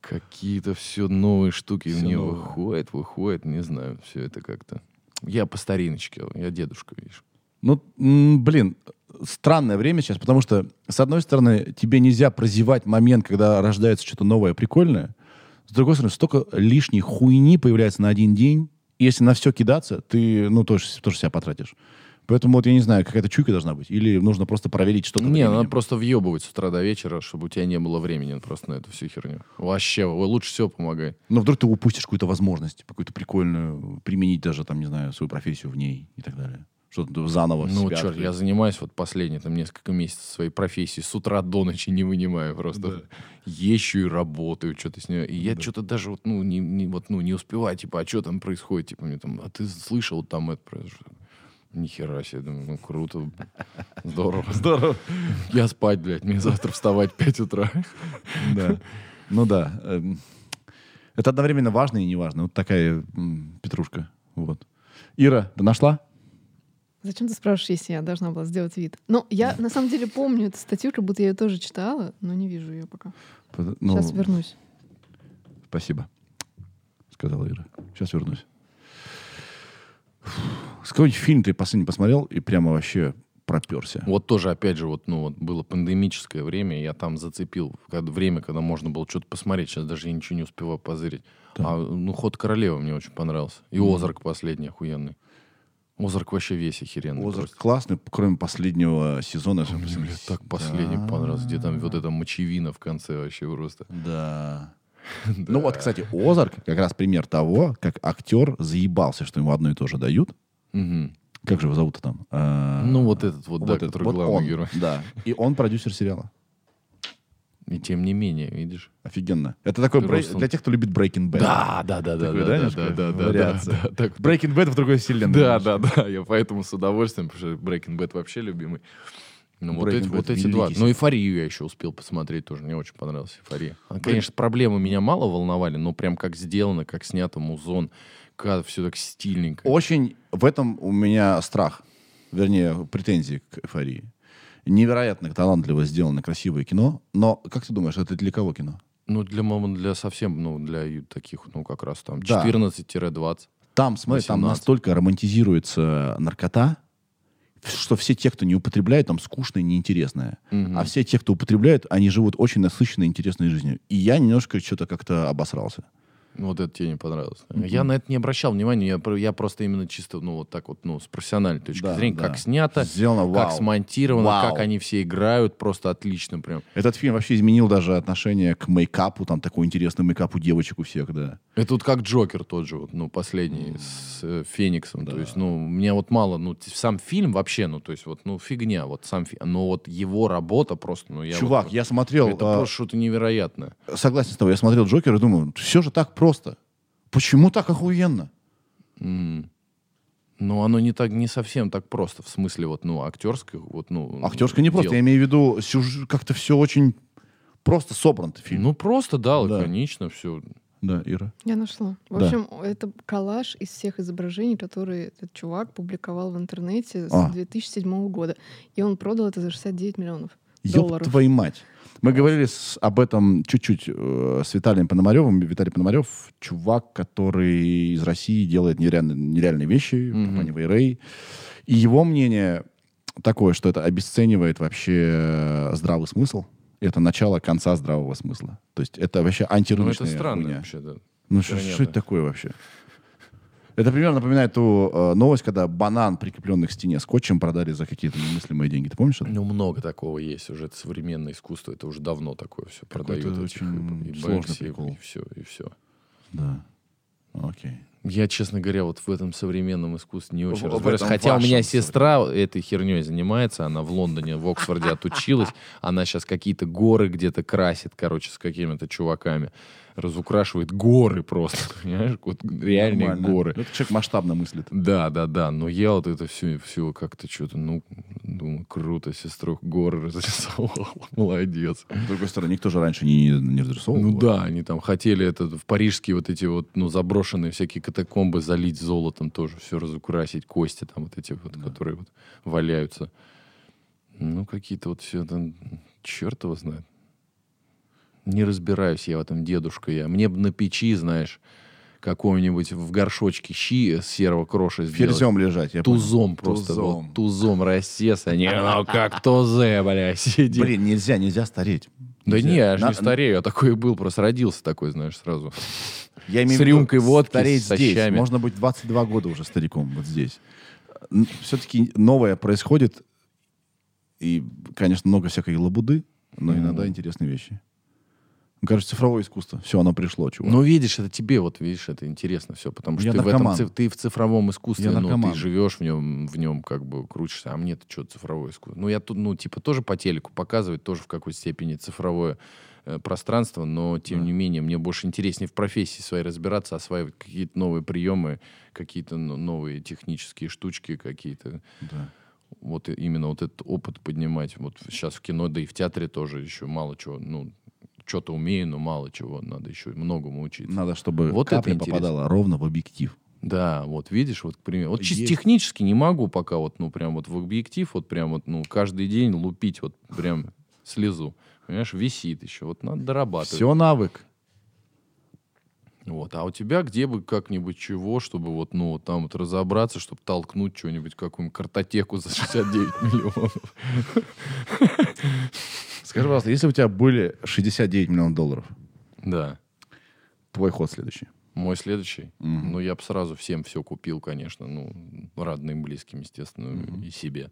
Какие-то все новые штуки мне выходят, выходят, не знаю, все это как-то. Я по стариночке, я дедушка, видишь.
Ну, м, блин, странное время сейчас, потому что, с одной стороны, тебе нельзя прозевать момент, когда рождается что-то новое, прикольное. С другой стороны, столько лишней хуйни появляется на один день. И Если на все кидаться, ты, ну, тоже, тоже себя потратишь. Поэтому вот я не знаю, какая-то чуйка должна быть. Или нужно просто проверить что-то.
Не,
временем.
надо просто въебывать с утра до вечера, чтобы у тебя не было времени просто на эту всю херню. Вообще, о, лучше всего помогает.
Но вдруг ты упустишь какую-то возможность, какую-то прикольную, применить даже, там, не знаю, свою профессию в ней и так далее. Что-то заново
Ну,
себя
черт,
открыть.
я занимаюсь вот последние там несколько месяцев своей профессии с утра до ночи не вынимаю просто. Ещу и работаю, что-то с нее. И я что-то даже вот, ну, не, не- вот, ну, не успеваю, типа, а что там происходит? Типа, мне там, а ты слышал, там это произошло? Нихера себе, думаю, ну круто, <laughs> здорово. Здорово. Я спать, блядь, мне завтра вставать в 5 утра.
Да. Ну да. эм, Это одновременно важно и не важно. Вот такая м, петрушка. Вот. Ира, ты нашла?
Зачем ты спрашиваешь, если я должна была сделать вид? Ну, я на самом деле помню эту статью, как будто я ее тоже читала, но не вижу ее пока.
Под- ну,
Сейчас вернусь.
Спасибо, сказала Ира. Сейчас вернусь. С какой-нибудь фильм ты последний посмотрел и прямо вообще проперся?
Вот тоже, опять же, вот, ну, вот было пандемическое время, и я там зацепил когда- время, когда можно было что-то посмотреть. Сейчас даже я ничего не успеваю позырить. А, ну, «Ход королевы» мне очень понравился. И «Озарк» последний охуенный. «Озарк» вообще весь охеренный.
Озарк
просто.
классный, кроме последнего сезона. я
Мне,
посмотрел.
блядь, так последний понравился, где там вот эта мочевина в конце вообще просто.
Да. <laughs> Ну вот, кстати, Озарк как раз пример того, как актер заебался, что ему одно и то же дают.
Мгм.
Как же его зовут-то там? А,
Ну, вот этот вот, да,
этот,
который
вот
главный
он,
герой.
Да. И он продюсер сериала.
И тем не менее, видишь?
Офигенно. Это такой брей-
Руслан.
для тех, кто любит Breaking Bad.
Да, да, да, да,
Такой, да,
да, да,
немножко
да, да, да, да,
вариация?
да, так-
Breaking Bad в другой вселенной.
да, да, да, я поэтому с удовольствием, потому что Breaking Bad вообще любимый. Ну, вот
Breaking
эти, вот
Bad
эти два.
великий
Ну, эйфорию я еще успел посмотреть, тоже мне очень понравилась эйфория. А, Конечно, проблемы меня мало волновали, но прям как сделано, как снято музон, как все так стильненько.
Очень в этом у меня страх, вернее, претензии к эйфории. Невероятно талантливо сделано красивое кино, но как ты думаешь, это для кого кино?
Ну, для мамы, для совсем, ну, для ю- таких, ну, как раз там,
Да.
14-20.
Там, смотри, там
18.
настолько романтизируется наркота, что все те, кто не употребляет, там скучно и неинтересное.
Мгм.
А все те, кто употребляет, они живут очень насыщенной, интересной жизнью. И я немножко что-то как-то обосрался.
Ну, Вот это тебе не понравилось. Я на это не обращал внимания, я, про- я просто именно чисто, ну, вот так вот, ну, с профессиональной точки
Да,
зрения,
да.
как снято,
Сделано
как
вау.
смонтировано,
Вау.
как они все играют, просто отлично прям.
Этот фильм вообще изменил даже отношение к мейкапу, там такой интересный мейкап у девочек у всех, да.
Это вот как Джокер тот же, вот, ну, последний с э, Фениксом. То есть, ну, мне вот мало, ну, т- сам фильм вообще, ну, то есть, вот, ну, фигня, вот сам фильм. Но вот его работа просто, ну, я... вот-
Чувак, я смотрел... а,
Это просто что-то невероятное.
согласен с тобой, я смотрел Джокера и думаю, все же так просто. Почему так охуенно?
Но оно не так, не совсем так просто. В смысле, вот, ну, актерских, вот, ну...
Актерка не просто,
дел.
я имею в виду, сюж- как-то все очень просто собран фильм.
Ну, просто, да,
Да.
лаконично Ну, все.
да, Ира.
Я нашла. В
Да.
общем, это коллаж из всех изображений, которые этот чувак публиковал в интернете с
А.
2007 года. И он продал это за 69 миллионов
Ёб
долларов.
твою мать. Мы говорили с- об этом чуть-чуть э, с Виталием Пономаревым. Виталий Пономарев — чувак, который из России делает нереально- нереальные вещи,
Мгм.
компания Вейрей. И его мнение такое, что это обесценивает вообще э, здравый смысл. Это начало конца здравого смысла. То есть это вообще
Ну, это
антирыночная
странно
хуйня.
вообще, да.
Ну что
Вероятно.
что это такое вообще? Это примерно напоминает ту э, новость, когда банан, прикрепленный к стене скотчем, продали за какие-то немыслимые деньги. Ты помнишь это?
Ну, много такого есть уже. Это современное искусство. Это уже давно такое все
Какой-то
продают. этих э,
очень
и
сложный
бэкси,
прикол.
И все, и все.
Да. Ну, Окей.
Я, честно говоря, вот в этом современном искусстве не очень
в
разбираюсь.
этом
Хотя у меня
вашем
сестра этой херней занимается. Она в Лондоне,
<laughs>
в Оксфорде отучилась. Она сейчас какие-то горы где-то красит, короче, с какими-то чуваками. Разукрашивает горы просто, <laughs> понимаешь? Вот реальные
Нормально.
горы.
Ну, Это человек масштабно мыслит.
Да, да, да. Но я вот это все, все как-то что-то, ну, думаю, круто, сестру горы <laughs> разрисовал. Молодец.
С другой стороны, никто же раньше не, не разрисовывал.
Ну да, они там хотели это в парижские вот эти вот, ну, заброшенные всякие катакомбы залить золотом тоже, все разукрасить, кости там вот эти вот, которые вот валяются. Ну, какие-то вот все это, черт его знает. Не разбираюсь я в этом, дедушка я. Мне бы на печи, знаешь, какого-нибудь в горшочке щи из серого кроша сделать.
Ферзем лежать, я понял.
Тузом просто.
Тузом.
вот тузом рассес. Они,
<laughs>
ну как тузе, бля, сидит.
Блин, нельзя, нельзя стареть.
да
Нельзя.
не, я ж
На-
не старею. Я такой и был, просто родился такой, знаешь, сразу.
Я
с рюмкой водки,
стареть
со
здесь.
щами.
Можно быть 22 года уже стариком вот здесь. Все-таки новое происходит. И, конечно, много всякой лабуды, но иногда интересные вещи. Ну, Короче, цифровое искусство. Все, оно пришло, чувак.
Ну, видишь, это тебе, вот видишь, это интересно все, потому что
Я
ты в, этом,
наркоман.
циф- ты в цифровом искусстве,
Я
ну,
наркоман.
ты живешь в нем, в нем как бы крутишься, а мне-то что цифровое искусство? Ну, я тут, ну, типа, тоже по телеку показывает, тоже в какой степени цифровое э, пространство, но, тем не менее, мне больше интереснее в профессии своей разбираться, осваивать какие-то новые приемы, какие-то ну, новые технические штучки какие-то.
Да.
Вот и- именно вот этот опыт поднимать. Вот сейчас в кино, да и в театре тоже еще мало чего, ну, что-то умею, но мало чего. Надо еще многому учиться.
Надо, чтобы
Вот это
капля
интересно.
попадала ровно в объектив.
Да, вот видишь, вот к примеру. Вот чисто
Есть.
технически не могу пока вот, ну, прям вот в объектив, вот прям вот, ну, каждый день лупить вот прям слезу. Понимаешь, висит еще. Вот надо дорабатывать.
Все навык.
Вот. А у тебя где бы как-нибудь чего, чтобы вот, ну, вот там вот разобраться, чтобы толкнуть что-нибудь, какую-нибудь картотеку за 69 миллионов? <laughs>
Скажи, пожалуйста, если у тебя были 69 миллионов долларов,
Да.
твой ход следующий.
Мой следующий. Ну, я бы сразу всем все купил, конечно. Ну, родным, близким, естественно, и себе.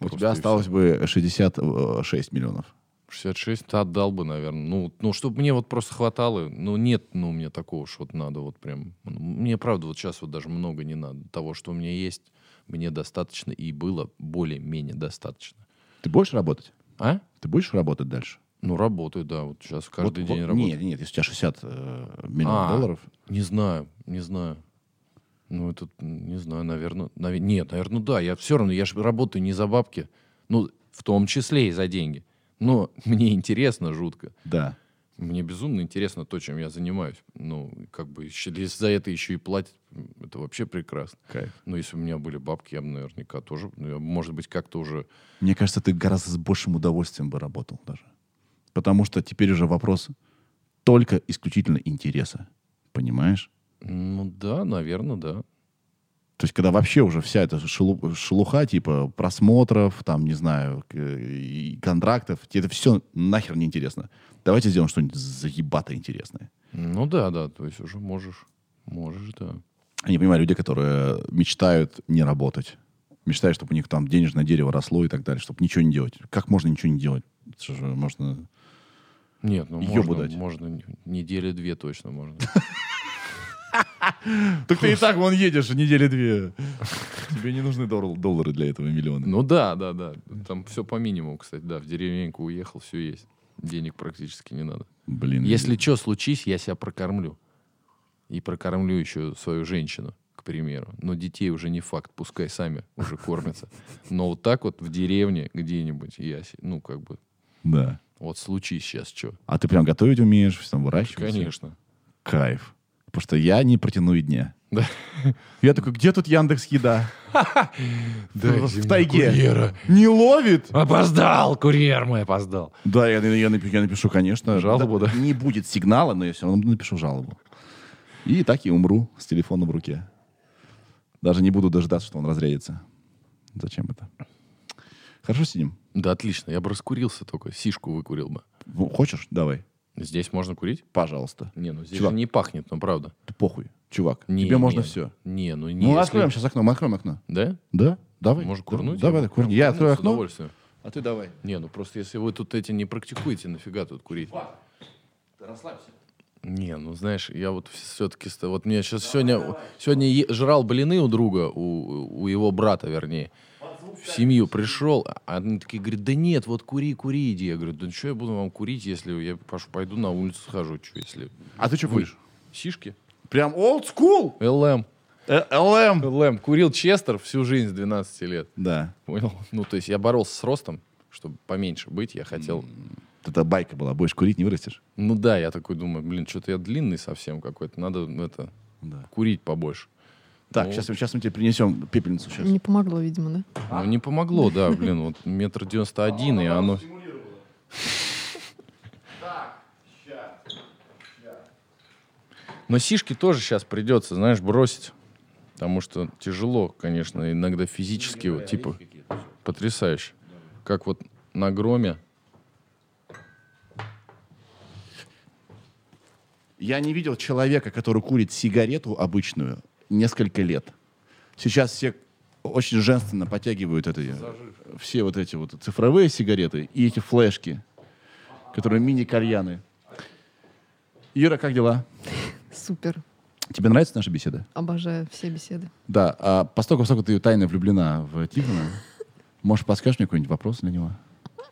У
Просто
тебя
и всё.
осталось бы 66 миллионов.
66 то отдал бы, наверное. Ну, ну, чтобы мне вот просто хватало. Ну, нет, ну, мне такого уж вот надо вот прям. Ну, Мне, правда, вот сейчас вот даже много не надо. Того, что у меня есть, мне достаточно и было более-менее достаточно.
Ты будешь работать?
А?
Ты будешь работать дальше?
Ну, работаю, да. Вот сейчас
Вот-
каждый
вот-
день работаю.
Нет, нет, если у тебя 60 э, миллионов
А,
долларов,
Не знаю, не знаю. Ну, это, м, не знаю, наверное... Нет, наверное, да. Я все равно, я же работаю не за бабки. Ну, в том числе и за деньги. Но <laughs> мне интересно жутко.
да.
Мне безумно интересно то, чем я занимаюсь. Ну, как бы, еще- если за это еще и платят, м, это вообще прекрасно.
Кайф.
Но если бы у меня были бабки, я бы наверняка тоже, ну, я, может быть, как-то уже...
Мне кажется, ты гораздо с большим удовольствием бы работал даже. Потому что теперь уже вопрос только исключительно интереса. Понимаешь?
Ну, да, наверное, да.
То есть, когда вообще уже вся эта шелу- шелуха, типа просмотров, там, не знаю, к- и контрактов, тебе это все нахер не интересно. Давайте сделаем что-нибудь заебато интересное.
Ну, да, да, то есть уже можешь, можешь, да.
Я не понимаю людей, которые мечтают не работать. Мечтают, чтобы у них там денежное дерево росло и так далее, чтобы ничего не делать. Как можно ничего не делать? Это же можно...
Нет, ну
Ёбу
можно,
дать.
можно н- недели две точно можно. <laughs>
Так ты и так вон едешь недели <laughs> две. Тебе не нужны дол- доллары для этого миллионы.
Ну да, да, да. Там все по минимуму, кстати, да. В деревеньку уехал, все есть. Денег практически не надо.
Блин.
Если что случись, я себя прокормлю. И прокормлю еще свою женщину, к примеру. Но детей уже не факт, пускай сами уже кормятся. Но вот так вот в деревне где-нибудь я, се- ну как бы,
Да.
вот случись сейчас что.
А ты прям готовить умеешь, там выращивать?
Конечно.
Кайф. Потому что я не протяну и дня.
Да.
Я такой, где тут Яндекс Еда?
<laughs> Дайте
В
мне
тайге.
курьера.
Не ловит?
Опоздал, курьер мой опоздал.
Да, я, я напи- я напишу, конечно.
Жалобу, да.
Не будет сигнала, но я все равно напишу жалобу. И так и умру с телефоном в руке. Даже не буду дождаться, что он разрядится. Зачем это? Хорошо сидим?
Да, отлично. Я бы раскурился только, сишку выкурил бы.
Ну, Хочешь? Давай.
Здесь можно курить?
Пожалуйста.
Не, ну здесь
Чувак.
же не пахнет, ну правда.
Ты похуй. Чувак,
Не,
тебе можно
не.
все.
Не, ну не.
Ну,
если-
откроем сейчас окно. Мы откроем окно.
Да?
Да? Давай.
Может
Да,
курнуть?
Давай,
бы
да, курни.
прям
Я
курнул
открою
с
окно,
удовольствием.
а ты давай.
Не, ну просто если вы тут эти не практикуете, нафига тут курить?
расслабься.
Не, ну знаешь, я вот все-таки... Вот мне сейчас сегодня... Сегодня е- жрал блины у друга, у, у его брата, вернее. В семью пришел, а они такие говорят, да нет, вот кури, кури, иди. Я говорю, да что я буду вам курить, если я пош- пойду на улицу схожу, что если...
А ты что куришь?
Сишки?
Прям old school.
ЛМ.
Э, LM.
ЛМ. Курил Честер всю жизнь с 12 лет.
Да.
Понял? <laughs> Ну, то есть я боролся с ростом, чтобы поменьше быть, я хотел...
Вот Это байка была. Будешь курить, не вырастешь.
Ну да, я такой думаю, блин, что-то я длинный совсем какой-то, надо ну, это
Да.
курить побольше.
Так,
Ну.
сейчас, сейчас мы тебе принесем пепельницу сейчас.
Не помогло, видимо, да?
Ну не помогло, да, блин, вот метр девяносто один, и оно... Но сишки тоже сейчас придется, знаешь, бросить. Потому что тяжело, конечно, иногда физически, вот, типа, потрясающе. Как вот на громе.
Я не видел человека, который курит сигарету обычную несколько лет. Сейчас все очень женственно подтягивают это, э, все вот эти вот цифровые сигареты и эти флешки, которые мини-кальяны. Ира, как дела?
Супер.
Тебе нравится наша беседа?
Обожаю все беседы.
Да. А поскольку, поскольку ты тайно влюблена в Тихона, может, подскажешь мне какой-нибудь вопрос для него?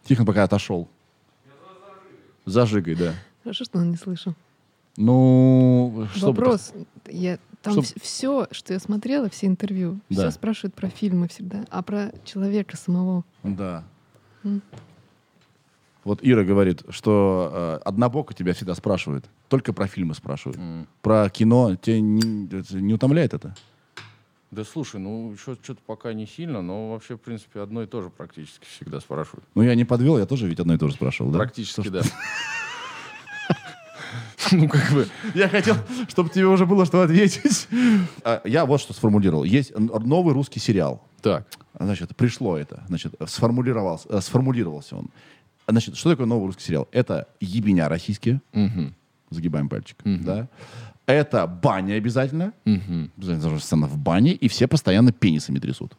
Тихон пока отошел. Зажигай, да.
Хорошо, что он не слышал.
Ну, что бы ты-
Вопрос. Я, там
Что-
все, что я смотрела, все интервью,
Да.
все спрашивают про фильмы всегда, а про человека самого.
Да.
М.
Вот Ира говорит, что э, однобоко тебя всегда спрашивают. Только про фильмы спрашивают. Про кино. Тебя не, это не утомляет это?
Да слушай, ну что-то пока не сильно, но вообще, в принципе, одно и то же практически всегда спрашивают.
Ну, я не подвел, я тоже ведь одно и то же спрашивал, да?
Практически, да. <laughs> Ну, как бы,
Я хотел, чтобы тебе уже было что ответить. А, Я вот что сформулировал. Есть н- новый русский сериал.
так.
А, Значит, пришло это. Значит, сформулировался, э, сформулировался он. А, Значит, что такое новый русский сериал? Это ебеня российские. Загибаем пальчик. Да? Это баня обязательно. Обязательно должна быть сцена в бане. И все постоянно пенисами трясут.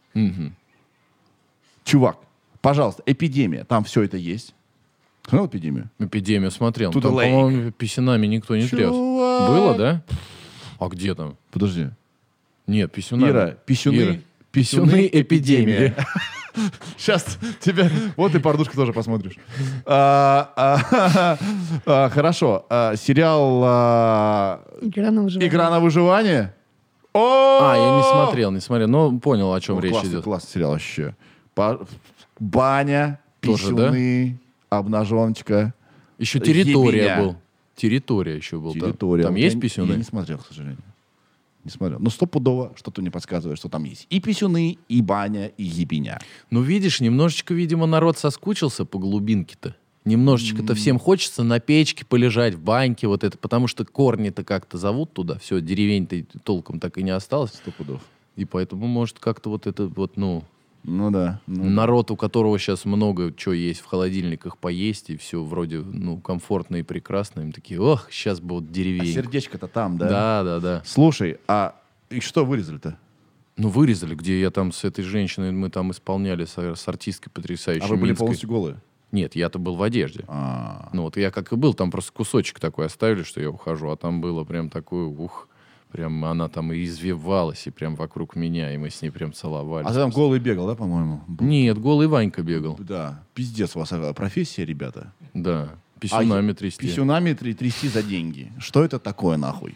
Чувак, пожалуйста, эпидемия. Там все это есть. Смотрел эпидемию?
Эпидемию смотрел.
To
Там,
the lake.
по-моему, писюнами никто не
Чувак.
тряс. Было, да? А где там?
Подожди.
Нет, писюнами.
Ира, писюны.
<laughs> Ира. Писюны эпидемия.
Сейчас тебе... Вот и порнушку тоже посмотришь. А, а, <laughs> а, Хорошо. А, Сериал а,
Игра на выживание.
«Игра на выживание».
А, я не смотрел, не смотрел. Но понял, о чем
Ну,
речь
классный,
идет.
классный сериал вообще. Па- баня,
Тоже, да?
писюны, обнаженочка.
Еще территория
Ебеня.
был. Территория еще был,
территория.
Ну да. Там
Вот
есть
я-
писюны?
Я не смотрел, к сожалению. Не смотрел. Но стопудово что-то мне подсказывает, что там есть и писюны, и баня, и ебеня.
Ну, видишь, немножечко, видимо, народ соскучился по глубинке-то. Немножечко-то всем хочется на печке полежать, в баньке, вот это, потому что корни-то как-то зовут туда, все, деревень-то толком так и не осталось.
Сто пудов.
И поэтому, может, как-то вот это вот, ну,
Ну да. ну
народ, у которого сейчас много чего есть в холодильниках поесть, и все вроде, ну, комфортно и прекрасно, им такие, ох, сейчас бы вот
да. А
деревень.
сердечко-то там, да?
да, да, да.
Слушай, а и что вырезали-то?
Ну, вырезали, где я там с этой женщиной, мы там исполняли с, а, с артисткой потрясающей.
А вы были
минской.
полностью голые?
Нет, я-то был в одежде.
А,
Ну вот я как и был, там просто кусочек такой оставили, что я ухожу, а там было прям такое, ух, прям она там и извивалась, и прям вокруг меня, и мы с ней прям целовались.
а ты там голый бегал, да, по-моему?
Нет, голый Ванька бегал,
Да. Пиздец у вас а, профессия, ребята.
да, писюнами
А е-
трясти.
Писюнами три- трясти за деньги. Что это такое, нахуй?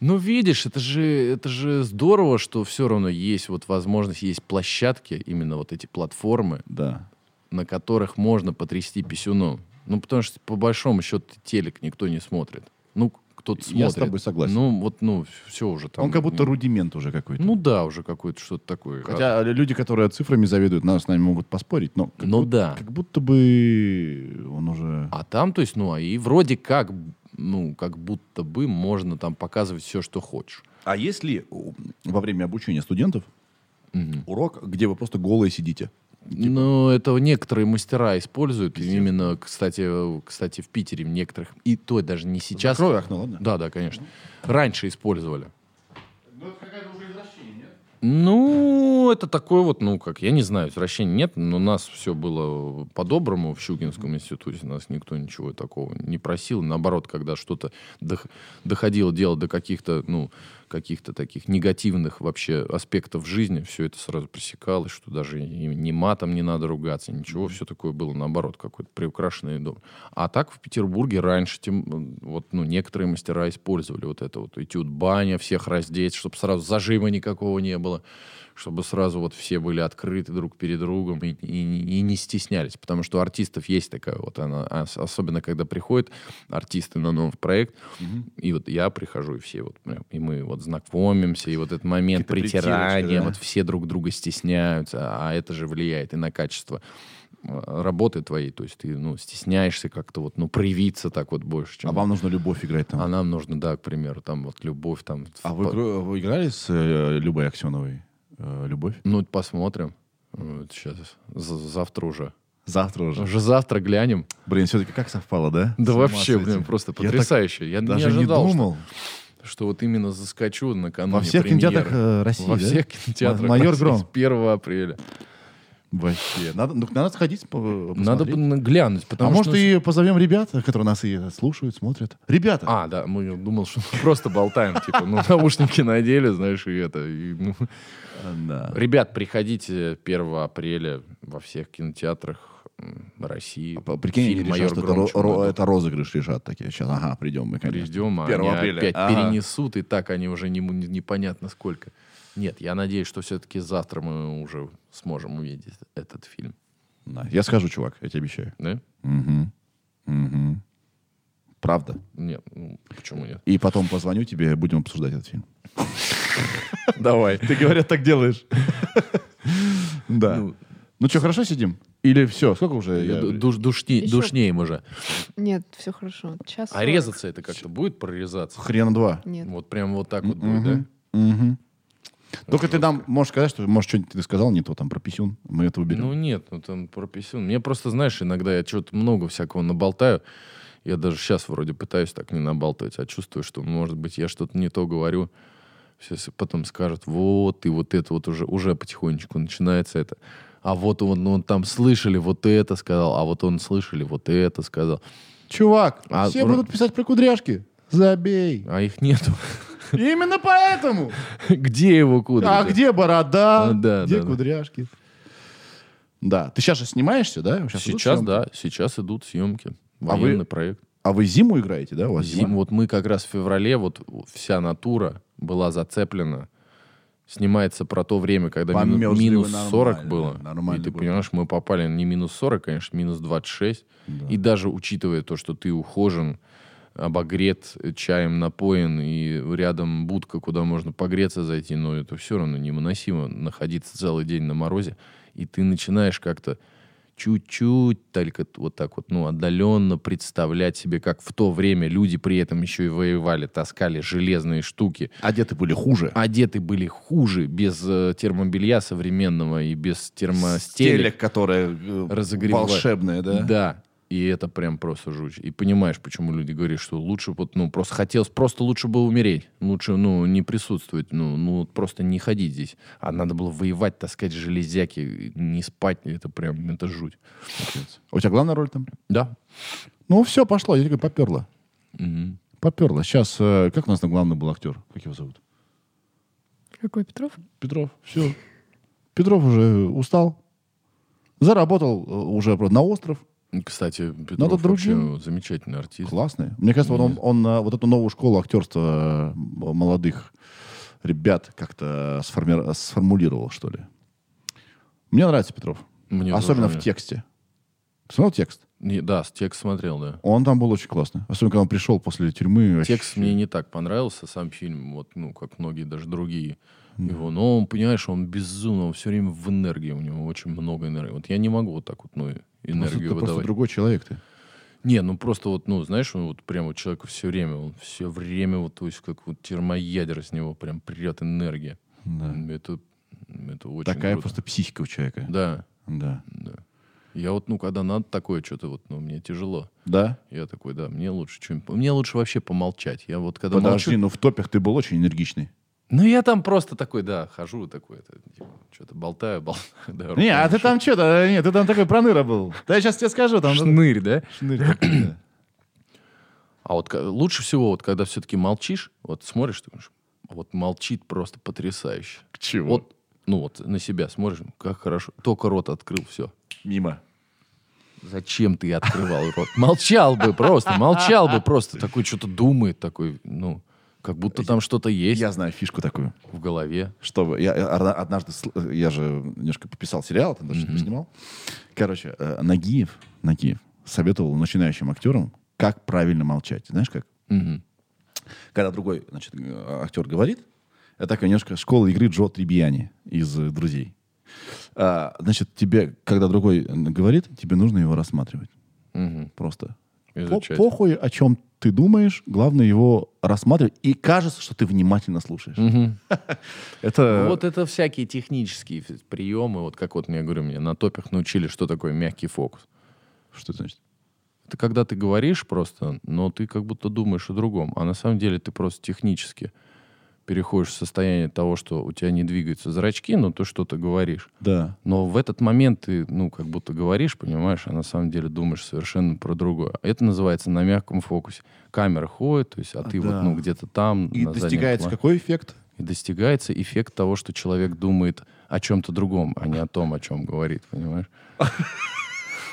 Ну видишь, это же, это же здорово, что все равно есть вот возможность, есть площадки, именно вот эти платформы,
Да.
на которых можно потрясти писюном. Ну, потому что, по большому счету, телек никто не смотрит. Ну, кто-то смотрит.
Я с тобой согласен.
Ну, вот, ну, все уже там.
Он как будто
ну,
рудимент уже какой-то.
Ну да, уже какое-то что-то такое.
Хотя люди, которые цифрами заведуют, нас с нами могут поспорить, но как,
ну
будто,
да.
как будто бы он уже...
А там, то есть, ну, а и вроде как, ну, как будто бы можно там показывать все, что хочешь.
А если во время обучения студентов урок, где вы просто голые сидите?
Ну, это некоторые мастера используют. И Именно, кстати, э, кстати, в Питере в некоторых, и то даже не сейчас.
Ну, Закрой окно, ладно?
Да, да, конечно. Раньше использовали. Ну, это такое вот, ну, как, я не знаю, извращения нет, но у нас все было по-доброму в Щукинском институте, нас никто ничего такого не просил, наоборот, когда что-то дох- доходило дело до каких-то, ну, каких-то таких негативных вообще аспектов жизни, все это сразу пресекалось, что даже и ни матом не надо ругаться, ничего, все такое было, наоборот, какой-то приукрашенный дом. А так в Петербурге раньше, тем, м, вот, ну, некоторые мастера использовали вот это вот, этюд баня, всех раздеть, чтобы сразу зажима никакого не было чтобы сразу вот все были открыты друг перед другом и, и- и не стеснялись, потому что у артистов есть такая вот, она, ос- особенно когда приходят артисты на новый проект, и вот я прихожу, и все вот, прям, и мы вот знакомимся, и вот этот момент
Какие-то
притирания,
притирочки, да?
вот все друг друга стесняются, а это же влияет и на качество э, работы твоей, то есть ты, ну, стесняешься как-то вот, ну, проявиться так вот больше, чем...
А вам нужно любовь играть там?
А нам нужно, да, к примеру, там вот любовь, там...
А вы, игру- вы играли с э, Любой Аксеновой? э, любовь?
Ну, посмотрим. Вот сейчас. З- Завтра уже.
Завтра уже.
Уже завтра глянем.
Блин, все-таки как совпало, да?
Да
С ума
вообще,
сойти.
блин, просто
Я так
потрясающе. Я,
Даже
не
не
ожидал, что,
думал.
что вот именно заскочу накануне
Во всех
премьеры.
кинотеатрах э, России,
Во
да?
всех кинотеатрах.
Майор
России
Гром.
С 1 апреля.
Вообще. Надо, ну, надо сходить, по-
Надо бы
посмотреть.
на- глянуть,
А
потому
может,
что...
и позовем ребят, которые нас и слушают, смотрят. Ребята,
А, да, мы я думал, что мы просто болтаем, типа, ну, наушники надели, знаешь, и это. и, ну.
Да.
Ребят, приходите 1 апреля во всех кинотеатрах м, России.
П- А, Прикинь, они
Фильм
решат, что это,
Гром»
ро-
чудо.
ро- это розыгрыш решат такие. Сейчас, ага, придем мы, конечно.
Придем, а
1
они
апреля.
опять
Ага.
перенесут, и так они уже не, не- непонятно сколько. Нет, я надеюсь, что все-таки завтра мы уже сможем увидеть этот фильм.
На, Я схожу, чувак, я тебе обещаю.
Да?
Мгм. Мгм. Правда.
Нет, ну,
<laughs>
почему нет?
И потом позвоню тебе, будем обсуждать этот фильм. <laughs>
Давай.
Ты, говорят, так делаешь. <laughs> Да.
Ну,
Ну что, хорошо сидим? Или все? Сколько уже?
ду-
Э, я-
душ- душни-
Еще.
Душнеем уже.
Нет, все хорошо. Час
А
сорок.
резаться это как-то будет прорезаться?
Хрена два.
Нет.
Вот прям вот так вот будет, да?
Мгм. Мгм. Только ты нам можешь сказать, что, может, что-нибудь ты сказал не то, там, про писюн. Мы это уберем.
Ну нет, ну там про писюн. Мне просто, знаешь, иногда я что-то много всякого наболтаю. Я даже сейчас вроде пытаюсь так не набалтывать, а чувствую, что, может быть, я что-то не то говорю. Все с- потом скажут, вот, и вот это вот уже, уже потихонечку начинается это. А вот он, он там слышали вот это сказал, а вот он слышали вот это сказал.
Чувак,
А,
все
р-
будут писать про кудряшки.
<laughs>
Забей.
А их нету.
Именно поэтому.
Где его куда?
А где борода?
Ну да,
где
да, да.
кудряшки? Да. Ты сейчас же снимаешься, да? Сейчас, идут
Сейчас,
съемки?
да, сейчас идут съемки.
А вы-
Военный проект.
А вы зиму играете, да? У вас зима?
Зим- вот мы как раз в феврале, вот вся натура была зацеплена. Снимается про то время, когда мину-
Померзли вы
минус
нормально,
40 было.
да, нормально
и ты
было.
понимаешь, мы попали не минус 40, конечно, минус 26. И даже учитывая то, что ты ухожен, обогрет, э, чаем напоен, и рядом будка, куда можно погреться зайти, но это все равно невыносимо находиться целый день на морозе. И ты начинаешь как-то чуть-чуть только т- вот так вот, ну, отдаленно представлять себе, как в то время люди при этом еще и воевали, таскали железные штуки,
Одеты были хуже.
одеты были хуже, без э, термобелья современного и без термостелек.
Телек, которая э,
разогревает.
волшебная, да?
Да. И это прям просто жуть. И понимаешь, почему люди говорят, что лучше вот, ну, просто хотелось, просто лучше бы умереть. Лучше, ну, не присутствовать, ну, ну, вот просто не ходить здесь. А надо было воевать, таскать железяки, и не спать. Это прям, это жуть.
А У тебя главная роль там?
Да.
Ну, все, пошло. Я тебе говорю, поперло.
Мгм.
Поперло. Сейчас, э, как у нас там главный был актер? Как его зовут?
Какой Петров?
Петров. Все. Петров уже устал. Заработал э, уже про- на остров.
Кстати, Петров вообще
другим.
замечательный артист.
Классный. Мне кажется, вот он, он, э, вот эту новую школу актерства э, м- молодых ребят как-то сформи- сформулировал, что ли. Мне нравится Петров.
Мне
Особенно
тоже
в тексте. Посмотрел текст?
Не, да, с- текст смотрел, да.
Он там был очень классный. Особенно, когда он пришел после тюрьмы. вообще.
Текст мне не так понравился, сам фильм, вот, ну, как многие даже другие его. Но он, понимаешь, он безумно, он все время в энергии, у него очень много энергии. Вот я не могу вот так вот, ну,
Просто
энергию
ты просто
выдавать.
другой человек ты.
Не, ну просто вот, ну, знаешь, вот прям вот человеку все время, он все время вот, то есть как вот термоядер с него прям прет энергия. Это, это очень
Такая
круто.
просто психика у человека.
Да,
Да.
да. Я вот, ну, когда надо такое что-то, вот, ну, мне тяжело.
Да?
Я такой, да, мне лучше что-нибудь... Мне лучше вообще помолчать. Я вот когда молчу...
Подожди, ну в топях ты был очень энергичный.
Ну, я там просто такой, да, хожу такой, это, типа, что-то болтаю, <laughs> болтаю. Да,
Не,
<laughs>
а ты
руками
там что-то, нет, ты там такой проныра был. Да я сейчас тебе скажу, там...
шу- шнырь, да?
Шнырь такой, да.
А вот ка- лучше всего, вот когда все-таки молчишь, вот смотришь, ты думаешь, вот молчит просто потрясающе.
<coughs> К чему?
Вот, ну вот на себя смотришь, как хорошо. Только рот открыл, все.
мимо.
Зачем ты открывал рот? <laughs> Молчал бы просто, молчал бы просто. Такой что-то думает, такой, ну, как будто там что-то есть
Я знаю фишку такую.
в голове.
чтобы я я одна- однажды сл- я же немножко пописал сериал, там даже что-то поснимал. Короче, э, Нагиев, Нагиев советовал начинающим актерам, как правильно молчать. Знаешь как?
Мгм.
Когда другой значит, э, актер говорит, это такая немножко школа игры Джо Трибьяни из э, «Друзей». А, значит, тебе, когда другой э, говорит, тебе нужно его рассматривать.
Мгм.
Просто. По-
Изучать.
похуй, о чем ты думаешь, главное его рассматривать. И кажется, что ты внимательно слушаешь.
Мгм. Ну
Это...
Вот это всякие технические фи- приемы, вот как вот мне говорю, мне на топях научили, что такое мягкий фокус.
Что это значит?
Это когда ты говоришь просто, но ты как будто думаешь о другом, а на самом деле ты просто технически переходишь в состояние того, что у тебя не двигаются зрачки, но ты что-то говоришь.
Да.
Но в этот момент ты, ну, как будто говоришь, понимаешь, а на самом деле думаешь совершенно про другое. Это называется на мягком фокусе. Камера ходит, то есть, а ты
да.
вот, ну, где-то там.
И
на заднем
достигается
плане.
какой эффект?
И достигается эффект того, что человек думает о чем-то другом, а не о том, о чем говорит, понимаешь?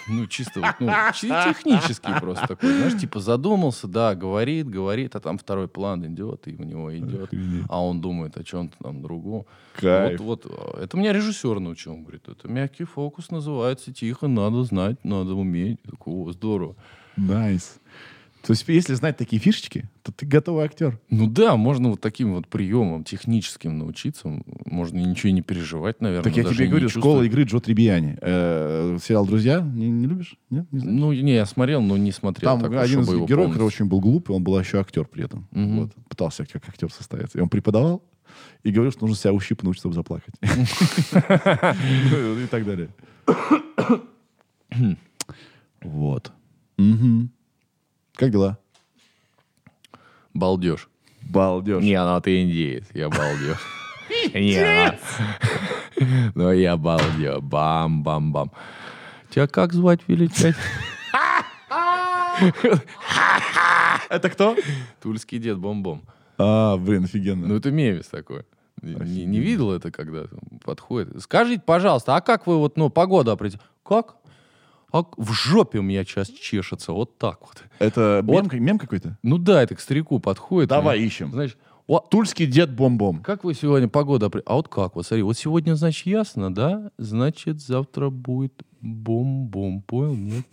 Ну, чисто вот, ну, чи- технический просто такой, знаешь, типа задумался, да, говорит, говорит, а там второй план идет, и у него идет, а он думает о чем-то там другом.
Кайф.
Вот, вот, э, это меня режиссер научил, он говорит, это мягкий фокус называется, тихо, надо знать, надо уметь. Я такой, О, здорово.
Найс. То есть, если знать такие фишечки, то ты готовый актер.
Ну да, можно вот таким вот приемом техническим научиться, м, можно ничего и не переживать, наверное.
так я
Ну, даже
тебе
и не
говорю, школа
чувствовать.
игры Джо Трибиани. Э, сериал «Друзья» не, не любишь? Нет? Не знаешь?
Ну, не, я смотрел, но не смотрел.
Там
так,
один из
чтобы его
героев, который
полностью.
очень был глупый, он был еще актер при этом.
Мгм.
Вот. Пытался как актер состояться. И он преподавал и говорил, что нужно себя ущипнуть, чтобы заплакать. И так
<coughs>
далее. Вот. Мгм. Как дела?
Балдеж.
Балдеж.
Не, ну ты индеец, я <laughs> балдеж. Индеец! <laughs> Ну я балдеж, бам-бам-бам. Тебя как звать <laughs> величать?
Это кто?
Тульский дед бомбом.
А, блин, офигенно.
Ну это мемис Ну, такой. Не, не видел это, когда там подходит. Скажите, пожалуйста, а как вы вот, ну, погоду определите? Как? А к- в жопе у меня сейчас чешется, вот так вот.
Это
Вот.
мем, ка- мем какой-то?
Ну да, это к старику подходит.
Давай
и-
ищем.
Знаешь, «О,
Тульский дед бомбом.
как вы сегодня погода... опре- А вот как? Вот смотри, вот сегодня, значит, ясно, да? Значит, завтра будет бом-бом, понял, <laughs> нет?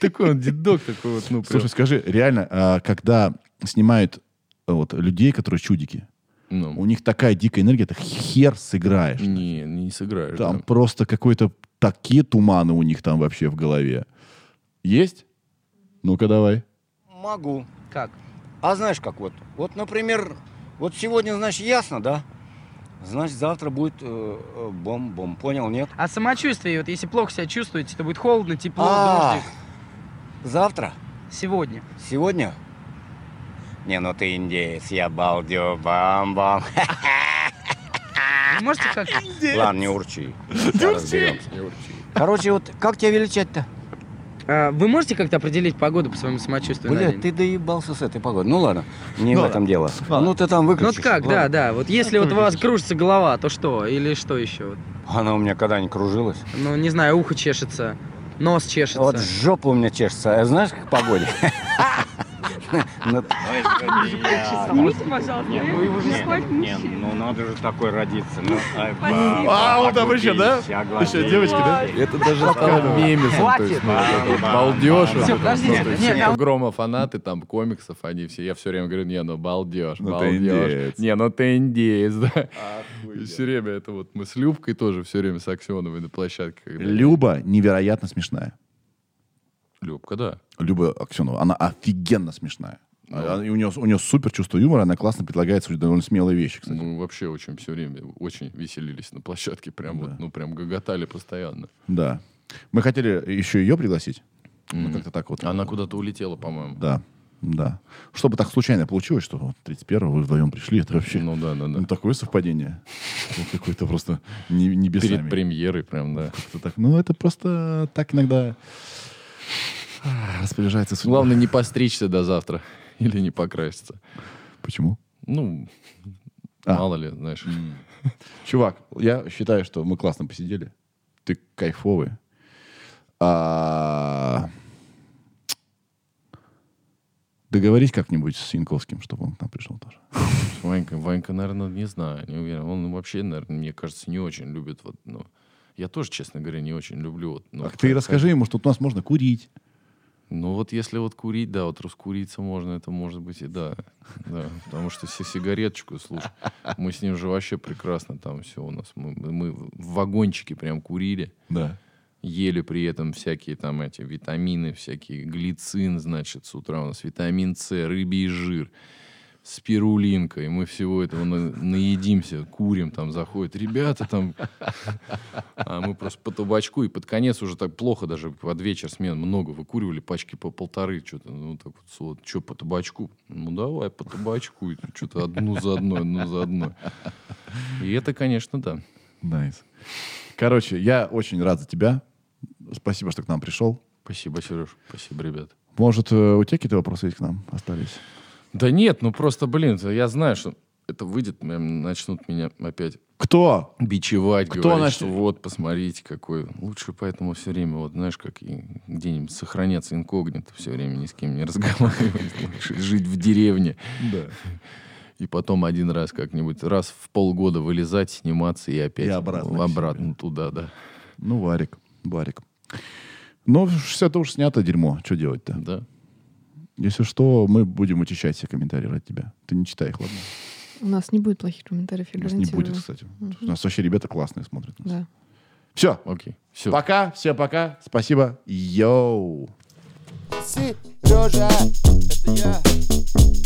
Такой он дедок такой вот, ну, прям.
Слушай, скажи, реально, а, когда снимают а, вот людей, которые чудики,
Ну,
у них такая дикая энергия, ты хер сыграешь.
не, не сыграешь.
Там
да.
просто какой-то такие туманы у них там вообще в голове. Есть? Ну-ка давай.
Могу. Как? А знаешь как вот? Вот, например, вот сегодня, значит, ясно, да? Значит, завтра будет э, э, бом-бом. Понял, нет?
А самочувствие, вот если плохо себя чувствуете, то будет холодно, тепло,
А,
дождик.
завтра?
Сегодня.
Сегодня? Не, ну ты индеец, я балдю, бам-бам. <laughs>
Вы можете как
Ладно, не урчи. Сейчас разберемся. Короче, вот как тебя величать-то?
А, вы можете как-то определить погоду по своему самочувствию? на
Блядь,
день?
ты доебался с этой погодой. Ну ладно, не
Ну
в
ладно.
этом дело.
Ладно.
Ну ты там
Ну
выключишь.
вот как, да,
ладно.
да. Вот если вот у вас кружится голова, то что? Или что еще?
Она у меня когда не кружилась.
Ну, не знаю, ухо чешется, нос чешется.
Вот жопа у меня чешется. А знаешь, как погоде? Ну,
Снимите, пожалуйста.
ну, Не, ну надо же такой родиться. Ну, ай,
Спасибо.
А, вот там еще, да?
Вся
Еще девочки, а да?
Это даже стало мемесом. то есть, ну, вот это вот балдеж. вот
Всё,
это
подожди,
просто
нет,
все
нет, там-
Грома фанаты там комиксов, они все, я все время говорю, не, ну балдеж,
Ну ты
балдеж.
индеец.
Не, ну ты индеец, да. Все время это вот мы с Любкой тоже все время с Аксеновой на площадке. когда-
Люба невероятно смешная.
Любка, да.
Люба Аксенова, она офигенно смешная. А, и у, нее, у нее супер чувство юмора, она классно предлагает суть довольно смелые вещи, кстати.
Мы вообще очень все время очень веселились на площадке, прям вот, ну прям гоготали постоянно.
Да. Мы хотели еще ее пригласить. Ну, как-то так вот.
Она куда-то улетела, по-моему.
Да. Да. Чтобы так случайно получилось, что вот 31-го вы вдвоем пришли, это вообще...
Ну да, да, да.
Ну, такое совпадение. Вот Какое-то просто не-
Перед
небесами.
премьерой прям, да.
Как-то так. Ну, это просто так иногда а, распоряжается судьба.
Главное не постричься до завтра <laughs> или не покраситься.
Почему?
Ну,
А.
мало ли, знаешь.
Чувак, я считаю, что мы классно посидели. Ты кайфовый. А, Договорись как-нибудь с Янковским, чтобы он к нам пришел тоже.
Ванька, Ванька, наверное, не знаю, не уверен. Он вообще, наверное, мне кажется, не очень любит вот, ну, я тоже, честно говоря, не очень люблю. Вот, ну,
Так А ты расскажи ему, что тут у нас можно курить.
Ну вот если вот курить, да, вот раскуриться можно, это может быть и да. да потому что си- сигареточку, слушай, мы с ним же вообще прекрасно там все у нас. Мы, мы в вагончике прям курили,
Да.
ели при этом всякие там эти витамины, всякие глицин, значит, с утра у нас витамин С, рыбий жир, спирулинка, и мы всего этого на- наедимся, курим, там заходят ребята там, а мы просто по табачку, и под конец уже так плохо даже, под вечер смен много выкуривали, пачки по полторы, что-то, ну так вот, что по табачку? Ну давай по табачку, и что-то одну за одной, одну за одной. И это, конечно, да.
Найс. Короче, я очень рад за тебя. Спасибо, что к нам пришел.
Спасибо, Сереж, спасибо, ребят.
Может, э, у тебя какие-то вопросы есть к нам остались?
Да нет, ну просто, блин, я знаю, что это выйдет, м, начнут меня опять
Кто?
бичевать,
Кто
говорить,
начнет?
что вот, посмотрите, какой. Лучше поэтому все время, вот знаешь, как и где-нибудь сохраняться инкогнито, все время ни с кем не <laughs> разговаривать, лучше жить в деревне.
Да.
И потом один раз как-нибудь, раз в полгода вылезать, сниматься и опять
И обратно
в-
к
обратно туда, да.
Ну, Варик, Варик. Ну, все это уж снято дерьмо. Что делать-то?
да.
Если что, мы будем очищать все комментарии ради тебя. Ты не читай их, ладно?
У нас не будет плохих комментариев, я
У нас не
гарантирую.
будет, кстати. У нас вообще ребята классные смотрят. нас.
Да.
Все.
Окей. Все.
Пока. Все пока. Спасибо. Йоу.
Сережа, это я.